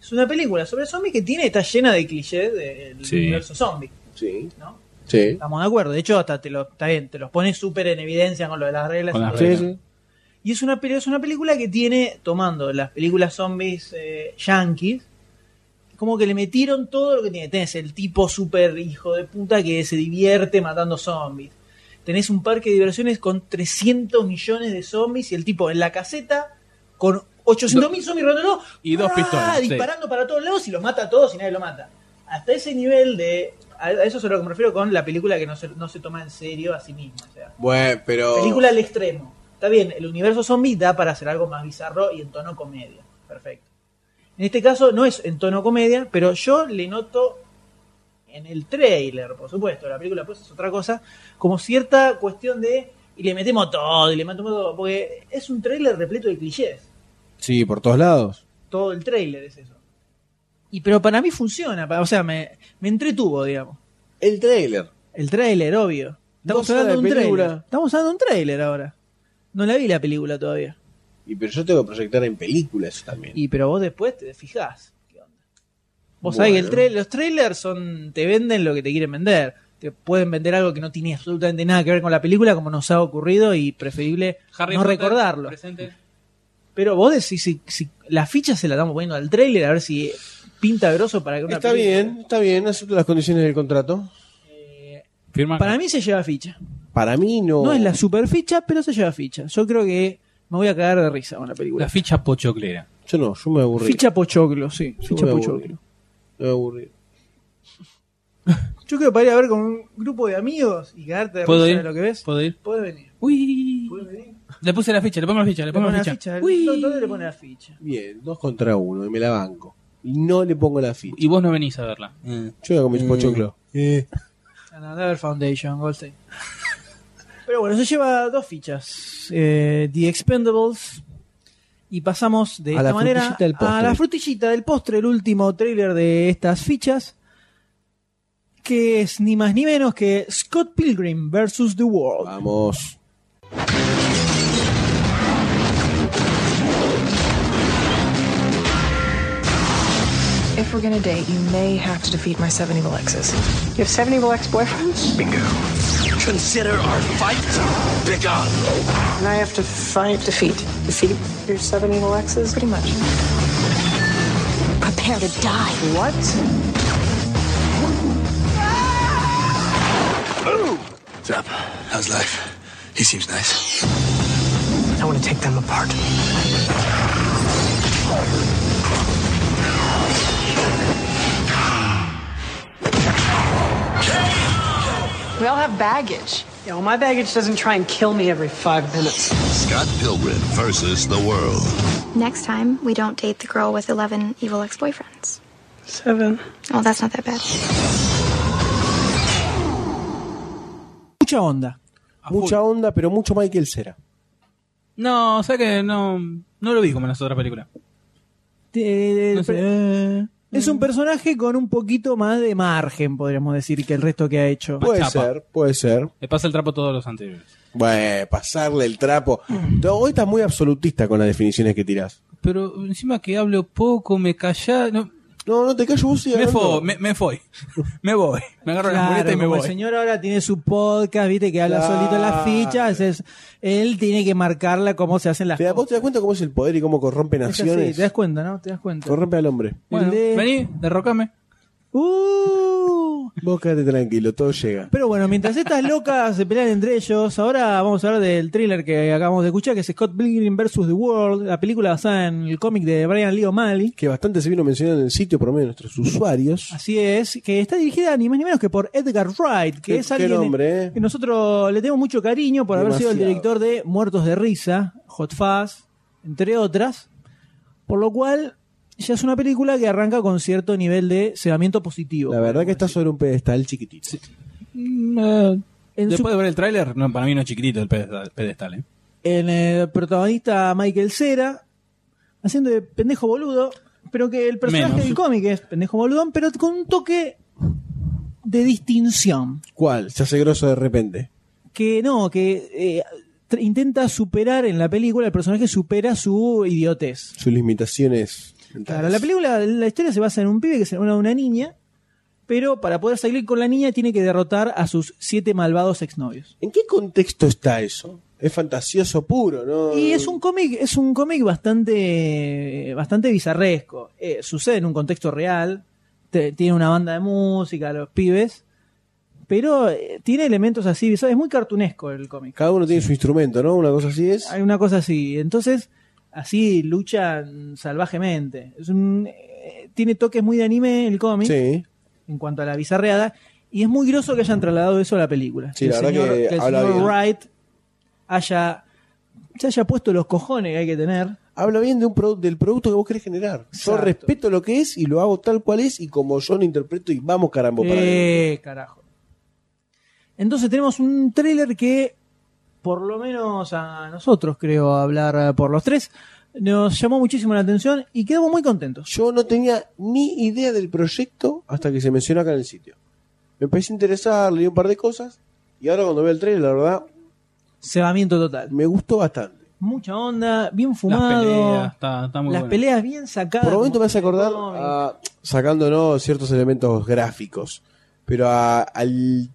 A: Es una película sobre zombies que tiene, está llena de clichés del
C: Sí.
A: universo zombie,
B: Sí,
A: ¿no?
B: sí.
A: Estamos de acuerdo. De hecho, hasta te lo, está bien, te los pones súper en evidencia con lo de las reglas.
C: Con
A: y
C: las
A: todo.
B: Sí,
C: Ah, Bueno.
B: sí.
A: Y es una, peli- es una película que tiene, tomando las películas zombies eh, yankees, como que le metieron todo lo que tiene. Tenés el tipo super hijo de puta que se divierte matando zombies. Tenés un parque de diversiones con 300 millones de zombies y el tipo en la caseta con 800 mil zombies rodeándolo
C: Y dos
A: ¡ah!
C: pistolas, sí.
A: Disparando para todos lados y los mata a todos y nadie lo mata. Hasta ese nivel de... A a eso es a lo que me refiero con la película que no se, no se toma en serio a sí misma. O sea,
B: Bueno, pero.
A: Película al extremo. Está bien, el universo zombie da para hacer algo más bizarro y en tono comedia. Perfecto. En este caso no es en tono comedia, pero yo le noto en el trailer, por supuesto, la película pues es otra cosa, como cierta cuestión de y le metemos todo, y le metemos todo, porque es un trailer repleto de clichés.
B: Sí, por todos lados.
A: Todo el trailer es eso. Y pero para mí funciona, pa- o sea, me, me entretuvo, digamos.
B: El trailer.
A: El tráiler, obvio. Estamos
B: Dos horas
A: hablando de un
B: de película.
A: tráiler. Estamos hablando de un tráiler ahora. No la vi la película todavía.
B: Y pero yo tengo que proyectar en películas también.
A: Y pero vos después te fijás. ¿Qué onda? Vos
B: Bueno.
A: sabés que el trai- los trailers son te venden lo que te quieren vender. Te pueden vender algo que no tiene absolutamente nada que ver con la película, como nos ha ocurrido, y preferible no
C: Potter,
A: recordarlo.
C: presente.
A: Pero vos decís si, si la ficha se la estamos poniendo al tráiler a ver si pinta grosso para que una
B: Está
A: película-
B: bien, está bien, acepto las condiciones del contrato.
A: Eh,
C: Firma.
A: para mí se lleva ficha.
B: Para mí no.
A: No es la super ficha, pero se lleva ficha. Yo creo que me voy a cagar de risa con la película.
C: La ficha pochoclera.
B: Yo no, yo me aburrí.
A: Ficha pochoclo, sí.
B: Yo
A: Ficha
B: me aburrí.
A: pochoclo.
B: Me aburrí.
A: Yo creo para ir a ver con un grupo de amigos y quedarte de
C: ¿Puedo
A: risa
C: ir?
A: de lo que ves.
C: ¿Puedo ir?
A: Puedes venir.
C: Uy.
A: Puedes venir. Le
C: Le puse la ficha, le pongo la ficha, le pongo
A: pone la
C: la ficha.
A: ficha. el
C: Uy.
A: doctor le pone la ficha.
B: Bien, dos contra uno, y me la banco. Y no le pongo la ficha.
C: Y vos no venís a verla.
B: Yo voy a
A: Eh,
B: comer pochoclo.
A: Another Foundation, Goldstein. <laughs> Pero bueno, se lleva dos fichas. Eh, The Expendables. Y pasamos de
B: A
A: esta
B: la
A: manera
B: frutillita del
A: a
B: postre.
A: la frutillita del postre, el último trailer de estas fichas. Que es ni más ni menos que Scott Pilgrim vs. The World.
B: Vamos.
J: If we're gonna date, you may have to defeat my seven evil exes. You have seven evil ex boyfriends?
F: Consider our fight begun.
J: And I have to fight. Defeat. Defeat your seven evil exes? Pretty much.
K: Prepare to die.
J: What?
F: What's up? How's life? He seems nice.
J: I wanna take them apart. We all have baggage. You know, my baggage doesn't try and kill me every five minutes.
F: Scott Pilgrim versus the world.
K: Next time, we don't date the girl with 11 evil ex boyfriends.
J: Seven.
K: Oh, that's not that bad.
A: Mucha onda.
B: Mucha onda, pero mucho Michael Cera.
C: No, o sea que no, no lo vi como en las otras películas.
A: Eh,
C: No sé. eh,
A: Es un personaje con un poquito más de margen, podríamos decir, que el resto que ha hecho.
C: Bueno.
B: Puede
C: Machapa.
B: ser, puede ser.
C: Le pasa el trapo a todos los anteriores.
B: Bueno, pasarle el trapo.
A: Mm.
B: No, Hoy estás muy absolutista con las definiciones que tirás.
C: Pero encima que hablo poco, me callá. no,
B: No, no te callo vos sigue
C: me,
B: hablando.
C: fo, me, me voy. me voy. Me agarro la
A: Claro,
C: muleta y me
A: como
C: voy.
A: el señor ahora tiene su podcast, viste, que habla
B: Claro.
A: solito en las fichas, es- él tiene que marcarla cómo se hacen las
B: ¿Te, da- vos
A: cosas.
B: te das cuenta cómo es el poder y cómo corrompe
A: Es así,
B: naciones?
A: te das cuenta, ¿no? Te das cuenta.
B: corrompe al hombre.
C: Bueno,
A: El de-
C: Vení, derrocame.
A: Uh,
B: Vos quedate tranquilo, todo llega.
A: Pero bueno, mientras estas locas se pelean entre ellos, ahora vamos a hablar del thriller que acabamos de escuchar, que es Scott Pilgrim vs. The World, la película basada en el cómic de Brian Lee O'Malley.
B: Que bastante se vino mencionando en el sitio por medio de nuestros usuarios.
A: Así es, que está dirigida ni más ni menos que por Edgar Wright, que
B: Qué-
A: es
B: qué
A: alguien
B: nombre, eh.
A: que nosotros le tenemos mucho cariño por haber sido el director
B: Demasiado.
A: de Muertos de Risa, Hot Fuzz, entre otras. Por lo cual, ya es una película que arranca con cierto nivel de cebamiento positivo. Mm,
B: La verdad que está sobre un pedestal chiquitito.
A: eh, En su-
C: Después de ver el tráiler, no, para mí no es chiquitito el pedestal. pedestal, ¿eh?
A: en el protagonista Michael Cera, haciendo de pendejo boludo, pero que el personaje
C: Menos.
A: del cómic es pendejo boludón, pero con un toque de distinción.
B: ¿Cuál? Se hace grosso de repente.
A: Que no, que eh, tr- intenta superar en la película, el personaje supera su idiotez.
B: Sus limitaciones.
A: Claro, la película, la historia se basa en un pibe que es una, una niña, pero para poder salir con la niña tiene que derrotar a sus siete malvados exnovios.
B: ¿En qué contexto está eso? Es fantasioso puro, ¿no?
A: Y es un cómic, es un cómic bastante, bastante bizarresco. Eh, sucede en un contexto real, te- tiene una banda de música, los pibes, pero eh, tiene elementos así, bizarros. es muy cartunesco el cómic.
B: Cada uno tiene su instrumento, ¿no? Una cosa así es.
A: Hay una cosa así. Entonces, así luchan salvajemente. Es un- eh, tiene toques muy de anime el cómic
B: Sí.
A: en cuanto a la bizarreada. Y es muy groso que hayan trasladado eso a la película.
B: Sí,
A: el
B: la verdad
A: señor,
B: que
A: el
B: habla
A: señor
B: bien.
A: Wright haya, se haya puesto los cojones que hay que tener.
B: Habla bien de un produ- del producto que vos querés generar. Yo
A: Exacto.
B: respeto lo que es y lo hago tal cual es y como yo lo interpreto y vamos carambo para adelante.
A: Eh, carajo. Entonces tenemos un tráiler que, por lo menos a nosotros, creo, a hablar eh, por los tres, nos llamó muchísimo la atención y quedamos muy contentos.
B: Yo no tenía ni idea del proyecto hasta que se mencionó acá en el sitio. Me empecé a interesar, leí un par de cosas y ahora cuando veo el trailer, la verdad,
A: Cebamiento total.
B: me gustó bastante.
A: Mucha onda, bien
C: Las
A: fumado.
C: peleas, está, está muy
A: las
C: bueno.
A: peleas bien sacadas.
B: Por momento me hace acordar,
A: No,
B: a- sacándonos ciertos elementos gráficos, pero a- al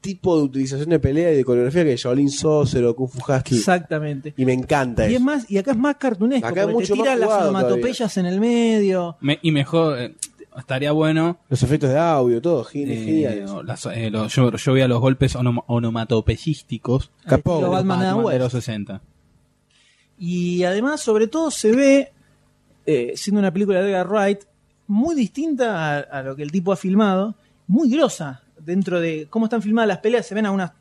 B: tipo de utilización de pelea y de coreografía que Shaolin Saucer o Kung Fu Husky.
A: Exactamente.
B: Y me encanta
A: Y es
B: eso.
A: más, y acá es más cartunesco,
B: Acá es
A: porque te
B: mucho
A: tira
B: más
A: las
B: jugado
A: onomatopeyas en el medio.
C: Me- y mejor, eh, estaría bueno.
B: Los efectos de audio, todo, gen-
C: eh,
B: genial. eso.
C: no, las- eh, los- yo, yo veía los golpes onom- onomatopeyísticos
B: Capó.
A: Estilo eh, Batman
C: de
A: Adam
C: los- de
A: West.
C: los 60.
A: Y además, sobre todo, se ve, eh, siendo una película de Edgar Wright, muy distinta a, a lo que el tipo ha filmado, muy grosa dentro de cómo están filmadas las peleas. Se ven a unas,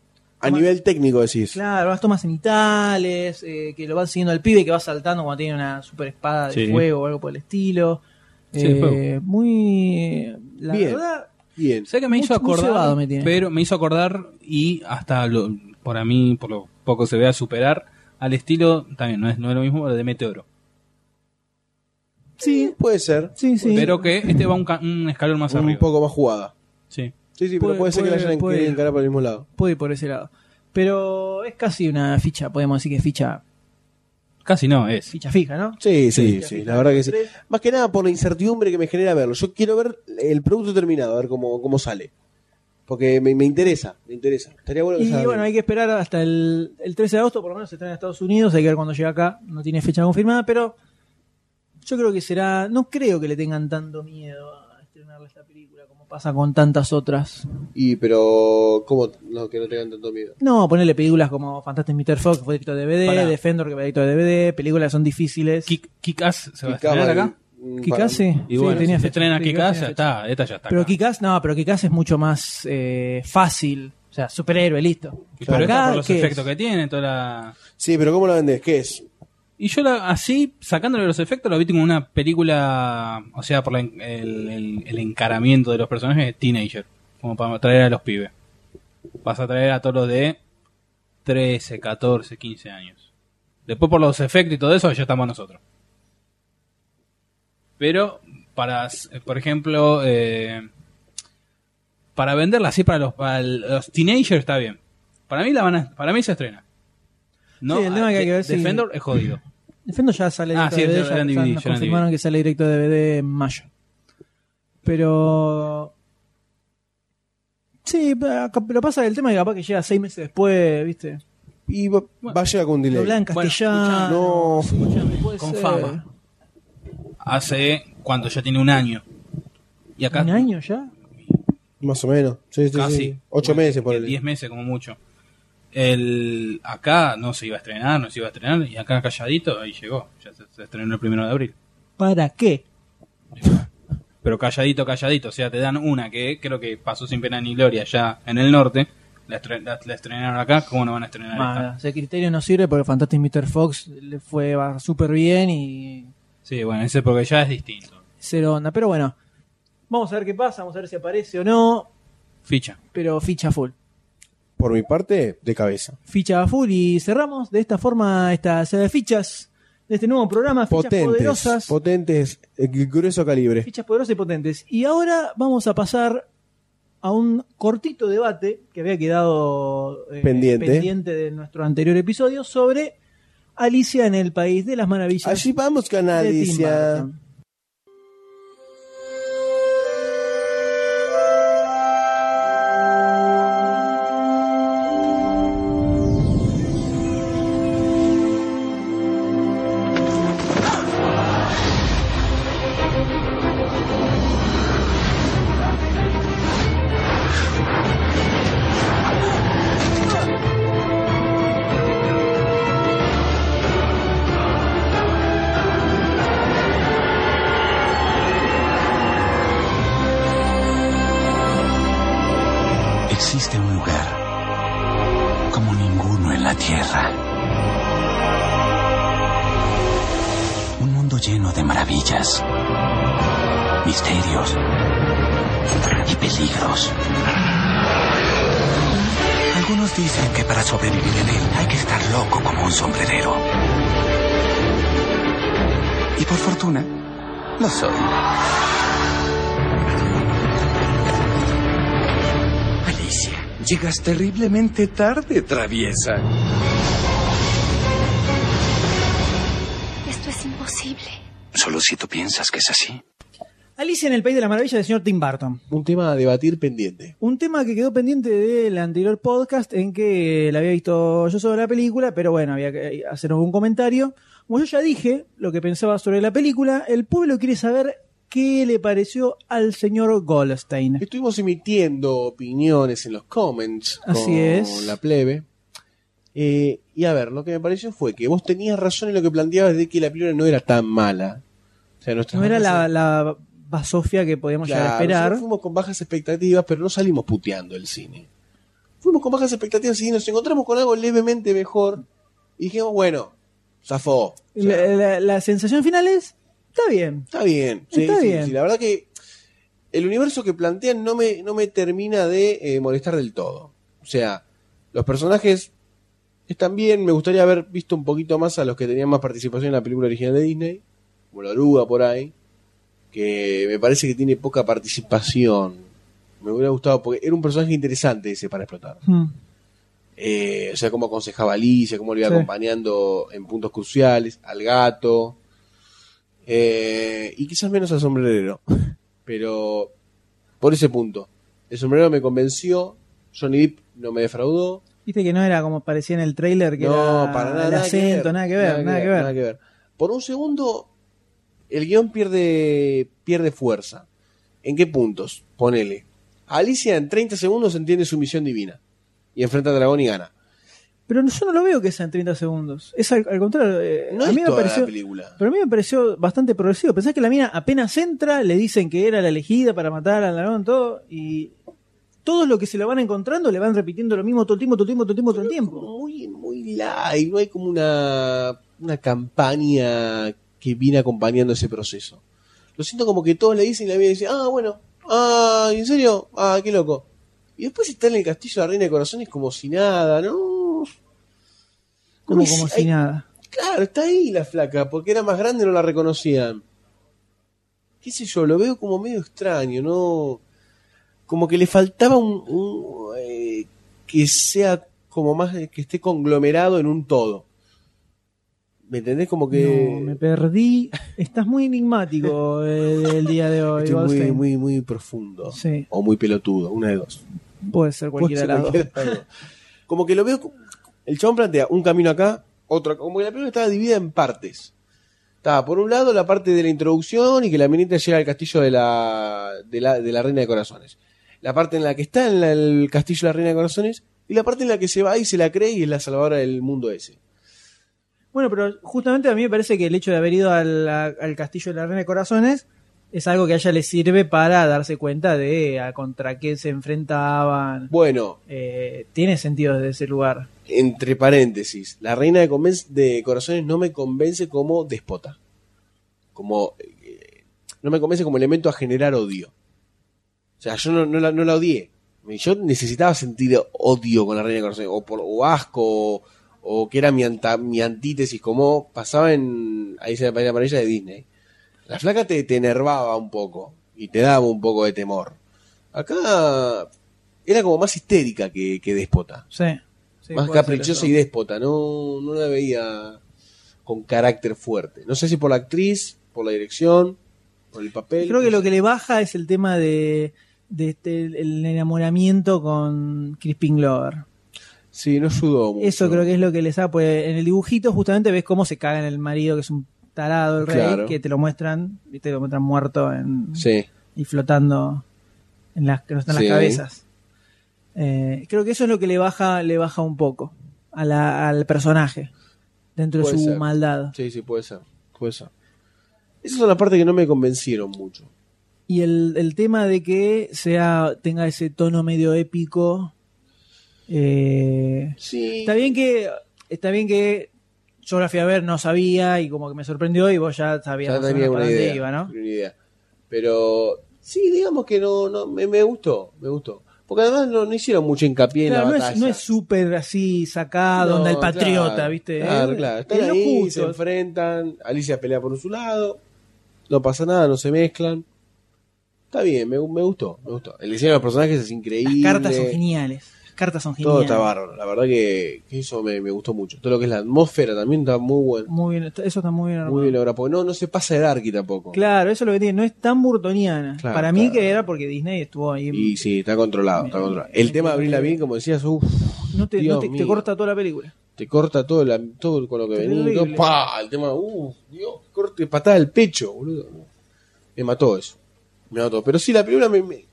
B: A nivel técnico decís.
A: claro, unas tomas cenitales, eh, que lo van siguiendo al pibe que va saltando cuando tiene una super espada de
C: Sí.
A: fuego o algo por el estilo.
C: Sí,
A: Eh,
C: fuego.
A: muy. La
B: Bien.
A: verdad,
B: Bien.
C: Sé que me hizo
A: Mucho- muy
C: acordar,
A: cebado me tiene.
C: pero me hizo acordar y hasta lo, para mí, por lo poco se vea superar al estilo, también no es, no es lo mismo, pero de Meteoro.
A: sí,
B: Puede ser.
A: sí, sí.
C: Pero que este va un, ca- un escalón más
B: un
C: arriba.
B: poco más jugada.
C: Sí.
B: Sí, sí, pero
A: Puede-
B: puede, ser que la
A: puede-
B: hayan
A: puede.
B: querido encarar por el mismo lado.
A: puede ir por ese lado. Pero es casi una ficha, podemos decir que es ficha,
C: Casi no, es.
A: ficha fija, ¿no?
B: Sí, sí, sí,
A: Sí.
B: la verdad que sí. Más que nada por la incertidumbre que me genera verlo. Yo quiero ver el producto terminado, a ver cómo, cómo sale. Porque me, me interesa, me interesa. Estaría bueno que
A: Y
B: salga
A: bueno, hay
B: bien.
A: que esperar hasta el, el 13 de agosto, por lo menos se estrena en Estados Unidos, hay que ver cuando llega acá, no tiene fecha confirmada, pero yo creo que será, no creo que le tengan tanto miedo a estrenarle esta película como pasa con tantas otras.
B: Y pero, ¿cómo no, que no tengan tanto miedo?
A: No, ponerle películas como Fantastic Mr. Fox, que fue directo de DVD,
C: Pará.
A: Defender, que fue directo de DVD, películas que son difíciles.
C: Kick- Kick-Ass se va a
B: Kikaba
C: estrenar acá.
B: y- mm,
A: Kikás, sí.
C: Y
A: Sí,
C: bueno,
A: tenía
C: si se
A: fecha.
C: estrena
A: Sí,
C: Kick-Ass,
A: tenía
C: ya
A: fecha.
C: está, esta ya está.
A: Pero
C: acá.
A: Kikas, no, pero Kikas es mucho más eh, fácil. O sea, superhéroe, listo.
C: Pero esta
A: Acá,
C: por los
A: ¿qué es?
C: efectos que tiene, toda la...
B: para- Sí, pero ¿cómo la vendés? ¿Qué es?
C: Y yo la- así, sacándole los efectos, la vi como una película, o sea, por la en- el, el- el encaramiento de los personajes de Teenager, como para traer a los pibes. Vas a traer a todos los de 13, 14, 15 años. Después por los efectos y todo eso, ya estamos nosotros. Pero, para, s- por ejemplo, eh, para venderla así para los, para los teenagers está bien. Para mí la van a- para mí se estrena. No, ah,
A: Sí, el tema que hay que ver si-
C: Defender es jodido.
A: Defendo ya sale
C: Ah,
A: directo
C: sí,
A: de
C: ya
A: DVD, ya,
C: era en
A: ya
C: DVD,
A: nos
C: ya era en
A: confirmaron
C: DVD.
A: que sale directo de DVD en mayo. Pero sí, pero pero pasa el tema que capaz que llega seis meses después, ¿viste?
B: Y va, va a llegar con un delay.
A: Doblada en
C: Bueno,
A: castellano.
B: No,
A: puede
C: con
A: ser.
C: fama. Hace cuánto ya tiene un año. Y acá
A: ¿Un año ya?
B: Más o menos. Sí, sí,
C: Casi.
B: sí. Ocho meses por el.
C: 10 meses como mucho. El, acá no se iba a estrenar, no se iba a estrenar, y acá calladito, ahí llegó. Ya se, se estrenó el primero de abril.
A: ¿Para qué?
C: Pero calladito, calladito, o sea, te dan una que creo que pasó sin pena ni gloria ya en el norte. La, estre- la- la estrenaron acá, ¿cómo no van a estrenar
A: Mala.
C: acá?
A: Ese criterio no sirve porque Fantastic Mr. Fox le fue va súper bien y
C: Sí, bueno, ese porque ya es distinto.
A: cero onda. Pero bueno, vamos a ver qué pasa, vamos a ver si aparece o no.
C: Ficha.
A: Pero ficha full.
B: Por mi parte, de cabeza.
A: Ficha full y cerramos de esta forma esta serie de fichas de este nuevo programa. Fichas
B: Potentes.
A: poderosas.
B: Potentes. eh, Grueso calibre.
A: Fichas poderosas y potentes. Y ahora vamos a pasar a un cortito debate que había quedado eh,
B: Pendiente.
A: de nuestro anterior episodio sobre Alicia en el País de las Maravillas.
B: Allí vamos,
A: de Tim
B: canadicia.
A: Burton.
G: Existe un lugar como ninguno en la Tierra. Un mundo lleno de maravillas, misterios y peligros. Algunos dicen que para sobrevivir en él hay que estar loco como un sombrerero. Y por fortuna, lo soy. Alicia, llegas terriblemente tarde, traviesa.
K: Esto es imposible.
G: Solo si tú piensas que es así.
A: Alicia en el País de las Maravillas del señor Tim Burton.
B: Un tema a debatir pendiente.
A: Un tema que quedó pendiente del anterior podcast en que la había visto yo sobre la película, pero bueno, había que hacer algún comentario. Como yo ya dije lo que pensaba sobre la película, el pueblo quiere saber qué le pareció al señor Goldstein.
B: Estuvimos emitiendo opiniones en los comments con
A: Así es.
B: la plebe. Eh, y a ver, lo que me pareció fue que vos tenías razón en lo que planteabas de que la película no era tan mala. O sea, nuestras
A: No era la,
B: bajas-
A: la basofia que podíamos
B: Claro,
A: llegar a esperar.
B: nosotros fuimos con bajas expectativas, pero no salimos puteando el cine. Fuimos con bajas expectativas y nos encontramos con algo levemente mejor. Y dijimos, bueno, zafó. O
A: La,
B: sea,
A: la- la sensación final es, está bien.
B: Está bien, sí,
A: Está
B: sí,
A: bien.
B: sí. La verdad que el universo que plantean no me, no me termina de eh, molestar del todo. O sea, los personajes están bien. Me gustaría haber visto un poquito más a los que tenían más participación en la película original de Disney, como la oruga por ahí, que me parece que tiene poca participación. Me hubiera gustado porque era un personaje interesante ese para explotar.
A: Hmm.
B: Eh, o sea, cómo aconsejaba a Alicia, cómo le iba
A: Sí.
B: acompañando en puntos cruciales, al gato. Eh, y quizás menos al sombrerero. <laughs> Pero por ese punto. El sombrerero me convenció. Johnny Depp no me defraudó.
A: Viste que no era como parecía en el trailer, que
B: no,
A: era
B: para nada.
A: el
B: nada
A: acento, nada que ver, nada, que ver.
B: nada que ver. Por un segundo, el guión pierde, pierde fuerza. ¿En qué puntos? Ponele. Alicia en 30 segundos entiende su misión divina. Y enfrenta a dragón y gana.
A: Pero yo no lo veo que sea en 30 segundos. Es al, al contrario. eh,
B: No
A: a
B: es
A: mí me
B: toda
A: pareció,
B: la película.
A: pero a mí me pareció bastante progresivo. Pensás que la mina apenas entra, le dicen que era la elegida para matar al dragón, todo, y todos los que se lo van encontrando le van repitiendo lo mismo todo el tiempo, todo el tiempo, todo el tiempo, todo el tiempo.
B: muy, muy light, no hay como una, una campaña que viene acompañando ese proceso. Lo siento como que todos le dicen y la vida dice, ah, bueno, ah, ¿en serio? Ah, qué loco. Y después está en el castillo de la Reina de Corazones como si nada, ¿no?
A: Como,
B: me-
A: como si
B: ay,
A: nada.
B: Claro, está ahí la flaca, porque era más grande no la reconocían. Qué sé yo, lo veo como medio extraño, ¿no? Como que le faltaba un... un, eh, que sea como más... eh, que esté conglomerado en un todo. ¿Me entendés? Como que...
A: No, me perdí. Estás muy enigmático el, el día de hoy.
B: estoy muy,
A: Goldstein.
B: muy, muy profundo.
A: Sí.
B: O muy pelotudo, una de dos.
A: Puede ser cualquiera de
B: Puede
A: las
B: ser
A: dos.
B: cualquiera de las dos. Como que lo veo. como- El chabón plantea un camino acá, otro acá. Como que la película estaba dividida en partes. Estaba por un lado la parte de la introducción y que la minita llega al castillo de la, de la, de la Reina de Corazones. la parte en la que está en la- el castillo de la Reina de Corazones y la parte en la que se va y se la cree y es la salvadora del mundo ese.
A: Bueno, pero justamente a mí me parece que el hecho de haber ido al, a- al castillo de la Reina de Corazones es algo que a ella le sirve para darse cuenta de a contra qué se enfrentaban.
B: Bueno,
A: Eh, tiene sentido desde ese lugar.
B: entre paréntesis, la Reina de, conven- de Corazones no me convence como despota. Como. eh, no me convence como elemento a generar odio. O sea, yo no, no la, no la odié. Yo necesitaba sentir odio con la Reina de Corazones, o, por, o asco, o, o que era mi, anta- mi antítesis, como pasaba en Ahí se la amarilla de Disney. La flaca te, te enervaba un poco y te daba un poco de temor. Acá era como más histérica que, que déspota.
A: Sí. sí,
B: más
A: puede ser
B: caprichosa
A: eso.
B: y déspota. No, no la veía con carácter fuerte. No sé si por la actriz, por la dirección, por el papel.
A: Creo que lo que le baja es el tema de, de este, el enamoramiento con Crispin Glover.
B: Sí, no ayudó mucho.
A: Eso creo que es lo que les da, pues en el dibujito justamente ves cómo se caga en el marido, que es un tarado el rey,
B: Claro.
A: que te lo muestran, y te lo muestran muerto en,
B: Sí.
A: y flotando en las, que no están
B: Sí.
A: las cabezas. Eh, creo que eso es lo que le baja, le baja un poco a la- al personaje dentro
B: Puede
A: de su
B: ser.
A: maldad.
B: Sí, sí, puede ser. Puede ser. Esa es una parte que no me convencieron mucho.
A: Y el, el tema de que sea, tenga ese tono medio épico. eh,
B: Sí.
A: Está bien que está bien que yo la fui a ver, no sabía y como que me sorprendió y vos ya sabías
B: Ya
A: más o
B: tenía
A: menos para
B: una
A: dónde
B: idea,
A: iba, ¿no?
B: una idea. Pero sí, digamos que no, no me, me gustó, me gustó. Porque además no, no hicieron mucho hincapié en
A: Claro,
B: la
A: no
B: batalla.
A: es no es súper así sacado, onda el
B: No,
A: patriota,
B: claro,
A: ¿viste?
B: Claro,
A: Es-
B: claro.
A: es
B: Están
A: lo
B: ahí,
A: justo.
B: se enfrentan, Alicia pelea por su lado, no pasa nada, no se mezclan. Está bien, me, me gustó, me gustó. El diseño de los personajes es increíble.
A: Las cartas son geniales. Las cartas son
B: Todo
A: geniales.
B: está bárbaro, la verdad que, que eso me, me gustó mucho. Todo lo que es la atmósfera también está muy bueno,
A: Muy bien, está- eso está muy bien armado.
B: muy bien logrado. Porque no, no se pasa de Darky tampoco.
A: Claro, eso es lo que tiene, no es tan burtoniana.
B: Claro,
A: Para mí
B: claro.
A: que era porque Disney estuvo ahí.
B: Y sí, está controlado, está controlado. El tema de abrirla bien, como decías, uff,
A: no te, no
B: Dios
A: te- te
B: mío.
A: corta toda la película.
B: te corta todo, la- todo con lo que
A: Terrible.
B: venía. todo, pa, el tema, uh, Dios, corte patada al pecho, boludo. Me mató eso. Me mató. Pero sí, la película me. me-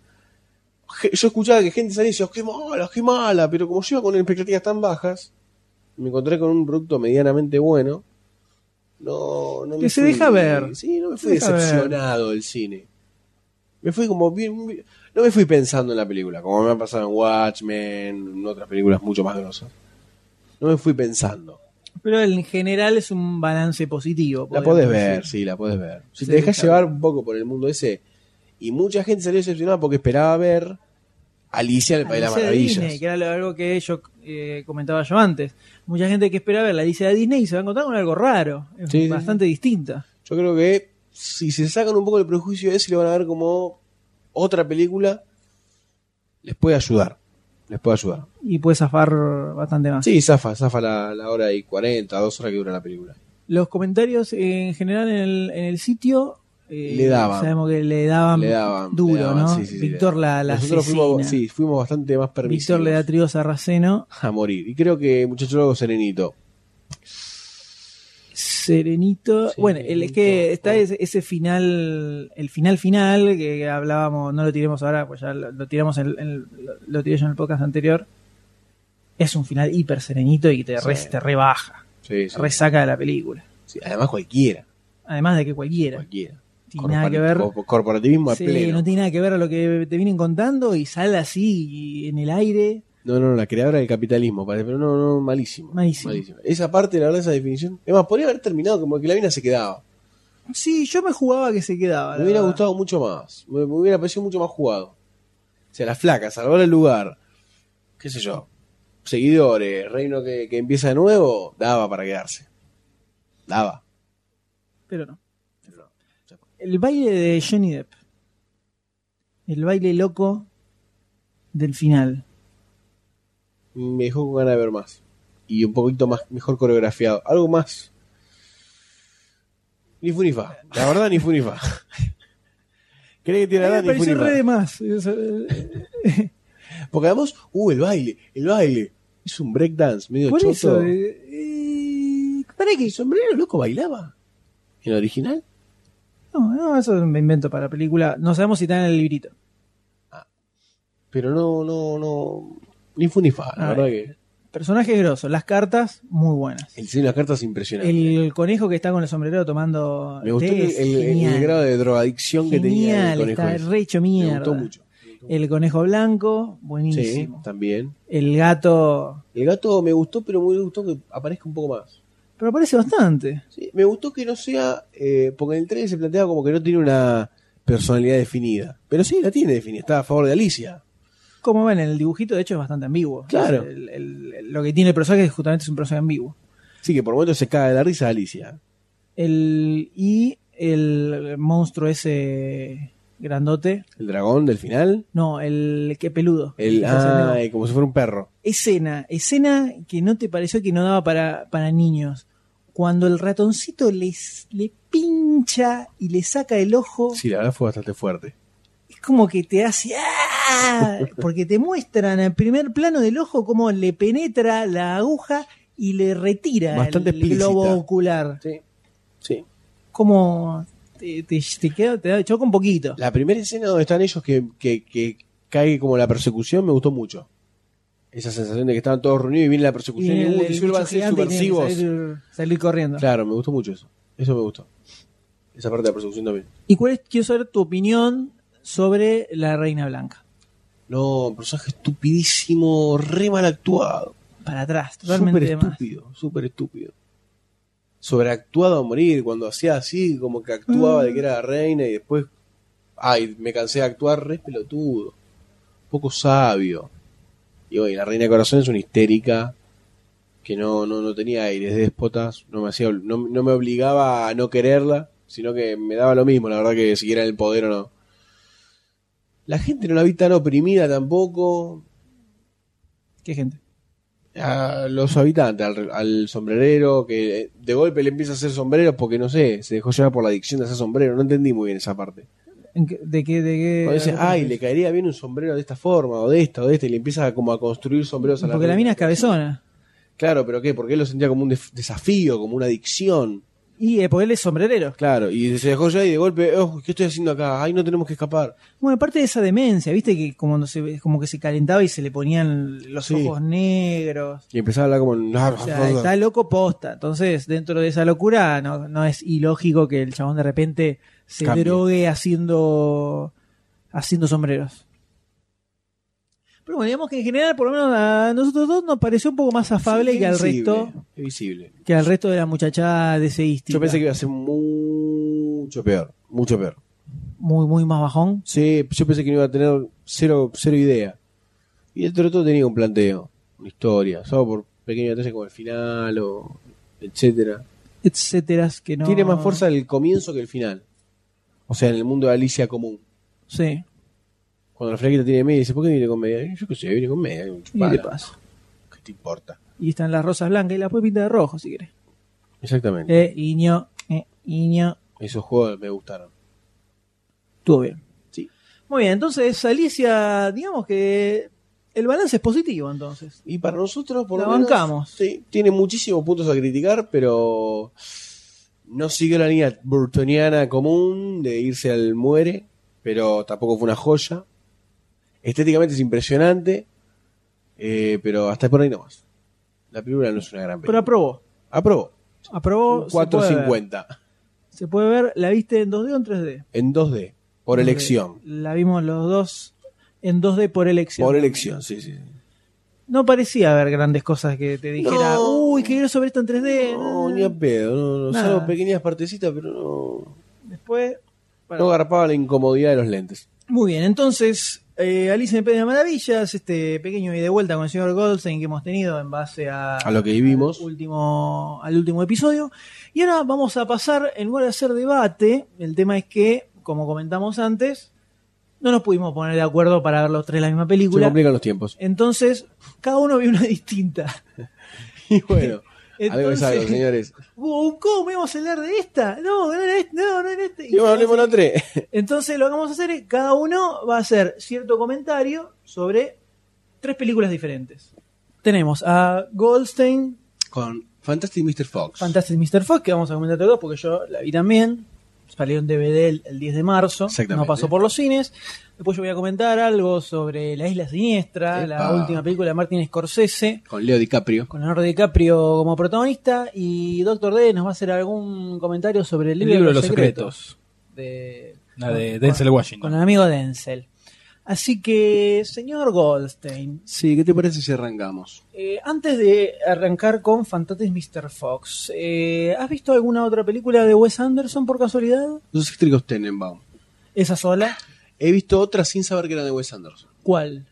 B: je- yo escuchaba que gente salía y decía, qué mala, qué mala. Pero como yo iba con expectativas tan bajas, me encontré con un producto medianamente bueno. No, no me
A: Que se
B: fui-
A: deja ver.
B: Sí, no me
A: Se
B: fui
A: deja ver.
B: decepcionado del cine. Me fui como bien, bien- No me fui pensando en la película, como me ha pasado en Watchmen, en otras películas mucho más grosas. No me fui pensando.
A: Pero en general es un balance positivo.
B: La
A: podemos
B: podés
A: decir.
B: ver, sí, la podés ver. Si
A: Sí,
B: te dejás
A: claro.
B: llevar un poco por el mundo ese, y mucha gente salió decepcionada porque esperaba ver Alicia en el País de las
A: Alicia de
B: Maravillas.
A: Disney, que era lo- algo que yo eh, comentaba yo antes. Mucha gente que espera ver la Alicia de Disney y se va a encontrar con algo raro, es
B: Sí, sí,
A: bastante distinta.
B: Yo creo que si se sacan un poco el prejuicio ese y lo van a ver como otra película, les puede ayudar. Les puede ayudar.
A: Y puede zafar bastante más.
B: Sí, zafa, zafa la, la hora y 40, dos horas que dura la película.
A: Los comentarios eh, en general en el, en el sitio. eh,
B: Le daban.
A: Sabemos que le daban,
B: Le daban,
A: Ah, duro,
B: le daban,
A: ¿no?
B: sí, sí, sí,
A: Víctor
B: le-
A: la, la
B: Nosotros fuimos,
A: asesina.
B: sí, fuimos bastante más permisivos
A: Víctor le da tríos a Raceno.
B: a morir. Y creo que, muchacho, luego Serenito.
A: Serenito.
B: Sí,
A: bueno, el, es que
B: Serenito.
A: está ese, ese final, el final final que, que hablábamos, no lo tiremos ahora, pues ya lo, lo tiramos en, en- lo, lo tiré yo en el podcast anterior. Es un final hiper serenito y te, re-
B: Sí.
A: te rebaja,
B: Sí, sí.
A: resaca de la película.
B: Sí, además cualquiera,
A: Además de que cualquiera.
B: cualquiera.
A: Tiene nada que ver.
B: Corpora- Corporativismo a
A: Sí,
B: pleno.
A: no tiene nada que ver a lo que te vienen contando y sale así y en el aire.
B: No, no, la creadora del capitalismo, parece, pero no, no, malísimo.
A: Malísimo.
B: Esa parte, la verdad, esa definición. Es más, podría haber terminado como que la mina se quedaba.
A: Sí, yo me jugaba que se quedaba. la
B: Me hubiera
A: verdad.
B: gustado mucho más. Me, me hubiera parecido mucho más jugado. O sea, la flaca, salvar el lugar. ¿Qué sé yo? Seguidores, reino que, que empieza de nuevo, daba para quedarse. Daba.
A: Pero no.
B: Pero no.
A: El baile de Johnny Depp. El baile loco del final.
B: Me dejó con ganas de ver más. Y un poquito más, mejor coreografiado. Algo más. Ni Funifa. La verdad,
A: <laughs>
B: ni Funifa. ¿Crees que tiene la
A: Eh, me
B: verdad? Ni
A: pareció
B: Funifa.
A: re de más. Es, eh,
B: Porque además, uh, el baile, el baile. Es un breakdance, medio
A: Por
B: choto.
A: eso. eh, eh, ¿Para qué?
B: ¿El sombrero loco bailaba? ¿En el original?
A: No, no, eso me invento para la película. No sabemos si está en el librito.
B: Pero no, no, no. Ni fu ni fa, la
A: Ah,
B: verdad
A: eh.
B: que.
A: Personajes grosos, las cartas muy buenas.
B: El diseño de las cartas es impresionante.
A: El conejo que está con el sombrero tomando.
B: Me gustó
A: té
B: el,
A: es
B: el- el
A: genial.
B: grado de drogadicción que tenía
A: Genial,
B: el conejo.
A: está
B: ese.
A: re hecho
B: Me
A: mierda.
B: gustó mucho.
A: El conejo blanco,
B: Sí,
A: buenísimo.
B: también.
A: El gato.
B: El gato me gustó, pero me gustó que aparezca un poco más.
A: Pero aparece bastante.
B: Sí, me gustó que no sea. eh, porque en el 3 se planteaba como que no tiene una personalidad definida. Pero sí, la tiene definida. Está a favor de Alicia.
A: Como ven, el dibujito de hecho es bastante ambiguo.
B: Claro.
A: El- el- el- lo que tiene el personaje justamente es un personaje ambiguo.
B: Sí, que por momentos se caga de la risa de Alicia.
A: El, y el monstruo ese grandote.
B: El dragón del final.
A: No, el que peludo.
B: El,
A: Que se hace
B: ah,
A: negro.
B: eh, como si fuera un perro.
A: escena, escena que no te pareció que no daba para, para niños. Cuando el ratoncito les, le pincha y le saca el ojo,
B: Sí, la verdad fue bastante fuerte.
A: es como que te hace ¡ah! porque te muestran en primer plano del ojo cómo le penetra la aguja y le retira
B: Bastante
A: el
B: explícita.
A: globo ocular.
B: Sí. Sí.
A: Como te, te, te queda, te da- choca un poquito.
B: La primera escena donde están ellos que, que, que cae como la persecución me gustó mucho. Esa sensación de que estaban todos reunidos y viene la
A: Y
B: persecución y,
A: el,
B: uy,
A: el
B: yo iba a
A: bicho
B: ser
A: gigante tiene que
B: subversivos.
A: salir, salir corriendo.
B: Claro, me gustó mucho eso. Eso me gustó. Esa parte de la persecución también.
A: ¿Y cuál es, quiero saber tu opinión sobre la Reina Blanca?
B: No, personaje estupidísimo, re mal actuado.
A: Para atrás,
B: Súper
A: totalmente de más.
B: estúpido, súper estúpido. Sobreactuado a morir, cuando hacía así, como que actuaba de que era la reina y después. Ay, me cansé de actuar, re pelotudo. Poco sabio. Y hoy la reina de corazón es una histérica que no, no, no tenía aires déspotas, no me, hacía, no, no me obligaba a no quererla, sino que me daba lo mismo, la verdad que si era en el poder o no. La gente no la vi tan oprimida tampoco,
A: ¿Qué gente?
B: a los habitantes, al, al sombrerero, que eh, de golpe le empieza a hacer sombrero porque no sé, se dejó llevar por la adicción de hacer sombrero, no entendí muy bien esa parte.
A: Eh, ¿En qué- ¿De qué? ¿De qué?
B: Cuando dice, ay, le caería bien un sombrero de esta forma, o de esta, o de esta, y le empieza como a construir sombreros a la
A: Porque la mina
B: reina.
A: es cabezona.
B: Claro, pero ¿qué? Porque él lo sentía como un def- desafío, como una adicción.
A: Y eh, porque él es sombrerero.
B: Claro, y se dejó ya y de golpe, oh, ¿qué estoy haciendo acá? Ay, no tenemos que escapar.
A: Bueno, aparte de esa demencia, viste que como, cuando se, como que se calentaba y se le ponían los
B: Sí.
A: ojos negros.
B: Y empezaba a hablar como...
A: O sea, está loco posta. Entonces, dentro de esa locura, no, no es ilógico que el chabón de repente se
B: Cambie.
A: drogue haciendo, haciendo sombreros. Pero bueno, digamos que en general, por lo menos a nosotros dos nos pareció un poco más afable
B: Sí,
A: que al
B: visible,
A: resto
B: visible.
A: que al resto de la muchachada deseística.
B: Yo pensé que iba a ser mucho peor, mucho peor.
A: muy, muy más bajón.
B: Sí, yo pensé que no iba a tener cero, cero idea. Y dentro de todo tenía un planteo, una historia, solo por pequeños detalles como el final o etcétera.
A: etcétera, que no.
B: Tiene más fuerza el comienzo que el final. O sea, en el mundo de Alicia común.
A: Sí.
B: Cuando la flaquita tiene media, dice, ¿por qué viene con media? Yo qué sé, viene con media.
A: Y
B: chupala,
A: le pasa.
B: ¿Qué te importa?
A: Y están las rosas blancas y la puedes pintar de rojo si querés.
B: Exactamente.
A: Eh, Iño, eh, Iño.
B: Esos juegos me gustaron.
A: Estuvo bien.
B: Sí.
A: Muy bien, entonces Alicia, digamos que el balance es positivo entonces.
B: Y para nosotros, por
A: La
B: lo menos,
A: bancamos.
B: sí, tiene muchísimos puntos a criticar, pero no siguió la línea burtoniana común de irse al muere, pero tampoco fue una joya. Estéticamente es impresionante, eh, pero hasta por ahí nomás. La película no es una gran
A: Pero
B: película.
A: aprobó.
B: Aprobó.
A: Aprobó.
B: Un
A: se puede ver.
B: 4.50
A: Se puede ver, la viste en 2D o en 3D.
B: en 2D, por elección.
A: La vimos los dos en 2D por elección.
B: Por elección, sí, sí.
A: No parecía haber grandes cosas que te dijera,
B: No.
A: uy, quiero sobre esto en 3D.
B: No, ni a pedo, no, no,
A: Eh, Nada.
B: salvo pequeñas partecitas, pero no,
A: Después, bueno,
B: no garpaba la incomodidad de los lentes.
A: Muy bien, entonces, eh, Alice en el País de las Maravillas, este pequeño y de vuelta con el señor Goldstein que hemos tenido en base a,
B: A lo que vivimos.
A: al último, al último episodio. Y ahora vamos a pasar, en lugar de hacer debate, el tema es que, como comentamos antes, no nos pudimos poner de acuerdo para ver los tres la misma
B: Se
A: película.
B: complican los tiempos.
A: Entonces, cada uno vio una distinta.
B: <laughs> Y bueno, algo
A: Entonces,
B: es algo,
A: <laughs>
B: <laughs> señores.
A: "Uh, ¿Cómo vamos a hablar de esta? No, no era este, no, no era este.
B: Y bueno, hablemos los tres.
A: Entonces lo que vamos a hacer es, cada uno va a hacer cierto comentario sobre tres películas diferentes. Tenemos a Goldstein,
B: Con Fantastic Mr. Fox.
A: Fantastic Mr. Fox, que vamos a comentar todos porque yo la vi también. Salió en DVD el, el 10 de marzo,
B: Exactamente.
A: no pasó por los cines. Después yo voy a comentar algo sobre La Isla Siniestra,
B: Epa.
A: la última película de Martin Scorsese,
B: Con Leo DiCaprio.
A: con Leonardo DiCaprio como protagonista. Y Doctor D nos va a hacer algún comentario sobre el libro, de los, secretos. de-
C: La de
A: con-
C: Denzel
A: Con
C: Washington.
A: el amigo Denzel. Así que, señor Goldstein,
B: Sí, ¿qué te parece si arrancamos?
A: eh, antes de arrancar con Fantastic Mr. Fox, eh, ¿has visto alguna otra película de Wes Anderson por casualidad?
B: Los estricos Tenenbaum.
A: ¿Esa sola?
B: He visto otras sin saber que eran de Wes Anderson.
A: ¿Cuál?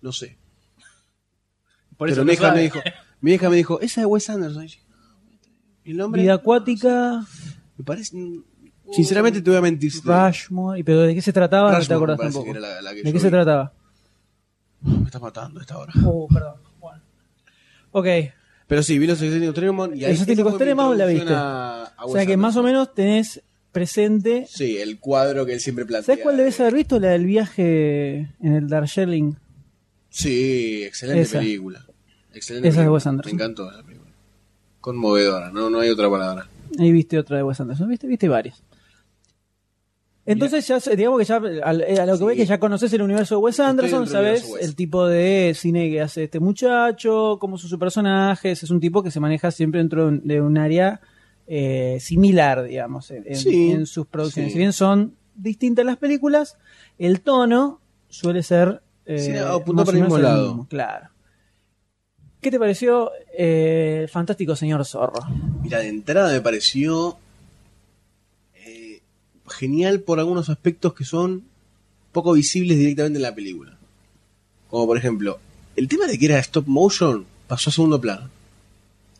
B: No sé.
C: Por
B: Pero
C: eso
B: mi
C: no
B: hija
C: sabe.
B: me dijo, mi hija me dijo, esa es de Wes Anderson. Y yo, "No". El nombre
A: Vida acuática,
B: me parece. Sinceramente te voy a mentir. si te digo.
A: Rushmore, y pero de qué se trataba no te
B: Rushmore, me
A: acordás
B: parece
A: tampoco.
B: que era la- la que
A: ¿De
B: yo
A: qué se
B: vi.
A: trataba?
B: Me estás matando a esta hora.
A: Uh, perdón. Bueno. Ok,
B: Pero sí, vi los Exóticos Tenenbaum y ahí
A: Los Exóticos
B: esa fue mi
A: Tenenbaum la
B: introducción
A: viste.
B: a- a
A: o
B: Wes
A: sea que más o
B: Anderson.
A: menos tenés presente...
B: Sí, el cuadro que él siempre plantea.
A: ¿Sabes cuál debes haber visto? La del viaje en el Darjeeling.
B: Sí, excelente
A: Esa.
B: película. Excelente
A: Esa es de
B: película.
A: Wes Anderson.
B: Me encantó esa película. Conmovedora, no, no hay otra palabra.
A: Ahí viste otra de Wes Anderson, viste, viste varias. Entonces ya se- digamos que ya al- eh, a lo que
B: Sí.
A: ves que ya conoces el universo de Wes
B: Estoy
A: Anderson,
B: dentro del
A: sabes
B: universo Wes.
A: el tipo de cine que hace este muchacho, cómo son sus personajes, es un tipo que se maneja siempre dentro de un, de un área eh, similar, digamos, en, en-
B: Sí,
A: en sus producciones.
B: sí.
A: Si bien son distintas las películas, el tono suele ser eh,
B: Sí, apunta
A: más
B: para
A: o
B: el
A: menos
B: mismo lado.
A: claro. ¿Qué te pareció eh, el fantástico señor Zorro?
B: Mira, de entrada me pareció eh, genial por algunos aspectos que son poco visibles directamente en la película. Como por ejemplo, el tema de que era stop motion pasó a segundo plano.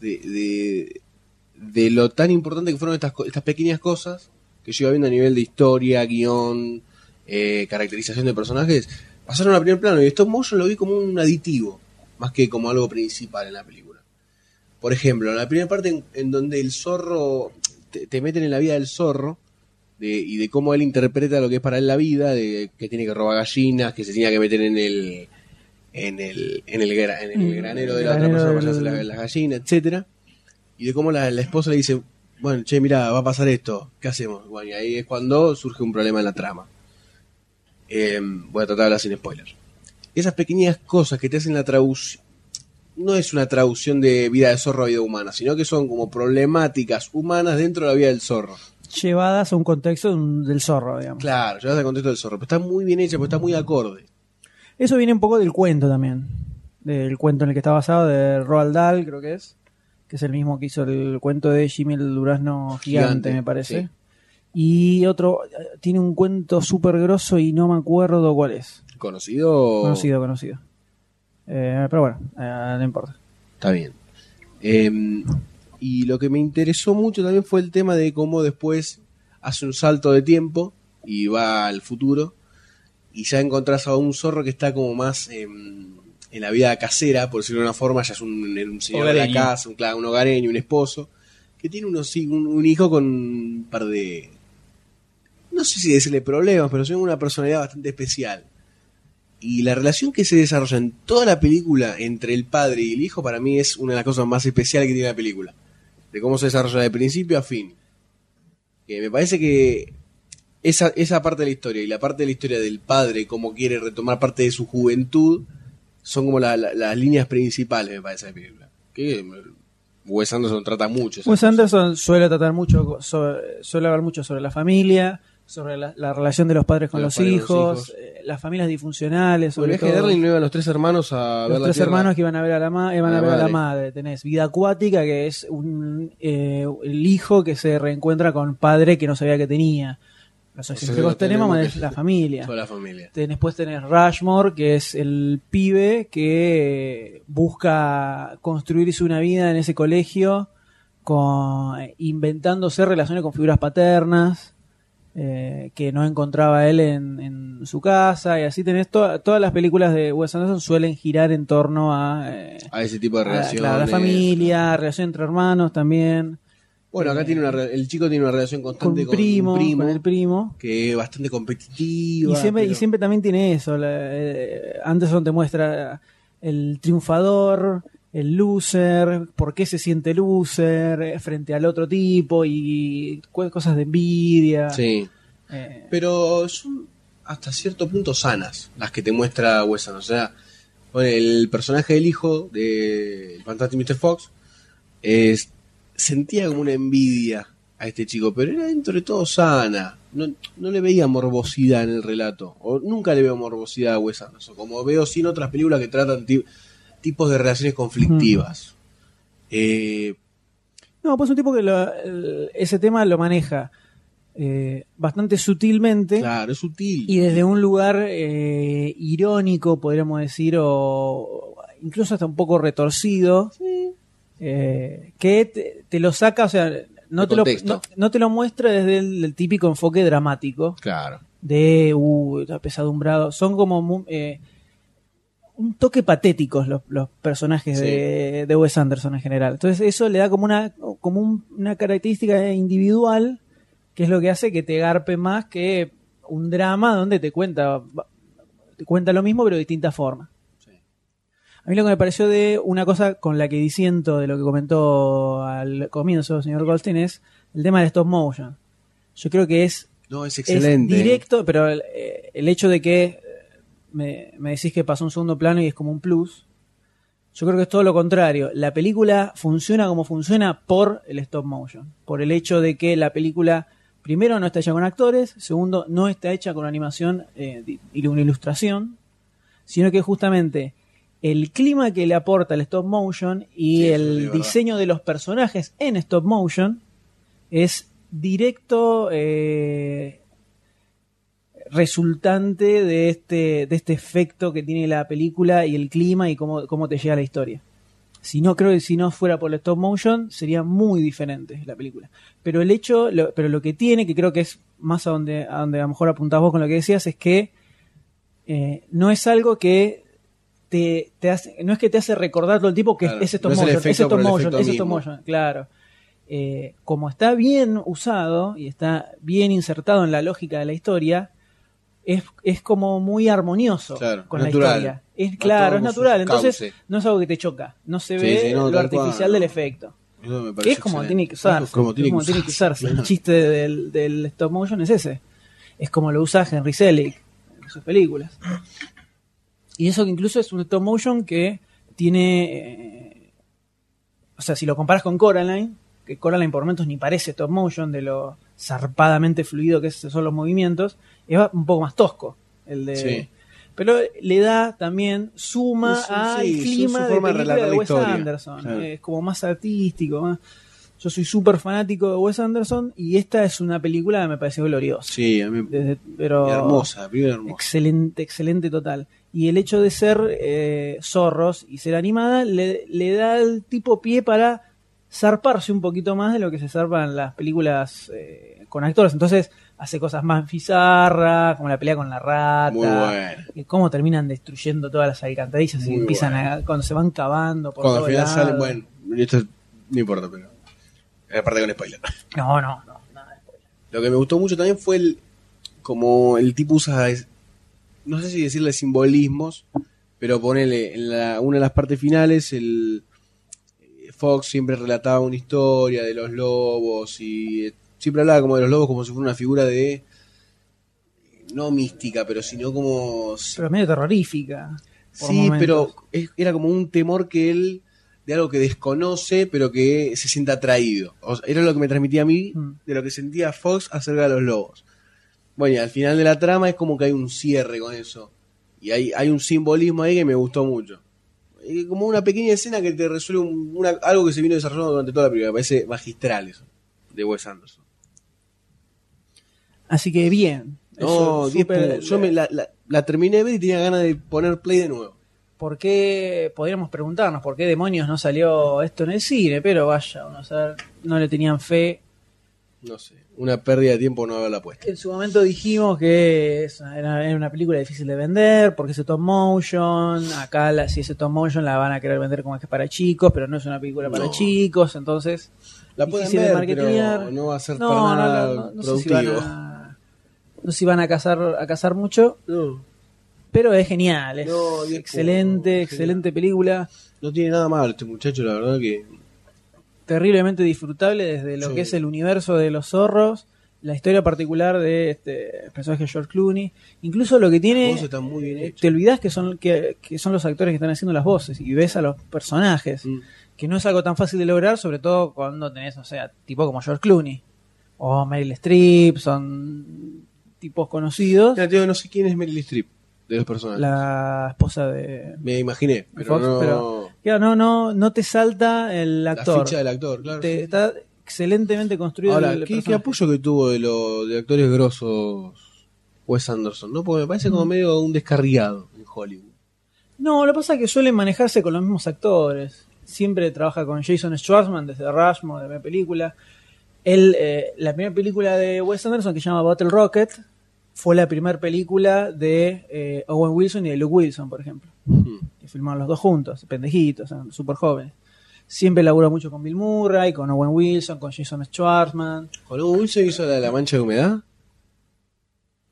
B: De, de- de lo tan importante que fueron estas, co- estas pequeñas cosas que yo iba viendo a nivel de historia, guión, eh, caracterización de personajes, pasaron a primer plano y stop motion lo vi como un aditivo, más que como algo principal en la película. Por ejemplo, en la primera parte en, en donde el zorro te, te meten en la vida del zorro de- y de cómo él interpreta lo que es para él la vida, de que tiene que robar gallinas, que se tenía que meter en el en el, en el, gra- en
A: Mm,
B: el granero de la otra
A: granero
B: persona para
A: del-
B: hacer la- las gallinas, etcétera, y de cómo la, la esposa le dice, bueno, che, mira, va a pasar esto, ¿qué hacemos? Bueno, y ahí es cuando surge un problema en la trama. Eh, voy a tratar de hablar sin spoilers. Esas pequeñas cosas que te hacen la traducción no es una traducción de vida de zorro a vida humana, sino que son como problemáticas humanas dentro de la vida del zorro.
A: llevadas a un contexto de un- del zorro, digamos.
B: Claro, llevas al contexto del zorro, pero está muy bien hecha, porque está muy acorde.
A: Eso viene un poco del cuento también, del cuento en el que está basado, de Roald Dahl, creo que es, que es el mismo que hizo el cuento de Jimmy el Durazno Gigante,
B: Gigante,
A: me parece.
B: sí.
A: Y otro, eh, tiene un cuento súper grosso y no me acuerdo cuál es.
B: Conocido.
A: Conocido, conocido. Eh, pero bueno, eh, no importa.
B: Está bien. Eh, y lo que me interesó mucho también fue el tema de cómo después hace un salto de tiempo y va al futuro y ya encontrás a un zorro que está como más eh, en la vida casera, por decirlo de una forma, ya es un, era un señor de
C: Hogareño.
B: la casa, un, claro, un hogareño, un esposo, que tiene unos, hi- un, un hijo con un par de... No sé si decirle problemas, pero son una personalidad bastante especial. Y la relación que se desarrolla en toda la película entre el padre y el hijo para mí es una de las cosas más especiales que tiene la película. De cómo se desarrolla de principio a fin. Que me parece que esa, esa parte de la historia y la parte de la historia del padre, cómo quiere retomar parte de su juventud, son como la- la- las líneas principales, me parece, de la película. Que Wes Anderson trata mucho. esas
A: Wes
B: cosas.
A: Anderson suele tratar mucho, co- sobre- suele hablar mucho sobre la familia, sobre la, la relación de los padres con
B: De
A: los,
B: los padres con los
A: hijos, eh, las familias disfuncionales, sobre
B: Bueno, viaje de
A: todo.
B: Darling no iban los tres hermanos a ver
A: los
B: la
A: tres
B: Tierra.
A: hermanos que iban a ver a la, ma- iban a ver a la
B: madre.
A: madre. Tenés vida acuática, que es un, eh, el hijo que se reencuentra con padre que no sabía que tenía. Los
B: sea,
A: ejemplos que vos tenemos
B: tenemos
A: es
B: que-
A: la
B: <laughs>
A: familia.
B: Toda la familia.
A: Ten- Después tenés Rushmore, que es el pibe que busca construirse una vida en ese colegio con, inventándose relaciones con figuras paternas eh, que no encontraba él en, en su casa. Y así tenés to- todas las películas de Wes Anderson suelen girar en torno a, eh,
B: A ese tipo de
A: a-
B: relaciones.
A: claro, a la familia, relación entre hermanos también,
B: Bueno, acá tiene una, re- el chico tiene una relación
A: con,
B: constante con, un
A: primo,
B: primo
A: con el primo.
B: que es bastante competitiva.
A: Y siempre, y
B: pero-
A: siempre también tiene eso. la- eh, Anderson te muestra el triunfador, el loser, por qué se siente loser eh, frente al otro tipo y cu- cosas de envidia.
B: Sí.
A: Eh,
B: Pero es un- hasta cierto punto sanas las que te muestra Wes Anderson. O sea, bueno, el personaje del hijo de el Fantastic Mr. Fox eh, sentía como una envidia a este chico, pero era dentro de todo sana. No, no, le veía morbosidad en el relato. O nunca le veo morbosidad a Wes Anderson. Como veo sin otras películas que tratan tipos de relaciones conflictivas. Mm. Eh,
A: no, pues un tipo que lo, el, ese tema lo maneja eh, bastante sutilmente.
B: Claro, es sutil.
A: Y desde un lugar eh, irónico, podríamos decir, o incluso hasta un poco retorcido, sí. eh, que te, te, lo saca, o sea, no te lo, no, no te lo, muestra desde el, el, típico enfoque dramático.
B: Claro.
A: De, uh, está pesadumbrado. Son como... Muy, un toque patéticos los, los personajes sí. de, de, Wes Anderson en general. Entonces eso le da como una, como un, una característica individual que es lo que hace que te garpe más que un drama donde te cuenta, te cuenta lo mismo pero de distinta forma. Sí. A mí lo que me pareció de una cosa con la que disiento de lo que comentó al comienzo el señor Goldstein es el tema del stop motion. Yo creo que es,
B: no, es, excelente.
A: Es directo, pero el, eh, el hecho de que me, me, decís que pasó un segundo plano y es como un plus. Yo creo que es todo lo contrario. La película funciona como funciona por el stop motion. Por el hecho de que la película, primero, no está hecha con actores. Segundo, no está hecha con animación eh, y una ilustración. Sino que justamente el clima que le aporta el stop motion y sí, el de diseño de los personajes en stop motion es directo. Eh, resultante de este, de este efecto que tiene la película y el clima y cómo, cómo te llega la historia. Si no, creo que si no fuera por el stop motion, sería muy diferente la película. Pero el hecho, lo, pero lo que tiene, que creo que es más a donde, a donde a lo mejor apuntás vos con lo que decías, es que eh, no es algo que te, te, hace, no es que te hace recordar todo el tipo que claro, es stop no motion, es stop motion, es stop motion, claro. Eh, como está bien usado y está bien insertado en la lógica de la historia, es, es, como muy armonioso
B: claro,
A: con
B: natural.
A: la historia. Es claro, es natural. Entonces,
B: cauce.
A: no es algo que te choca. No se ve sí, sí, no, lo artificial cual, del no. efecto.
B: Me
A: que es como excelente. tiene que usarse. Como tiene, como que, tiene que usarse. El chiste del, del, stop motion es ese. Es como lo usa Henry Selick en sus películas. Y eso que incluso es un stop motion que tiene. Eh, o sea, si lo comparas con Coraline, que Coraline por momentos ni parece stop motion de lo zarpadamente fluido que son los movimientos, es un poco más tosco el de. Sí. Pero le da también suma sí, al sí, clima su, su forma de, película de, de Wes historia. Anderson. Es como más artístico. Más. Yo soy súper fanático de Wes Anderson y esta es una película que me pareció gloriosa.
B: <laughs> Sí, a mí.
A: Desde, pero
B: hermosa, hermosa.
A: Excelente, excelente total. Y el hecho de ser eh, zorros y ser animada le, le da el tipo pie para zarparse un poquito más de lo que se zarpan las películas eh, con actores. Entonces hace cosas más bizarras, como la pelea con la rata,
B: Muy bueno.
A: y cómo terminan destruyendo todas las alcantarillas y empiezan bueno. a, cuando se van cavando. Por
B: cuando al final
A: lado.
B: salen, bueno, esto no importa, pero. Aparte con spoiler.
A: No, no, no, nada de spoiler.
B: Lo que me gustó mucho también fue el. Como el tipo usa. No sé si decirle simbolismos, pero ponele en la, una de las partes finales el. eh, Fox siempre relataba una historia de los lobos y eh, siempre hablaba como de los lobos como si fuera una figura de no mística, pero sino como
A: pero medio terrorífica.
B: Sí, momentos. pero es, era como un temor que él de algo que desconoce, pero que se sienta atraído. O sea, era lo que me transmitía a mí mm. de lo que sentía Fox acerca de los lobos. Bueno, y al final de la trama es como que hay un cierre con eso. Y hay, hay un simbolismo ahí que me gustó mucho como una pequeña escena que te resuelve un, una, algo que se vino desarrollando durante toda la película. Me parece magistral eso, de Wes Anderson.
A: Así que bien.
B: No, es super... Oh, yo me la, la, la, terminé de ver y tenía ganas de poner play de nuevo.
A: ¿Por qué, podríamos preguntarnos, por qué demonios no salió esto en el cine? Pero vaya, uno sabe, no le tenían fe.
B: No sé, una pérdida de tiempo no haberla puesto.
A: En su momento dijimos que era, una película difícil de vender, porque es stop motion, acá la, si es stop motion la van a querer vender como que es para chicos, pero no es una película para
B: No.
A: chicos, entonces...
B: La pueden
A: difícil
B: ver,
A: de marketear.
B: pero no va a ser
A: No,
B: para
A: no,
B: nada
A: no, no, no sé si
B: productivo.
A: van a, no sé si van a cazar, a cazar mucho,
B: No,
A: pero es genial, es
B: No, y es
A: excelente,
B: puro,
A: excelente película,
B: no tiene nada malo este muchacho, la verdad que...
A: terriblemente disfrutable desde lo
B: Sí.
A: que es el universo de los zorros la historia particular de este personaje George Clooney, incluso lo que tiene
B: Las voces están muy bien hechas.
A: te olvidas que son que, que son los actores que están haciendo las voces y ves a los personajes,
B: Mm.
A: que no es algo tan fácil de lograr, sobre todo cuando tenés, o sea, tipo como George Clooney o Meryl Streep, son tipos conocidos,
B: Ya te digo, no sé quién es Meryl Streep de los personajes.
A: la esposa de
B: Me imaginé, pero
A: Fox,
B: no.
A: pero- Claro, no no no te salta el
B: La
A: actor.
B: ficha del actor, claro.
A: Te- está excelentemente construido
B: Ahora,
A: el
B: ¿qué, qué
A: personaje.
B: apoyo que tuvo de los de actores grosos Wes Anderson? ¿no? Porque me parece como medio un descarriado en Hollywood.
A: No, lo que pasa es que suelen manejarse con los mismos actores. Siempre trabaja con Jason Schwartzman desde Rushmore, de mi película. Él, eh, la primera película de Wes Anderson que se llama Battle Rocket fue la primera película de eh, Owen Wilson y de Luke Wilson, por ejemplo.
B: Mm.
A: Que filmaron los dos juntos, pendejitos, eran súper jóvenes. Siempre laburó mucho con Bill Murray, con Owen Wilson, con Jason Schwartzman.
B: ¿Con Owen Wilson hizo la, de la mancha de humedad?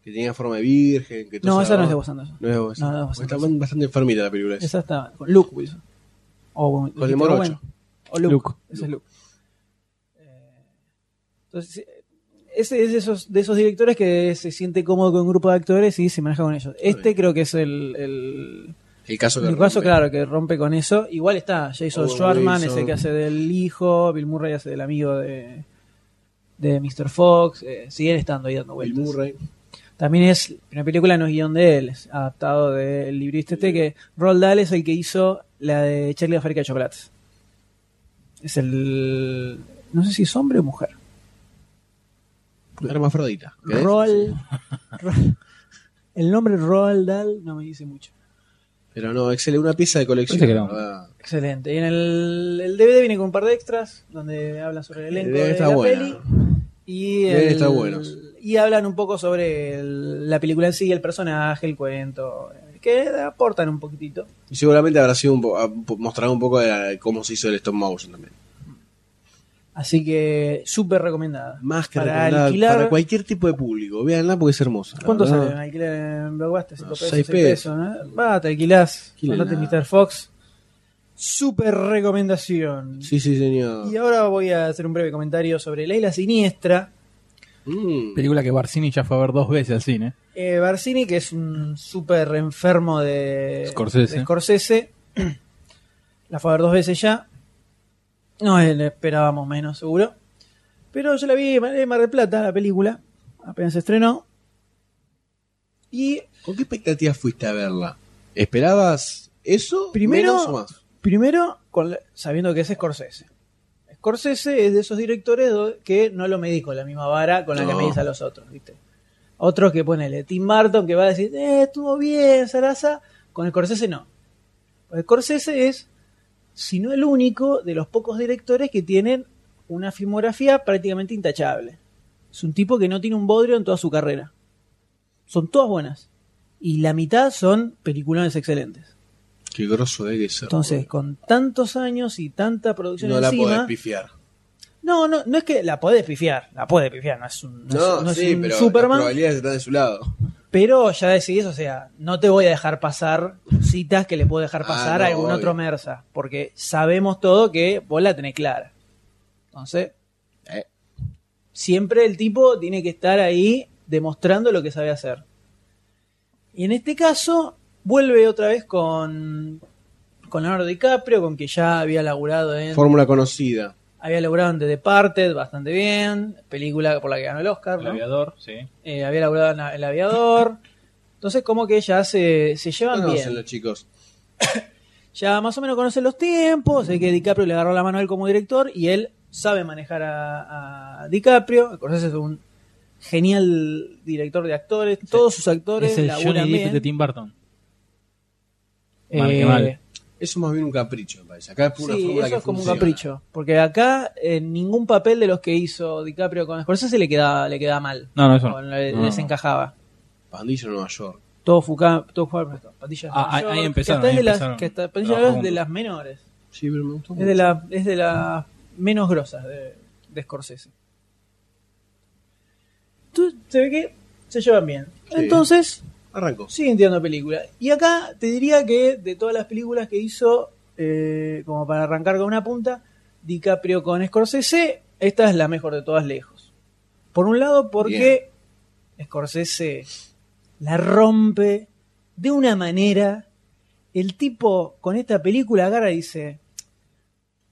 B: Que tenía forma de virgen. Que todo
A: No, esa no es de
B: era-
A: Wes Anderson.
B: No es de Wes
A: No, no es de
B: Anderson.
A: Wes
B: Está
A: Anderson.
B: bastante enfermita la película. esa.
A: Esa está con Luke Wilson. Owen-
B: Con el
A: ¿dijiste
B: morocho.
A: Owen? O Luke.
C: Luke.
A: Ese es Luke. Eh, Entonces, eh, ese es de esos, de esos directores que se siente cómodo con un grupo de actores y se maneja con ellos. Este
B: bien.
A: creo que es el, el,
B: El caso que
A: el caso,
B: rompe.
A: claro, que rompe con eso. Igual está Jason
B: Owen
A: Schwartzman,
B: Wilson.
A: ese que hace del hijo, Bill Murray hace del amigo de, de Mr. Fox. eh, siguen estando ahí dando
B: Bill
A: vueltas.
B: Murray.
A: También es, la película no es guión de él, es adaptado del librista este que Roald Dahl es el que hizo la de Charlie la fábrica de chocolates. Es el, no sé si es hombre o mujer.
B: Hermafrodita.
A: <laughs>
B: ¿querés?
A: Roald, Roald- el nombre Roald Dahl no me dice mucho.
B: Pero no, Excel es una pieza de colección.
C: Parece que no.
B: la verdad.
A: Excelente. Y en el, el DVD viene con un par de extras donde habla sobre el
B: El
A: elenco
B: DVD
A: de
B: Eh, está
A: la
B: bueno.
A: peli. Y,
B: El DVD
A: el-
B: está bueno.
A: y hablan un poco sobre el- la película en sí, el personaje, el cuento, eh, que aportan un poquitito.
B: Y seguramente habrá sido un po- ha- po- mostrado un poco de la- cómo se hizo el stop motion también.
A: Así que súper recomendada.
B: Más que
A: para
B: recomendada
A: alquilar.
B: para cualquier tipo de público. Véanla porque es hermosa. la
A: ¿Cuánto
B: verdad.
A: sale? Alquilar en Blockbuster, 5
B: No,
A: pesos,
B: seis
A: 6 pesos. ¿no? Va, te alquilás.
B: Alquilala.
A: Andate Mr. Fox. Súper recomendación.
B: Sí, sí, señor.
A: Y ahora voy a hacer un breve comentario sobre La Isla Siniestra.
B: Mm.
C: Película que Barcini ya fue a ver dos veces al cine.
A: Eh, Barcini, que es un súper enfermo de
C: Scorsese.
A: de Scorsese. <clears throat> La fue a ver dos veces ya. No eh, le esperábamos menos, seguro. Pero yo la vi en Mar del Plata, la película. Apenas se estrenó. Y
B: ¿Con qué expectativas fuiste a verla? ¿Esperabas eso?
A: Primero-
B: menos o más?
A: primero, con la- sabiendo que es Scorsese. Scorsese es de esos directores do- que no lo medí con la misma vara con la que
B: No.
A: medís a los otros, ¿viste? Otros que ponele Tim Burton que va a decir, eh, estuvo bien, Sarasa. Con Scorsese no. Con Scorsese es, si no el único, de los pocos directores que tienen una filmografía prácticamente intachable. Es un tipo que no tiene un bodrio en toda su carrera. Son todas buenas. Y la mitad son peliculones excelentes.
B: Qué grosso debe ser.
A: Entonces, con tantos años y tanta producción
B: no la
A: encima,
B: podés pifiar.
A: no, no, no es que la podés pifiar, la puede pifiar, no es un, no es-
B: No,
A: no es
B: sí,
A: un
B: pero las
A: Superman,
B: probabilidades están de su lado.
A: pero ya decidís, o sea, no te voy a dejar pasar citas que le puedo dejar
B: Ah,
A: pasar
B: no,
A: a algún
B: obvio.
A: otro Mersa, porque sabemos todo que vos la tenés clara. Entonces,
B: Eh.
A: siempre el tipo tiene que estar ahí demostrando lo que sabe hacer. Y en este caso, vuelve otra vez con, con Leonardo DiCaprio, con que ya había laburado en
B: Fórmula conocida.
A: había logrado en The Departed bastante bien, película por la que ganó el Oscar,
C: El
A: ¿no?
C: aviador, sí.
A: Eh, había logrado en El Aviador. Entonces, como que ya se, se llevan
B: Conocen
A: bien.
B: los chicos.
A: Ya más o menos conocen los tiempos, sé que DiCaprio le agarró la mano a él como director y él sabe manejar a, a DiCaprio. Scorsese es un genial director de actores, todos sus actores
C: Es el
A: laburan
C: Johnny Depp
A: bien.
C: de Tim Burton.
A: Eh,
C: Mal que mal.
B: Eso es más bien un capricho, me parece. Acá es pura
A: sí,
B: fórmula
A: eso
B: que
A: es como un
B: funciona.
A: capricho, porque acá eh, ningún papel de los que hizo DiCaprio con Scorsese le quedaba le quedaba mal,
C: No, no, eso
A: o
C: no.
A: le-
C: No,
A: les
C: no.
A: encajaba.
B: Pandillo en Nueva York.
A: todo Fuca, todo Juan- Patillas
C: Ah,
A: de
C: ahí-
A: Nueva
C: ahí
A: York,
C: empezaron,
A: que hasta
C: ahí
A: es de las-
C: empezaron.
A: que hasta- Patillas
C: Trabajo
A: de Nueva York es de
C: juntos.
A: las menores,
B: Sí, pero me gustó
A: es de la, es de las menos grosas de, de Scorsese. Tú- se ve que se llevan bien.
B: Sí.
A: Entonces,
B: Arrancó.
A: siguen tirando películas. Y acá te diría que de todas las películas que hizo, eh, como para arrancar con una punta, DiCaprio con Scorsese, esta es la mejor de todas lejos. Por un lado, porque Scorsese la rompe de una manera. El tipo con esta película agarra y dice: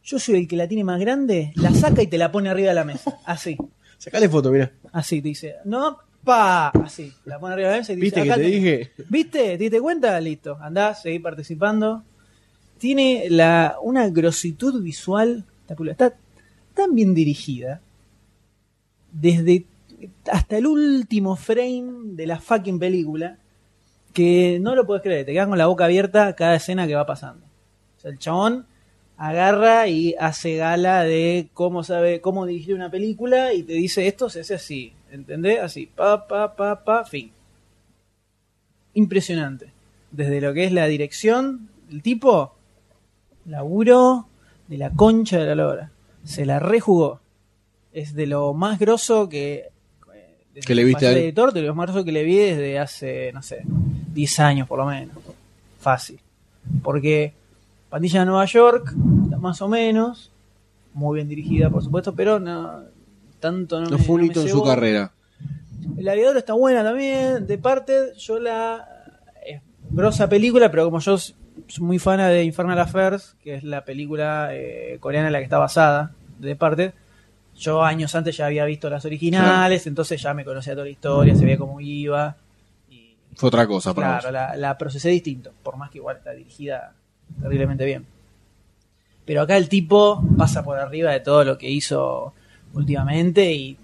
A: Yo soy el que la tiene más grande, la saca y te la pone arriba de la mesa. Así.
B: Sacale foto, mira.
A: Así, te dice: No, pa. Así. La pone arriba de la mesa y te
B: ¿Viste
A: dice:
B: que
A: "Acá
B: te dije?
A: ¿Viste? ¿Te diste cuenta? Listo. Andá, seguí participando. Tiene la, una grositud visual. esta película Está tan bien dirigida. Desde hasta el último frame de la fucking película. Que no lo puedes creer. Te quedas con la boca abierta cada escena que va pasando. O sea, el chabón agarra y hace gala de cómo sabe, cómo dirigir una película y te dice esto se hace así. ¿Entendés? Así. Pa, pa, pa, pa, fin impresionante. Desde lo que es la dirección, el tipo, laburo de la concha de la lora. Se la rejugó. Es de lo más grosso que. eh, desde
B: Que le viste
A: pasé
B: al-
A: de editor, de lo más grosso que le vi desde hace, no sé, 10 años por lo menos. Fácil. Porque Pandilla de Nueva York, más o menos, muy bien dirigida, por supuesto, pero no. Tanto no,
B: No
A: me-
B: fue un
A: no me
B: hito en su
A: cebó.
B: carrera.
A: El aviador está buena también. De parte, yo la. Es grosa película, pero como yo s- soy muy fana de Infernal Affairs, que es la película eh, coreana en la que está basada, de parte. Yo años antes ya había visto las originales, entonces ya me conocía toda la historia, se veía cómo iba. Y,
B: Fue otra cosa para
A: claro, la, la procesé distinto, por más que igual está dirigida terriblemente bien. Pero acá el tipo pasa por arriba de todo lo que hizo últimamente y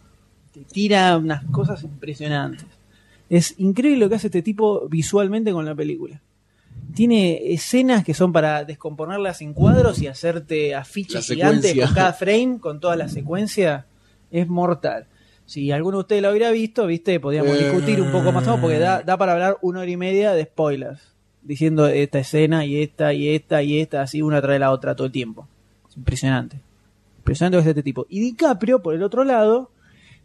A: te tira unas cosas impresionantes. Es increíble lo que hace este tipo visualmente con la película. Tiene escenas que son para descomponerlas en cuadros y hacerte
B: La
A: afiches
B: secuencia.
A: gigantes con cada frame, con toda la secuencia. Es mortal. Si alguno de ustedes lo hubiera visto, viste, podríamos
B: Eh.
A: discutir un poco más, ¿no? porque da, da para hablar una hora y media de spoilers. Diciendo esta escena y esta y esta y esta, así una tras de la otra todo el tiempo. Es impresionante. Impresionante lo que es este tipo. Y DiCaprio, por el otro lado,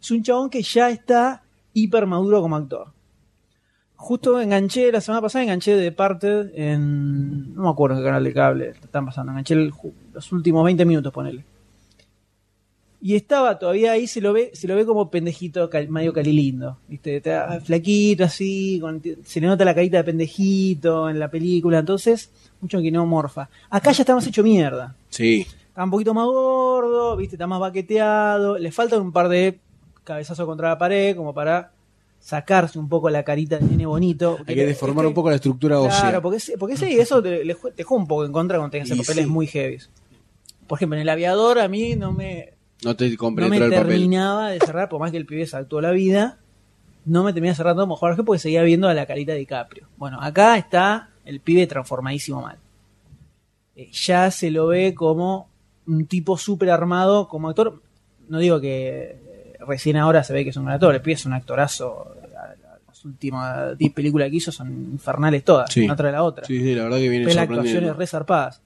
A: es un chabón que ya está hiper maduro como actor. Justo enganché, la semana pasada enganché de parte en. No me acuerdo en qué canal de cable están pasando. Enganché el ju- los últimos 20 minutos, ponele. Y estaba todavía ahí, se lo ve, se lo ve como pendejito cal- medio calilindo. ¿Viste? Está flaquito así, con- se le nota la carita de pendejito en la película. Entonces, mucho que no morfa. Acá ya está más hecho mierda
B: Sí.
A: está un poquito más gordo, viste, está más baqueteado, le faltan un par de cabezazos contra la pared como para sacarse un poco la carita de nene bonito. Este,
B: Hay que deformar un poco la estructura ósea.
A: Claro, porque, sí- porque sí, eso te, le jue- te juega un poco en contra cuando tenés que hacer
B: Y
A: papeles
B: sí.
A: muy heavy. Por ejemplo, en el aviador a mí no me,
B: No te
A: no me
B: comprendo el papel.
A: terminaba de cerrar, por más que el pibe se actuó la vida, no me terminaba cerrando como Jorge porque seguía viendo a la carita de DiCaprio. Bueno, acá está el pibe transformadísimo mal. Eh, ya se lo ve como un tipo súper armado como actor. No digo que eh, recién ahora se ve que es un gran actor, el pibe es un actorazo. La- la- Las últimas 10 películas que hizo son infernales todas,
B: Sí.
A: una tras la otra.
B: Sí, sí, la verdad que viene
A: Pero las
B: sorprendiendo.
A: actuaciones re zarpadas.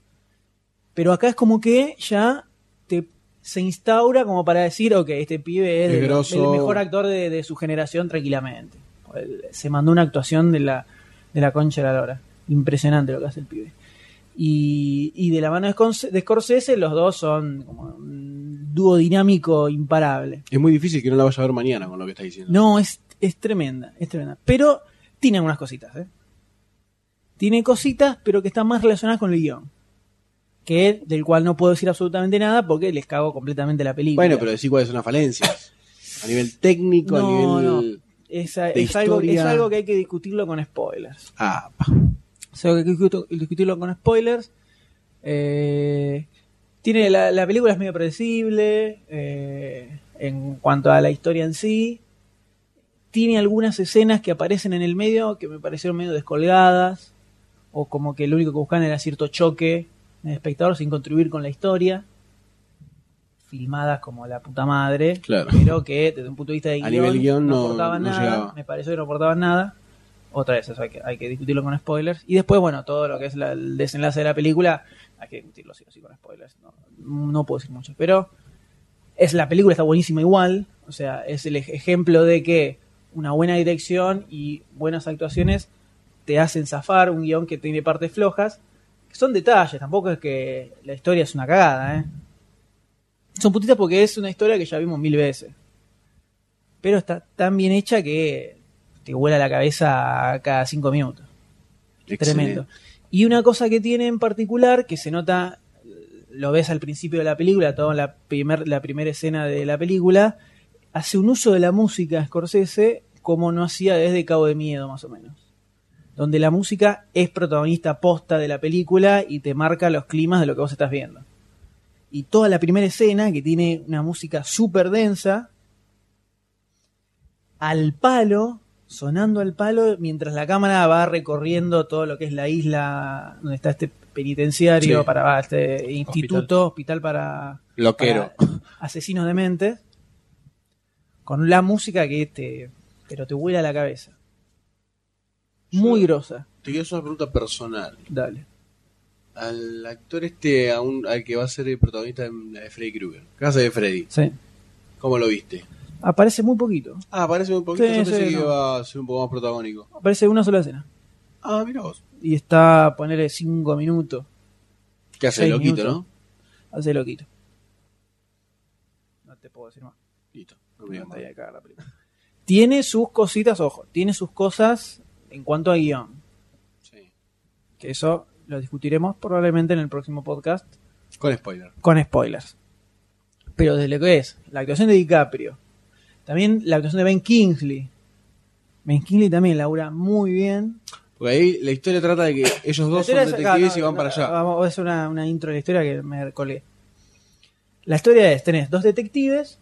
A: Pero acá es como que ya te, se instaura como para decir, ok, este pibe es, de
B: Es
A: lo-
B: grosso.
A: el mejor actor de, de su generación tranquilamente. El- Se mandó una actuación de la, de la concha de la lora. Impresionante lo que hace el pibe. Y, y de la mano de Sconce- de Scorsese, los dos son como un dúo dinámico imparable.
B: Es muy difícil que no la vaya a ver mañana con lo que estás diciendo.
A: No, es, es tremenda, es tremenda. Pero tiene algunas cositas, ¿eh? Tiene cositas, pero que están más relacionadas con el guión. Que del cual no puedo decir absolutamente nada porque les cago completamente la película.
B: Bueno, pero decir cuáles son las falencias. A nivel técnico,
A: No,
B: a nivel.
A: es, a-
B: de
A: es algo, es
B: historia-
A: algo que hay que discutirlo con spoilers.
B: Ah, pa.
A: O sea, que hay que discutu- discutirlo con spoilers. Eh, tiene la, la película es medio predecible eh, en cuanto a la historia en sí. Tiene algunas escenas que aparecen en el medio que me parecieron medio descolgadas. O como que lo único que buscaban era cierto choque en el espectador sin contribuir con la historia. Filmadas como la puta madre.
B: Claro.
A: Pero que desde un punto de vista de
B: A
A: guión,
B: nivel guión no-
A: aportaban
B: no
A: nada.
B: llegaba.
A: Me pareció que no aportaban nada otra vez, eso hay que, hay que discutirlo con spoilers. Y después, bueno, todo lo que es la- el desenlace de la película, hay que discutirlo sí o sí con spoilers. No, no puedo decir mucho, pero es la película está buenísima igual. O sea, es el ej- ejemplo de que una buena dirección y buenas actuaciones te hacen zafar un guión que tiene partes flojas. Que son detalles, tampoco es que la historia es una cagada, ¿eh? Son putitas porque es una historia que ya vimos mil veces pero está tan bien hecha que te vuela la cabeza cada cinco minutos.
B: Excelente.
A: Tremendo. Y una cosa que tiene en particular, que se nota, lo ves al principio de la película, toda la, primer, la primera escena de la película, hace un uso de la música Scorsese como no hacía desde Cabo de Miedo, más o menos. Donde la música es protagonista posta de la película y te marca los climas de lo que vos estás viendo. Y toda la primera escena, que tiene una música súper densa, al palo, sonando al palo, mientras la cámara va recorriendo todo lo que es la isla donde está este penitenciario,
C: Sí.
A: para va, este instituto, hospital para,
B: Loquero.
A: para asesinos de mentes, con la música que te, pero te vuela la cabeza. Muy
B: Yo-
A: grosa.
B: Te quiero hacer una pregunta personal.
A: Dale.
B: Al actor este, a un- al que va a ser el protagonista en la de Freddy Krueger. Casa de Freddy.
A: Sí.
B: ¿Cómo lo viste?
A: Aparece muy poquito.
B: Ah, parece un poquito.
A: Sí,
B: yo pensé
A: sí,
B: que
A: no.
B: iba a ser un poco más protagónico.
A: Aparece una sola escena.
B: Ah, mira vos.
A: Y está, ponerle cinco minutos.
B: ¿Qué hace
A: Seis
B: loquito,
A: minutos.
B: no?
A: Hace loquito. No te puedo decir más.
B: Listo. No me digas más.
A: Tiene sus cositas, ojo, tiene sus cosas en cuanto a guión.
B: Sí.
A: Que eso lo discutiremos probablemente en el próximo podcast
B: Con spoiler.
A: con spoilers. Pero desde lo que es la actuación de DiCaprio, también la actuación de Ben Kingsley. Ben Kingsley también labura muy bien.
B: Porque ahí la historia trata de que ellos
A: La
B: dos son
A: historia es-
B: detectives
A: ah, no,
B: y van
A: no,
B: para allá.
A: Vamos, es una, una intro de la historia que me colé. La historia es, tenés dos detectives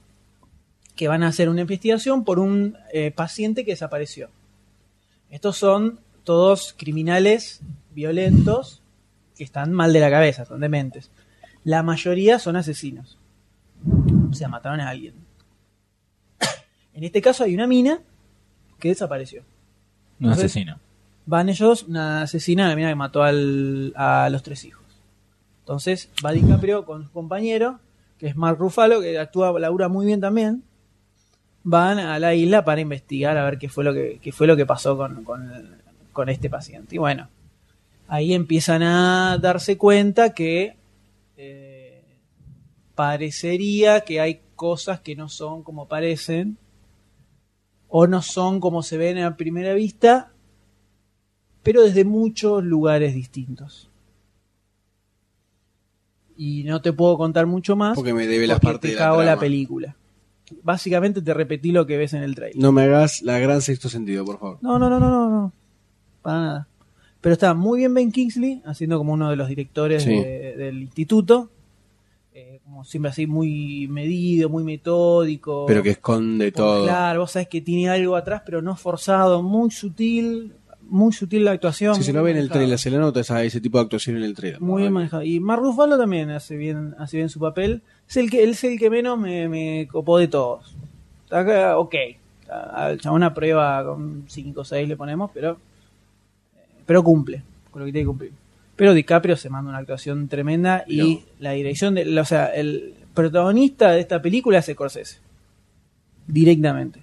A: que van a hacer una investigación por un eh, paciente que desapareció. Estos son todos criminales violentos que están mal de la cabeza, son dementes. La mayoría son asesinos. O sea, mataron a alguien. <coughs> En este caso hay una mina que desapareció
L: Un
A: Entonces-
L: asesino.
A: van ellos, una asesina, la mina que mató al- a los tres hijos. Entonces va DiCaprio con su compañero, que es Mark Ruffalo, que actúa, labura muy bien también. Van a la isla para investigar a ver qué fue lo que, qué fue lo que pasó con, con- con este paciente. Y bueno, ahí empiezan a darse cuenta que eh, parecería que hay cosas que no son como parecen o no son como se ven a primera vista pero desde muchos lugares distintos. Y no te puedo contar mucho más
B: Porque me debe las
A: porque
B: partes
A: te
B: de la
A: cago la,
B: trama.
A: película. Básicamente te repetí lo que ves en el trailer.
B: No me hagas la gran sexto sentido, por favor.
A: No, no, no, no, no, no. Para nada. Pero está muy bien Ben Kingsley, haciendo como uno de los directores
B: Sí.
A: de- del instituto. Eh, como siempre así, muy medido, muy metódico.
B: Pero que esconde todo.
A: Claro, vos sabés que tiene algo atrás, pero no forzado, muy sutil, muy sutil la actuación.
B: Si se
A: muy
B: lo ve en el
A: manejado.
B: trailer, se le nota esa- ese tipo de actuación en el trailer.
A: Muy bien manejado. Y Mark Ruffalo también hace bien, hace bien su papel. Es el que, él es el que menos me, me copó de todos. Acá, ok. A- Al chabón una prueba con 5 o 6 le ponemos, pero, eh, pero cumple con lo que tiene que cumplir. Pero DiCaprio se manda una actuación tremenda y la dirección de, o sea, el protagonista de esta película es Scorsese. Directamente.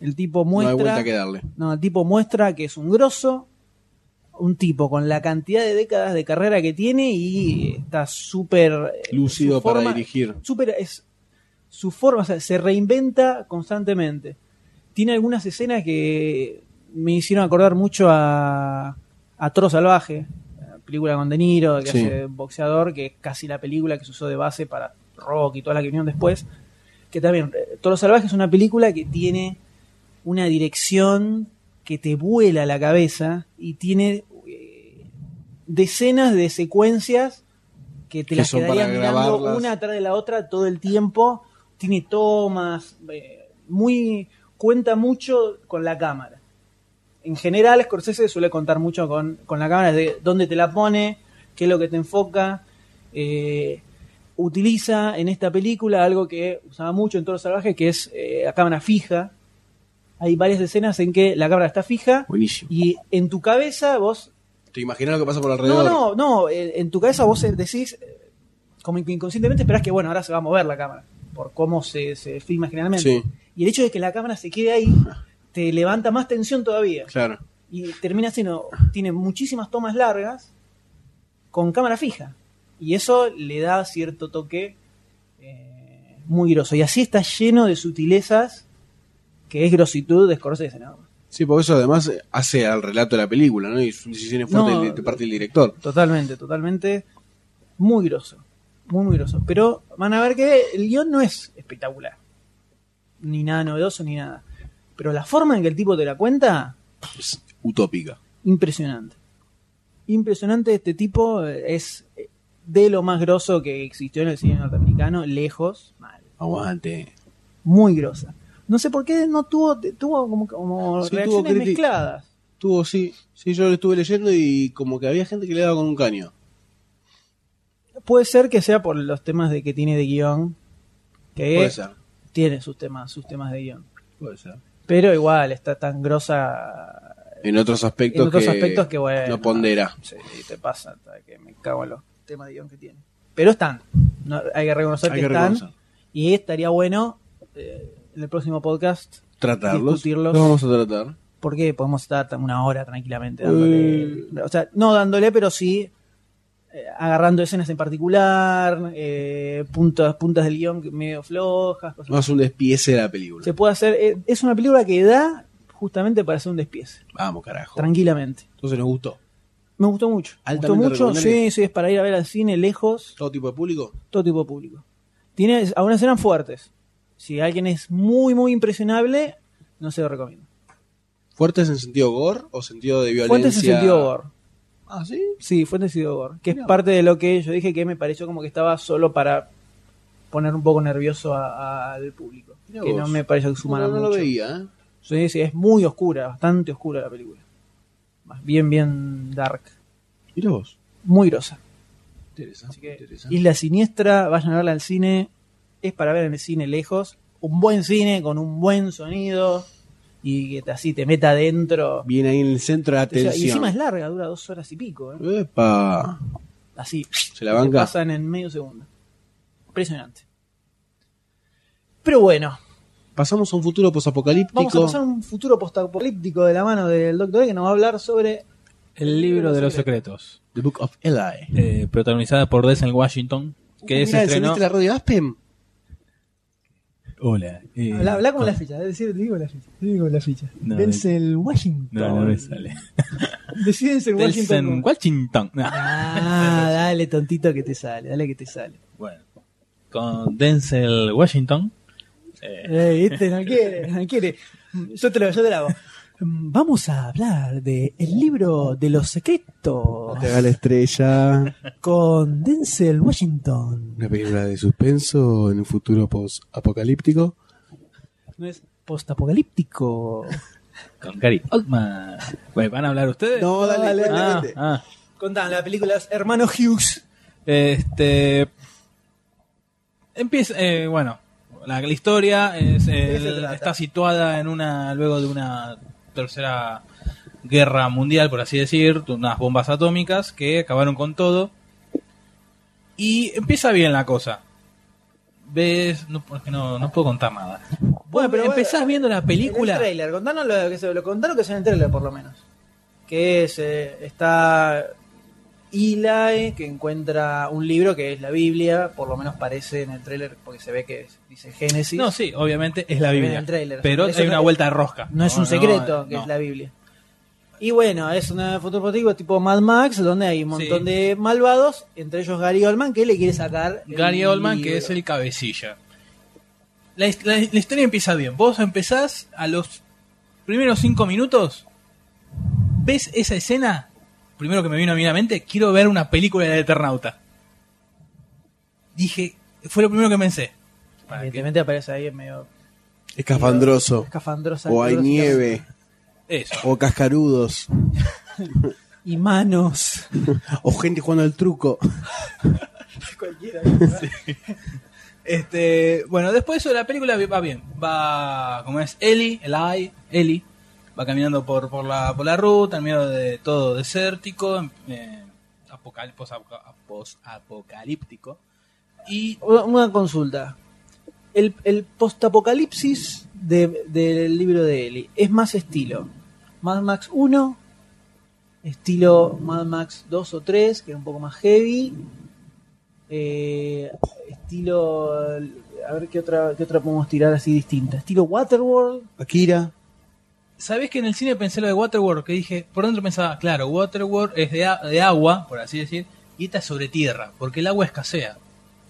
A: El tipo
B: No
A: muestra
B: hay vuelta que darle.
A: no, el tipo muestra que es un grosso, un tipo con la cantidad de décadas de carrera que tiene y está súper... eh,
B: Lúcido
A: su
B: para
A: forma-
B: dirigir.
A: súper- es su forma, o sea, se reinventa constantemente. Tiene algunas escenas que me hicieron acordar mucho a, a Toro Salvaje, la película con De Niro, que
B: Sí.
A: hace un boxeador, que es casi la película que se usó de base para Rock y todas las que vinieron después. Que también, eh, Toro Salvaje es una película que tiene una dirección que te vuela la cabeza y tiene eh, decenas de secuencias que te
B: Que
A: las
B: son para
A: quedarías mirando
B: grabarlas.
A: una atrás de la otra todo el tiempo. Tiene tomas, eh, muy cuenta mucho con la cámara. En general, Scorsese suele contar mucho con, con la cámara, de dónde te la pone, qué es lo que te enfoca. eh, utiliza en esta película algo que usaba mucho en Toro Salvaje, que es eh, la cámara fija. Hay varias escenas en que la cámara está fija
B: Buenísimo.
A: y en tu cabeza vos
B: ¿Te imaginas lo que pasa por alrededor?
A: no, no, no. eh, En tu cabeza vos decís, eh, como que inconscientemente esperás que, bueno, ahora se va a mover la cámara, por cómo se, se filma generalmente.
B: Sí,
A: Y el hecho de que la cámara se quede
B: <laughs>
A: ahí te levanta más tensión todavía.
B: claro.
A: Y termina siendo, tiene muchísimas tomas largas con cámara fija. Y eso le da cierto toque eh, muy groso. Y así está lleno de sutilezas que es grositud de Scorsese nada más.
B: Sí, porque eso además hace al relato de la película, ¿no? Y son decisiones fuertes
A: No,
B: de, de parte del director.
A: Totalmente, totalmente. Muy groso. Muy, muy groso. Pero van a ver que el guión no es espectacular. Ni nada novedoso, ni nada. Pero la forma en que el tipo te la cuenta,
B: Es utópica.
A: impresionante. Impresionante este tipo, eh, es eh, de lo más grosso que existió en el cine norteamericano, lejos, mal.
B: Aguante.
A: Muy grosa. No sé por qué no tuvo, tuvo como, como
B: Sí, tuvo
A: reacciones
B: criti-
A: mezcladas.
B: Tuvo, sí, sí, yo lo estuve leyendo y como que había gente que le daba con un caño.
A: Puede ser que sea por los temas de que tiene de guión. Que
B: Puede ser,
A: tiene sus temas, sus temas de guión.
B: puede ser.
A: Pero igual está tan grosa
B: En otros aspectos
A: en otros
B: que
A: aspectos que bueno.
B: no pondera.
A: Sí, te pasa, hasta que me cago en los temas de guión que tiene. Pero están. no- hay que reconocer
B: Hay
A: que,
B: que
A: están.
B: reconocer.
A: Y estaría bueno eh, en el próximo podcast.
B: Tratarlos.
A: Discutirlos.
B: Los vamos a tratar.
A: Porque podemos estar tam- una hora tranquilamente dándole. O sea, no dándole, pero sí eh, agarrando escenas en particular, eh, puntas, puntas del guión que medio flojas, cosas
B: Vamos a un despiece de la película.
A: se puede hacer. eh, Es una película que da justamente para hacer un despiece,
B: Vamos, carajo.
A: tranquilamente.
B: Entonces nos gustó.
A: Me gustó mucho. Me gustó
B: Altamente
A: mucho.
B: recomendable.
A: Sí, sí, es para ir a ver al cine lejos,
B: Todo tipo de público.
A: todo tipo de público. Tiene es- algunas escenas fuertes. Si alguien es muy, muy impresionable, no se lo recomiendo.
B: ¿Fuertes en sentido gore o sentido de violencia?
A: Fuentes en sentido gore.
B: Ah, sí.
A: Sí, fuentes en sentido gore. Que es
B: Mirá.
A: parte de lo que yo dije que me pareció como que estaba solo para poner un poco nervioso a- a- al público.
B: Mirá
A: que no
B: vos.
A: me pareció que sumara
B: No, no lo
A: mucho.
B: veía, ¿eh?
A: Sí, sí, es muy oscura, bastante oscura la película. Bien, bien dark.
B: Mirá vos.
A: Muy grosa.
C: Ah,
B: Interesante.
A: Así que
B: interesante.
A: Isla Siniestra, vayan a verla al cine. Es para ver en el cine lejos. Un buen cine con un buen sonido y que te- así te meta adentro.
B: Viene ahí en el centro de
A: O sea,
B: atención.
A: Y encima es larga, dura dos horas y pico. ¿eh?
B: Epa.
A: Así.
B: Se la banca.
A: Pasan en medio segundo. Impresionante. Pero bueno,
B: Pasamos a un futuro
A: vamos a
B: posapocalíptico.
A: pasar a un futuro postapocalíptico de la mano del Doctor E que nos va a hablar sobre
C: El libro de los secretos,
B: The Book of Eli.
C: eh, protagonizada por Denzel Washington, que se
B: Mirá,
C: estrenó.
B: ¿encendiste la radio Aspen?
C: Hola. eh,
D: Habla, habla como
C: con-
D: la ficha, es decir, digo la ficha. Digo la ficha.
C: No,
D: Denzel Washington.
C: No, no me sale.
D: Decí Denzel Washington.
C: Denzel Washington. No.
A: Ah, dale, tontito que te sale, dale que te sale.
C: Bueno, con Denzel Washington. eh,
D: Eh,
A: este
D: ¿viste? No quiere, no quiere.
A: Yo te lo, yo te lo hago.
D: Mm, Vamos a hablar de El libro de los secretos
B: haga la estrella.
D: con Denzel Washington.
B: Una película de suspenso en un futuro post-apocalíptico.
A: No es-
D: Postapocalíptico.
C: con Gary Oldman. Bueno, ¿van a hablar ustedes?
B: No, dale, dale,
C: Ah, ah.
A: Contame, la película es Hermano Hughes.
C: Este. Empieza. eh, bueno, la, la historia es,
A: qué
C: el-
A: se trata?
C: está situada en una. Luego de una tercera guerra mundial, por así decir, de unas bombas atómicas que acabaron con todo. Y empieza bien la cosa. Ves. No, porque no, no puedo contar nada. Bueno, pero
A: bueno,
C: empezás viendo la película.
A: En el trailer, contanos lo que, se, lo, contanos que es en el trailer, por lo menos. Que es, eh, está Eli, que encuentra un libro que es la Biblia, por lo menos parece en el trailer, porque se ve que es- dice Génesis.
C: No, sí, obviamente es la
A: Se ve en
C: Biblia.
A: el tráiler.
C: Pero
A: Eso
C: hay
A: no
C: una
A: es-
C: vuelta de rosca.
A: No es un secreto que
C: no.
A: es la Biblia. Y bueno, es una futuro positivo tipo Mad Max, donde hay un montón
C: Sí.
A: de malvados, entre ellos Gary Oldman, que le quiere sacar. el
C: Gary Oldman, que
A: libro.
C: es el cabecilla. La, his- la- la historia empieza bien. Vos empezás a los primeros cinco minutos. ¿Ves esa escena? Primero que me vino a mí a la mente, quiero ver una película de Eternauta. Dije, fue lo primero que pensé. Para que-
A: Evidentemente aparece ahí en medio
B: Escafandroso.
A: escafandrosa.
B: O hay nieve.
C: Eso.
B: O cascarudos.
A: Y
C: <laughs>
A: manos.
B: O gente jugando al truco.
A: Cualquiera.
C: Este, bueno, después de eso la película va bien. Va, como es, Eli, Eli, Eli, va caminando por, por, la, por la ruta, en medio de todo desértico, eh, apocal- posapoca- post-apocalíptico. Y
A: Una- Una consulta. El, el postapocalipsis de- del libro de Eli es más estilo Mad Max 1, estilo Mad Max 2 o 3, que es un poco más heavy, eh, estilo eh, a ver qué otra, qué otra podemos tirar así distinta. Estilo Waterworld.
B: Akira.
C: ¿Sabés que en el cine pensé lo de Waterworld? Que dije, por dentro pensaba, claro, Waterworld es de, a- de agua, por así decir, y esta es sobre tierra, porque el agua escasea.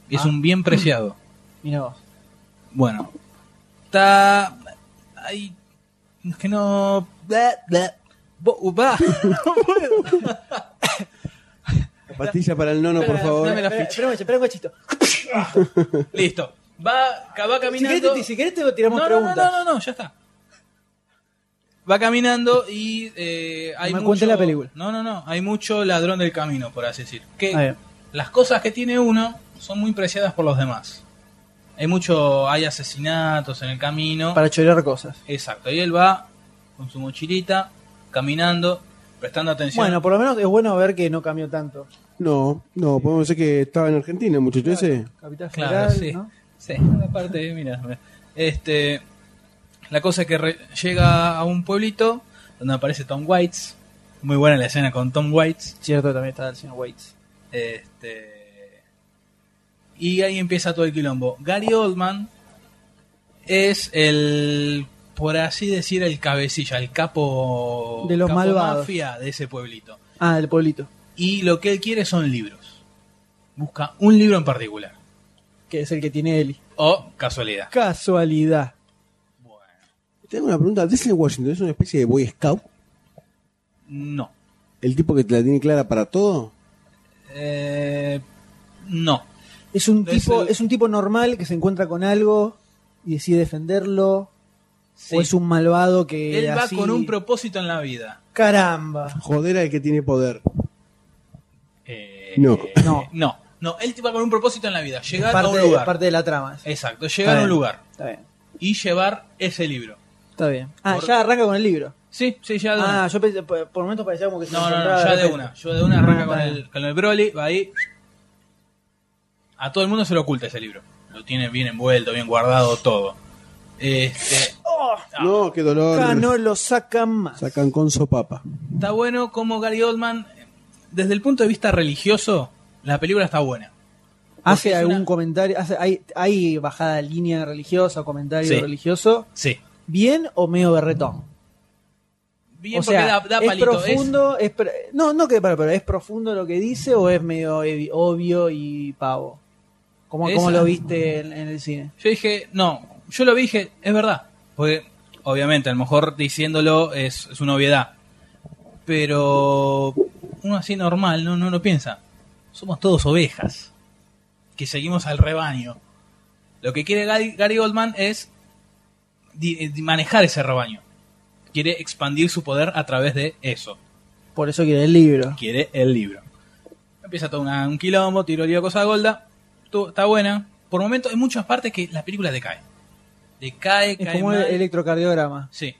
C: Y es
A: Ah.
C: un bien preciado.
A: Mira <laughs> vos.
C: Bueno, está. Ay, es que no. Bla, bla. Bo- uh, bla.
A: <laughs>
B: Pastilla para el nono, por
C: Espera,
B: favor.
C: dame la ficha.
A: Espera, espera, espera un cachito.
C: Listo. Va, ca- va
A: Si querés,
C: caminando.
A: te, si querés te tiramos
C: no, no, no,
A: preguntas.
C: no, no, no, ya está. Va caminando y eh, hay
A: Me
C: mucho.
A: cuente la película.
C: No, no, no. Hay mucho ladrón del camino, por así decir. Que
A: Ah, bien.
C: las cosas que tiene uno son muy preciadas por los demás. Hay mucho, hay asesinatos en el camino.
A: Para chorear cosas.
C: Exacto. Y él va con su mochilita, caminando, prestando atención.
A: Bueno, por lo menos es bueno ver que no cambió tanto.
B: No, no, podemos decir que estaba en Argentina, el muchacho ese.
A: Capital
C: Claro,
A: Federal,
C: sí.
A: ¿no?
C: Sí, aparte, mira, este, la cosa es que re- llega a un pueblito donde aparece Tom Waits, muy buena la escena con Tom Waits,
A: Cierto, también está el señor Waits.
C: este, y ahí empieza todo el quilombo. Gary Oldman es el, por así decir, el cabecilla, el capo
A: De los
C: capo
A: malvados.
C: mafia de ese pueblito.
A: Ah, el pueblito.
C: Y lo que él quiere son libros. Busca un libro en particular.
A: Que es el que tiene Eli.
C: Oh, casualidad.
A: Casualidad.
B: Te hago una pregunta. Denzel Washington es una especie de Boy Scout.
C: No.
B: El tipo que te la tiene clara para todo.
C: Eh, no.
A: Es un,
C: Es
A: tipo,
C: el-
A: es un tipo normal que se encuentra con algo y decide defenderlo.
C: Sí.
A: O es un malvado que.
C: Él va
A: Eh, así-
C: con un propósito en la vida.
A: Caramba.
B: Joder al que tiene poder.
C: Eh,
B: No.
C: No.
A: No.
C: No. No, él va con un propósito en la vida. Llegar
A: es parte,
C: a un lugar.
A: es parte de la trama. sí.
C: Exacto, llegar a un
A: bien.
C: lugar.
A: Eh, Está bien.
C: Y llevar ese libro.
A: Está bien. Ah,
C: Por-
A: ya arranca con el libro.
C: Sí, sí, ya de
A: Ah,
C: una.
A: yo pensé, por, por momentos parecía como que se
C: No, no, no,
A: encontraba
C: ya de
A: repente.
C: una. Yo de una arranca
A: Ah,
C: con
A: está bien.
C: el, con el Broly, va ahí. A todo el mundo se lo oculta ese libro. Lo tiene bien envuelto, bien guardado, todo. Este, Ah.
B: No, qué dolor.
A: Acá no lo sacan más.
B: Sacan con sopapa.
C: Está bueno como Gary Oldman, desde el punto de vista religioso, la película está buena.
A: Hace
C: es
A: algún
C: una-
A: comentario, hace, hay, hay bajada de línea religiosa o comentario
C: Sí.
A: religioso,
C: Sí.
A: bien o medio berretón.
C: Bien,
A: o sea,
C: porque da, da
A: es
C: palito. es-
A: profundo, es, pre- no, no que para, pero es profundo lo que dice o es medio evi- obvio y pavo. ¿Cómo,
C: Es-
A: cómo lo viste en, en el cine?
C: Yo dije, no, yo lo vi y dije, es verdad. Porque, obviamente, a lo mejor diciéndolo es, es una obviedad. Pero uno así normal no, no lo piensa. Somos todos ovejas. Que seguimos al rebaño. Lo que quiere Gary, Gary Goldman es di- di- manejar ese rebaño. Quiere expandir su poder a través de eso.
A: Por eso quiere el libro.
C: quiere el libro. Empieza todo una- un quilombo, tiro lío, cosa golda. Tu- está buena. Por momentos, en muchas partes que la película decae. Decae,
A: Es
C: cae
A: como
C: mal.
A: el electrocardiograma.
C: Sí.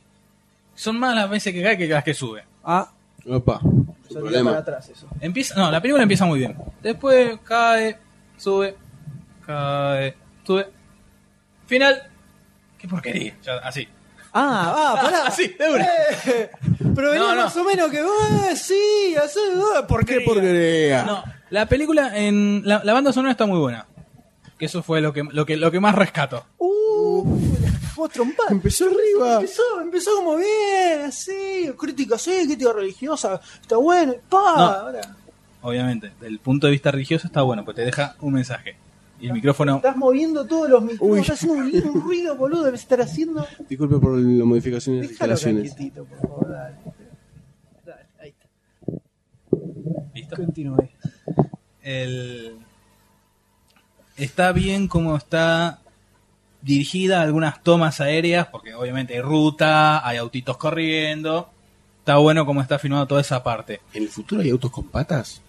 C: Son más las veces que cae que las que sube.
A: Ah,
B: Opa.
A: salió
B: Problema.
A: para atrás eso.
C: Empieza, no, la película empieza muy bien. Después cae, sube, cae, sube. Final. Qué porquería. Ya, así.
A: Ah, ah,
C: <laughs>
A: pará.
C: Así, de una.
A: Eh, pero venía
C: No, no.
A: más o menos que, eh, sí, así, eh, ¿por qué?
B: ¡Qué porquería!
C: No, la película en. La, la banda sonora está muy buena. Que eso fue lo que, lo que, lo que más rescato.
A: Uh, vos trompás.
B: Empezó
C: Ah.
B: arriba.
A: Empezó, empezó como bien, así, crítica, sí, crítica religiosa, está bueno, y pa,
C: No.
A: ahora,
C: obviamente, del punto de vista religioso está bueno, pues te deja un mensaje. Y el micrófono,
A: estás moviendo todos los micrófonos,
B: Uy.
A: estás haciendo un, un ruido, boludo, debes estar haciendo.
B: Disculpe por las modificaciones y las
A: Déjalo acá
B: instalaciones.
A: quietito, por favor, dale. Dale, ahí está.
C: ¿listo?
A: Continúe.
C: El- Está bien como está dirigida algunas tomas aéreas, porque obviamente hay ruta, hay autitos corriendo. Está bueno como está filmado toda esa parte.
B: ¿En el futuro hay autos con <laughs> patas?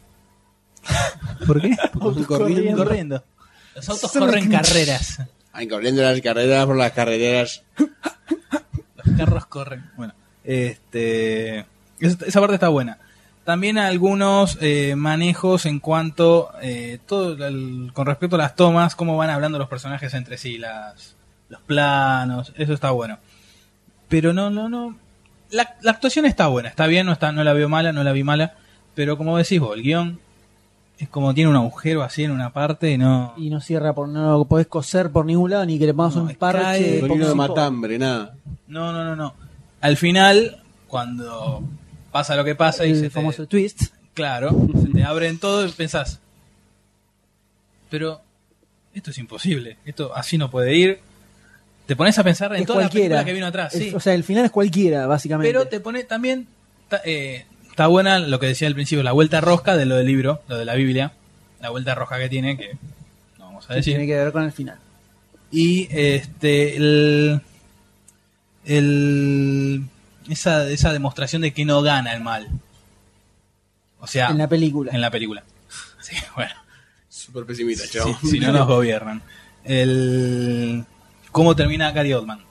C: ¿Por qué?
B: Autos corriendo.
C: corriendo. Los autos corren carreras.
B: Ay, corriendo las carreras por las carreteras.
C: Los carros corren. Bueno, este, es- esa parte está buena. También algunos eh, manejos en cuanto eh, todo el- con respecto a las tomas, cómo van hablando los personajes entre sí, las, los planos, eso está bueno. Pero no, no, no. La, la actuación está buena, está bien, no está, no la veo mala, no la vi mala. Pero como decís vos, el guión Es como tiene un agujero así en una parte y no.
A: Y no cierra por no lo podés coser por ningún lado ni que le pongas
C: No,
A: un
C: es
A: parche
C: cae-
B: Con hilo de matambre, nada.
C: No, no, no, no. Al final, cuando pasa lo que pasa y
A: el
C: se te-
A: famoso twist.
C: Claro, se te abren todo y pensás. Pero esto es imposible, esto así no puede ir. Te pones a pensar en
A: es
C: toda la
A: cualquiera.
C: película que vino atrás,
A: Es-
C: sí.
A: O sea, el final es cualquiera, básicamente.
C: Pero te pone también. ta- eh, Está buena lo que decía al principio, la vuelta rosca de lo del libro, lo de la Biblia. La vuelta roja que tiene, que no vamos a
A: Que
C: decir.
A: tiene que ver con el final.
C: Y este el, el esa, esa demostración de que no gana el mal. O sea,
A: En la película.
C: película. <laughs> Sí, bueno,
B: Súper pesimista,
C: si,
B: chavo.
C: si no nos gobiernan. El cómo termina Gary Oldman.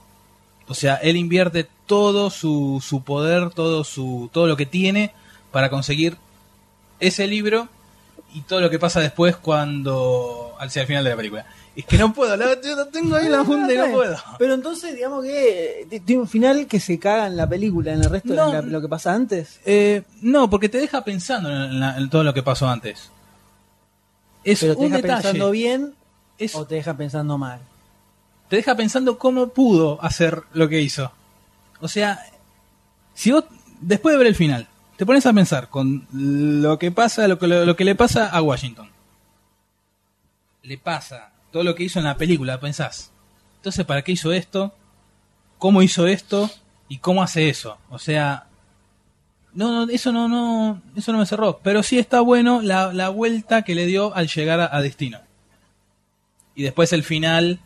C: O sea, él invierte todo su, su poder, todo su todo lo que tiene para conseguir ese libro y todo lo que pasa después cuando al al final de la película. Es que no puedo, la- yo no tengo ahí la punta y no puedo.
A: Pero entonces, digamos que eh, tiene un final que se caga en la película, en el resto
C: No.
A: de la- lo que pasa antes.
C: Eh, no, porque te deja pensando en, la- en todo lo que pasó antes. Es
A: Pero te
C: un
A: deja
C: detalle.
A: pensando bien
C: es-
A: o te deja pensando mal.
C: te deja pensando cómo pudo hacer lo que hizo. O sea, si vos, después de ver el final, te pones a pensar con lo que pasa, lo que, lo, que le pasa a Washington. Le pasa todo lo que hizo en la película, pensás. Entonces, ¿para qué hizo esto? ¿Cómo hizo esto? ¿Y cómo hace eso? O sea, no, no, eso no, no, eso no me cerró. Pero sí está bueno la, la vuelta que le dio al llegar a- a destino. Y después el final,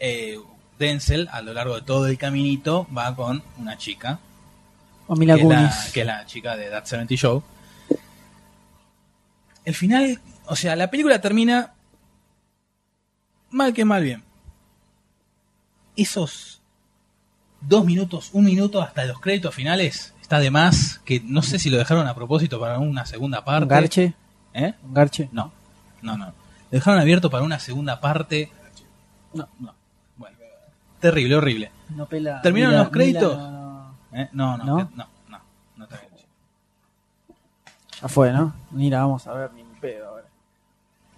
C: eh, Denzel, a lo largo de todo el caminito, va con una chica,
A: O
C: que
A: Mila
C: es, la,
A: Kunis.
C: que es la chica de That 70 Show. El final, o sea, la película termina mal que mal bien. Esos dos minutos, un minuto hasta los créditos finales, está de más, que no sé si lo dejaron a propósito para una segunda parte.
A: Un garche.
C: ¿Eh?
A: Un garche.
C: No, no, no. Lo dejaron abierto para una segunda parte. No, no. Bueno, terrible, horrible.
A: No pela.
C: ¿Terminaron
A: Mila-
C: los créditos?
A: Mila no-
C: Eh, No, no,
A: ¿No?
C: que- no, no, no te voy a decir.
A: Ya fue, ¿no? Ni la vamos a ver ni un pedo ahora.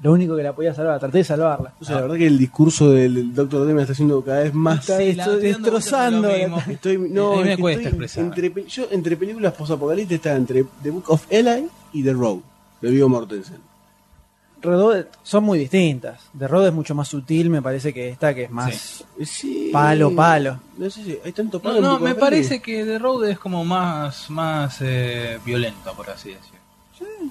A: Lo único que la podía salvar, traté de salvarla.
B: O sea, la verdad que el discurso del Dr. Demi está haciendo cada vez más.
A: Está
C: Sí, la
A: destro-
C: estoy dando
A: destrozando.
C: vueltas en lo mismo.
B: Estoy, no,
C: A mí me
B: es que
C: cuesta
B: estoy
C: expresar.
B: Entre, pe- yo entre películas posapocalípticas está entre The Book of Eli y The Road, de Vigo Mortensen.
A: Rodó- son muy distintas. De Rodo es mucho más sutil, me parece que esta que es más
B: Eh, Sí.
A: palo, palo.
B: No sé si hay tanto palo.
C: No,
B: en
C: no,
B: Book of
C: me
B: Eli.
C: parece que The Road es como más, más eh, violento, por así decirlo.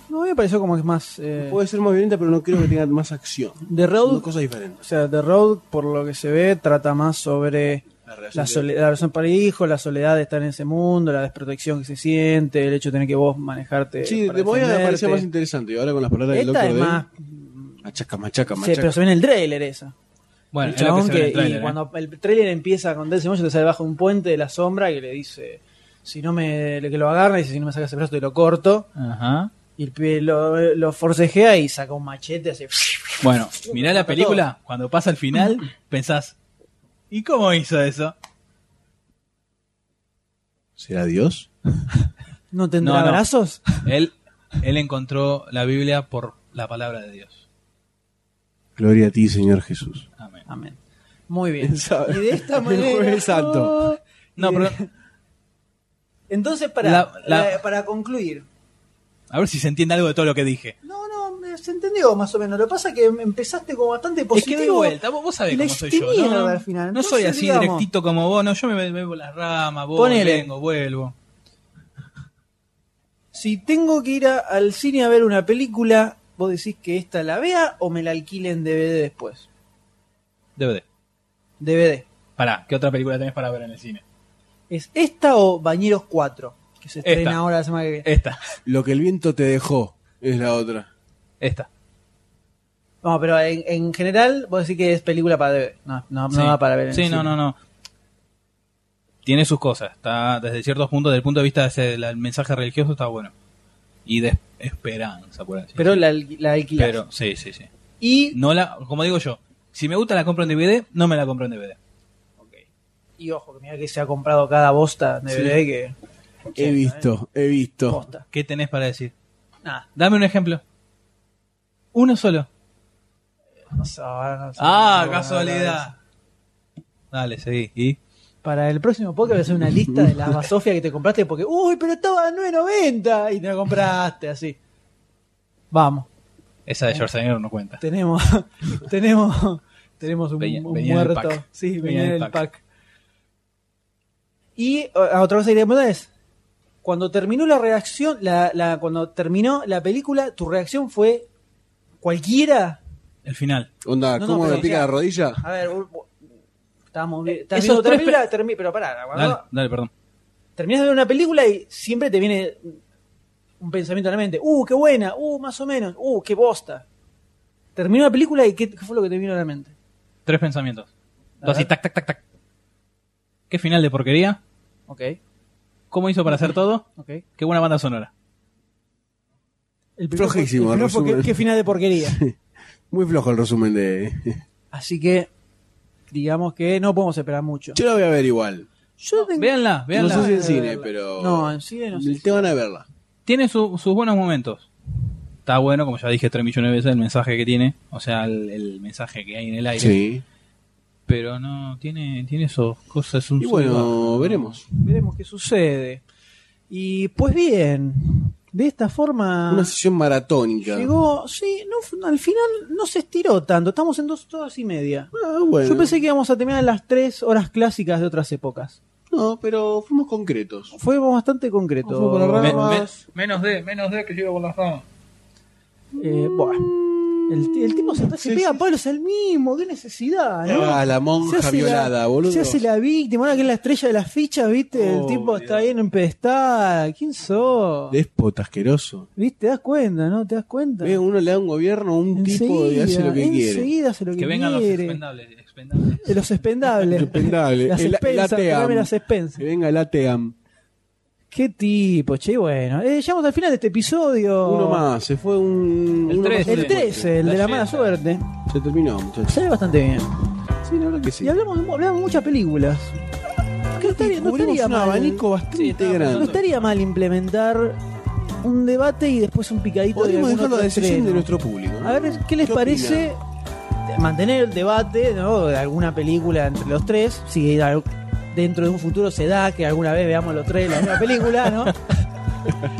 A: No me pareció como que es más. eh,
B: Puede ser más violenta, pero no creo que tenga más acción.
A: The
B: Son dos
A: Road,
B: cosas diferentes.
A: o sea, The Road, por lo que se ve, trata más sobre
B: La
A: la,
B: relación que-
A: sole- la razón para el hijo, la soledad de estar en ese mundo, la desprotección que se siente, el hecho de tener que vos manejarte.
B: Sí,
A: para
B: de Moya me parecía más
A: defenderte.
B: interesante. Y ahora con las palabras del
A: Esta
B: Dr.
A: es
B: Demi.
A: más.
B: Machaca, machaca,
A: se-
B: machaca.
A: pero se ve en el trailer esa.
C: Bueno,
A: El
C: es lo que
A: chabón
C: se ve en
A: que-
C: el tráiler,
A: y
C: ¿eh?
A: cuando el trailer empieza con Denzel Washington, sale bajo un puente de la sombra y le dice: Si no me. que lo agarra y dice: Si no me sacas el brazo, te lo corto.
C: ¿eh? Ajá.
A: Y el pibe lo, lo forcejea y saca un machete, hace. <laughs>
C: Bueno, mirá la
A: Mata
C: película, cuando pasa el final, <laughs> pensás, ¿y cómo hizo eso?
B: ¿Será Dios?
A: ¿No tendrá
C: No, no.
A: brazos?
C: Él, él encontró la Biblia por la palabra de Dios.
B: Gloria a ti, Señor Jesús.
C: Amén.
A: Amén. Muy bien.
B: Sabe.
A: Y de
C: <laughs>
A: esta
B: El
A: manera. Oh.
B: Jueves Santo.
C: No, pero
A: Entonces, para,
C: La- la-
A: eh, para concluir.
C: a ver si se entiende algo de todo lo que dije.
A: No, no, me- se entendió más o menos. Lo que pasa es que em- empezaste como bastante
C: Es que de
A: positivo.
C: vuelta, vos, vos sabés
A: la
C: cómo soy yo.
A: extendí
C: No,
A: al final.
C: no
A: Entonces,
C: soy así
A: digamos-
C: directito como vos, no, yo me bebo las ramas, voy,
A: Ponele.
C: vengo, vuelvo.
A: Si tengo que ir a- al cine a ver una película, vos decís que esta la vea o me la alquilen DVD después.
C: DVD.
A: DVD.
C: Pará, ¿qué otra película tenés para ver en el cine?
A: ¿Es esta o Bañeros 4? Que se estrena
C: Esta.
A: ahora la semana que viene.
C: Esta,
B: Lo que el viento te dejó es la otra.
C: esta.
A: No, pero en, en general, vos decís que es película para ver. No, no, no
C: Sí.
A: va para ver. en
C: Sí,
A: el
C: no,
A: cine.
C: no, no. Tiene sus cosas. Está desde ciertos puntos, desde el punto de vista del mensaje religioso, está bueno. Y de esperanza, por así
A: Pero
C: decirlo.
A: la, alqui- la alquilás.
C: Pero, sí, sí, sí.
A: Y,
C: No la, como digo yo, si me gusta la compro en DVD, no me la compro en DVD.
A: y ojo, que mira que se ha comprado cada bosta de
C: Sí.
A: DVD que.
B: He visto, he visto.
A: Posta.
C: ¿Qué tenés para decir?
A: Nada.
C: Dame un ejemplo. Uno solo.
A: No sé, ahora no sé.
C: Ah,
A: No,
C: casualidad. Dale, seguí. ¿Y?
A: Para el próximo podcast voy a hacer una lista de las basofias que te compraste porque, uy, pero estaba a 9.90 y te la compraste así. Vamos,
C: Esa de Schwarzenegger no cuenta.
A: tenemos, <laughs> tenemos, tenemos un,
C: Venía-
A: un
C: venía en el
A: muerto.
C: pack.
A: Sí,
C: Venía en
A: venía
C: el
A: en el
C: pack.
A: pack. Y o- otra cosa que quería preguntar es, cuando terminó la reacción, la, la- cuando terminó la película, tu reacción fue cualquiera.
C: El final.
B: Onda,
A: No, no,
B: ¿cómo
A: pero
B: le pica
A: decía-
B: la rodilla?
A: A ver, u- u- estábamos vi- estás
C: esos
A: viendo otra
C: tres
A: película, termi- pero pará, cuando-
C: Dale, dale, perdón.
A: terminas de ver una película y siempre te viene un pensamiento a la mente. Uh, qué buena, uh, más o menos, uh, qué bosta. Terminó la película y ¿qué, qué fue lo que te vino a la mente?
C: Tres pensamientos.
A: A
C: Todo así,
A: ver.
C: tac, tac, tac, tac. ¿Qué final de porquería?
A: Ok,
C: ¿Cómo hizo para hacer todo?
A: ok.
C: Qué buena banda sonora.
A: El
B: Flojísimo,
A: el primero fue
B: resumen.
A: qué, qué final de
B: <laughs>
A: porquería.
B: Muy flojo el resumen de. <laughs>
A: Así que, digamos que no podemos esperar mucho.
B: Yo la voy a ver igual.
A: Yo tengo-
C: Véanla,
B: No
C: véanla.
B: sé si en
A: Véanla.
B: cine, pero.
A: No, en cine no sé.
B: Te van a verla.
C: Tiene su- sus buenos momentos. Está bueno, como ya dije tres millones de veces, el mensaje que tiene. O sea, el, el mensaje que hay en el aire.
B: Sí.
C: Pero no, tiene, tiene eso, cosas. Un
B: Y
C: sub-
B: bueno,
C: bajo.
B: veremos.
A: Veremos qué sucede. Y pues bien, de esta forma...
B: Una sesión maratónica.
A: Ah. Llegó, sí, no, fu- al final no se estiró tanto, estamos en dos horas y media.
B: Ah, bueno.
A: Yo pensé que íbamos a terminar en las tres horas clásicas de otras épocas.
B: No, pero fuimos concretos.
A: Fue bastante concreto.
B: Fue por la
C: Me-
B: rama.
C: me- menos de, menos de que llego por las ramas.
A: Eh, buah. El, ti- el tipo se, está- se
B: Sí,
A: pega
B: sí.
A: a palos al mismo, qué necesidad, ¿no?
B: Ah, la monja violada,
A: la,
B: boludo.
A: Se hace la víctima, ahora que es la estrella de las fichas, ¿viste? el
B: Oh,
A: tipo
B: Dios.
A: está ahí en un pedestal. ¿Quién sos?
B: Déspota asqueroso.
A: ¿Viste? ¿Te das cuenta, no? ¿Te das cuenta?
B: Ve, Uno le da un gobierno a un tipo y hace lo que quiere.
A: enseguida hace lo que,
C: Que vengan los
A: quiere.
C: expendables. expendables.
A: Eh, Los expendables.
B: Expendable.
A: Las
B: El- la
A: expensas,
B: TEAM.
A: pagame las expensas.
B: Que venga la TEAM.
A: Qué tipo, che, bueno. Eh, llegamos al final de este episodio.
B: Uno más, se fue un.
C: El
B: uno más
C: 13.
A: El 13, el de la mala suerte.
B: Se terminó, muchachos.
A: Se ve bastante bien.
B: Sí, la verdad que sí.
A: Y hablamos de, hablamos de muchas películas. Que no estaría, no
B: Cubrimos
A: estaría
B: un
A: mal.
B: abanico
C: Sí,
B: bastante
C: estaba
A: No
B: grande.
A: estaría mal implementar un debate y después un picadito
B: Podríamos
A: de algún
B: dejarlo a
A: otro
B: decisión
A: estreno.
B: de nuestro público. ¿no?
A: A ver, ¿qué les
B: opinan?
A: parece mantener el debate ¿no? de alguna película entre los tres? Si al- dentro de un futuro se da que alguna vez veamos los tres la misma película, ¿no?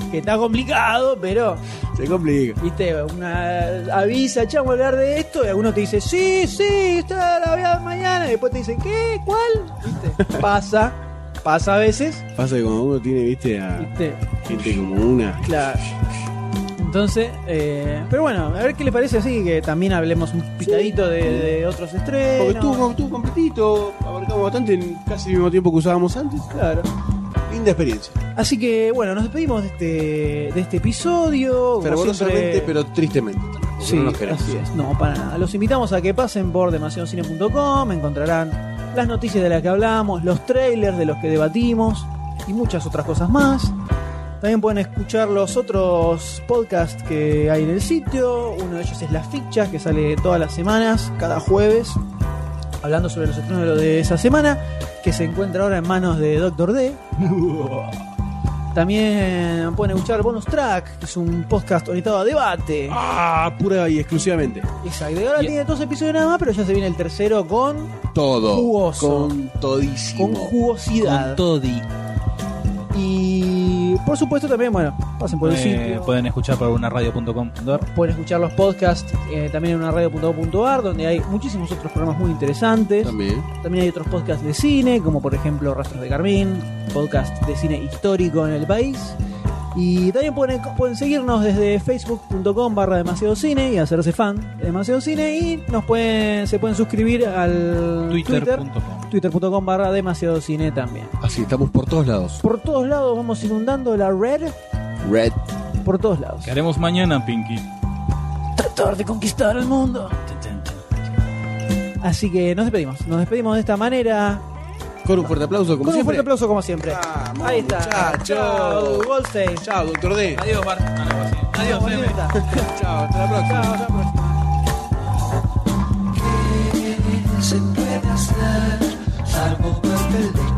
A: que está complicado, pero,
B: Se complica.
A: viste, una avisa, chamo, hablar de esto, y alguno te dice, sí, sí, está la voy a ver mañana, y después te dicen, ¿qué? ¿Cuál? ¿Viste? Pasa, pasa a veces,
B: Pasa que cuando uno tiene, viste, a
A: ¿viste?
B: gente como una.
A: Claro. Entonces, eh, pero bueno, a ver qué les parece así, que también hablemos un picadito de, de otros
B: Porque
A: estrenos.
B: estuvo, estuvo completito, abarcamos bastante en casi el mismo tiempo que usábamos antes.
A: Claro.
B: Linda experiencia.
A: Así que bueno, nos despedimos de este, de este episodio. como
B: Fervorosamente,
A: siempre-
B: pero tristemente. Porque
A: Sí,
B: no nos queremos.
A: así es. No, para nada. Los invitamos a que pasen por demasiadocine.com, encontrarán las noticias de las que hablamos, los trailers de los que debatimos y muchas otras cosas más. También pueden escuchar los otros podcasts que hay en el sitio. Uno de ellos es Las Fichas, que sale todas las semanas, cada jueves, hablando sobre los estrenos de lo de esa semana, que se encuentra ahora en manos de Doctor
B: <laughs>
A: D. También pueden escuchar Bonus Track, que es un podcast orientado a debate.
B: Ah, pura y exclusivamente.
A: Exacto, y ahora
C: Y-
A: tiene dos episodios nada más, pero ya se viene el tercero con,
B: Todo.
A: Jugoso.
B: Con todísimo.
A: con jugosidad.
C: Toddy.
A: y por supuesto también, bueno, pasen por el
C: Eh,
A: sitio.
C: pueden escuchar por unaradio.com.
A: Pueden escuchar los podcasts eh, también en unarradio.com.ar, donde hay muchísimos otros programas muy interesantes.
B: También.
A: También hay otros podcasts de cine, como por ejemplo Rastros de Carmín, podcast de cine histórico en el país. Y también pueden, pueden seguirnos desde facebook.com barra demasiado cine y hacerse fan de demasiado cine. Y nos pueden, se pueden suscribir al Twitter,
C: Twitter.com.
A: twitter.com barra demasiado cine también.
B: Así, estamos por todos lados.
A: Por todos lados vamos inundando la red,
B: Red.
A: por todos lados.
C: ¿Qué haremos mañana, Pinky?
A: Tratar de conquistar el mundo. Así que nos despedimos, nos despedimos de esta manera.
B: Con un fuerte aplauso, como
A: Con un
B: siempre.
A: fuerte aplauso como siempre.
B: Vamos,
A: Ahí está.
B: muchachos.
A: Chao, Goldstein.
B: Chao, doctor D.
C: Adiós, Bart. Ah, no, así. Adiós,
A: Chao,
C: M.
A: Bonita.
B: Chao, hasta la próxima.
A: Chao, hasta la próxima.
G: se puede hacer algo más que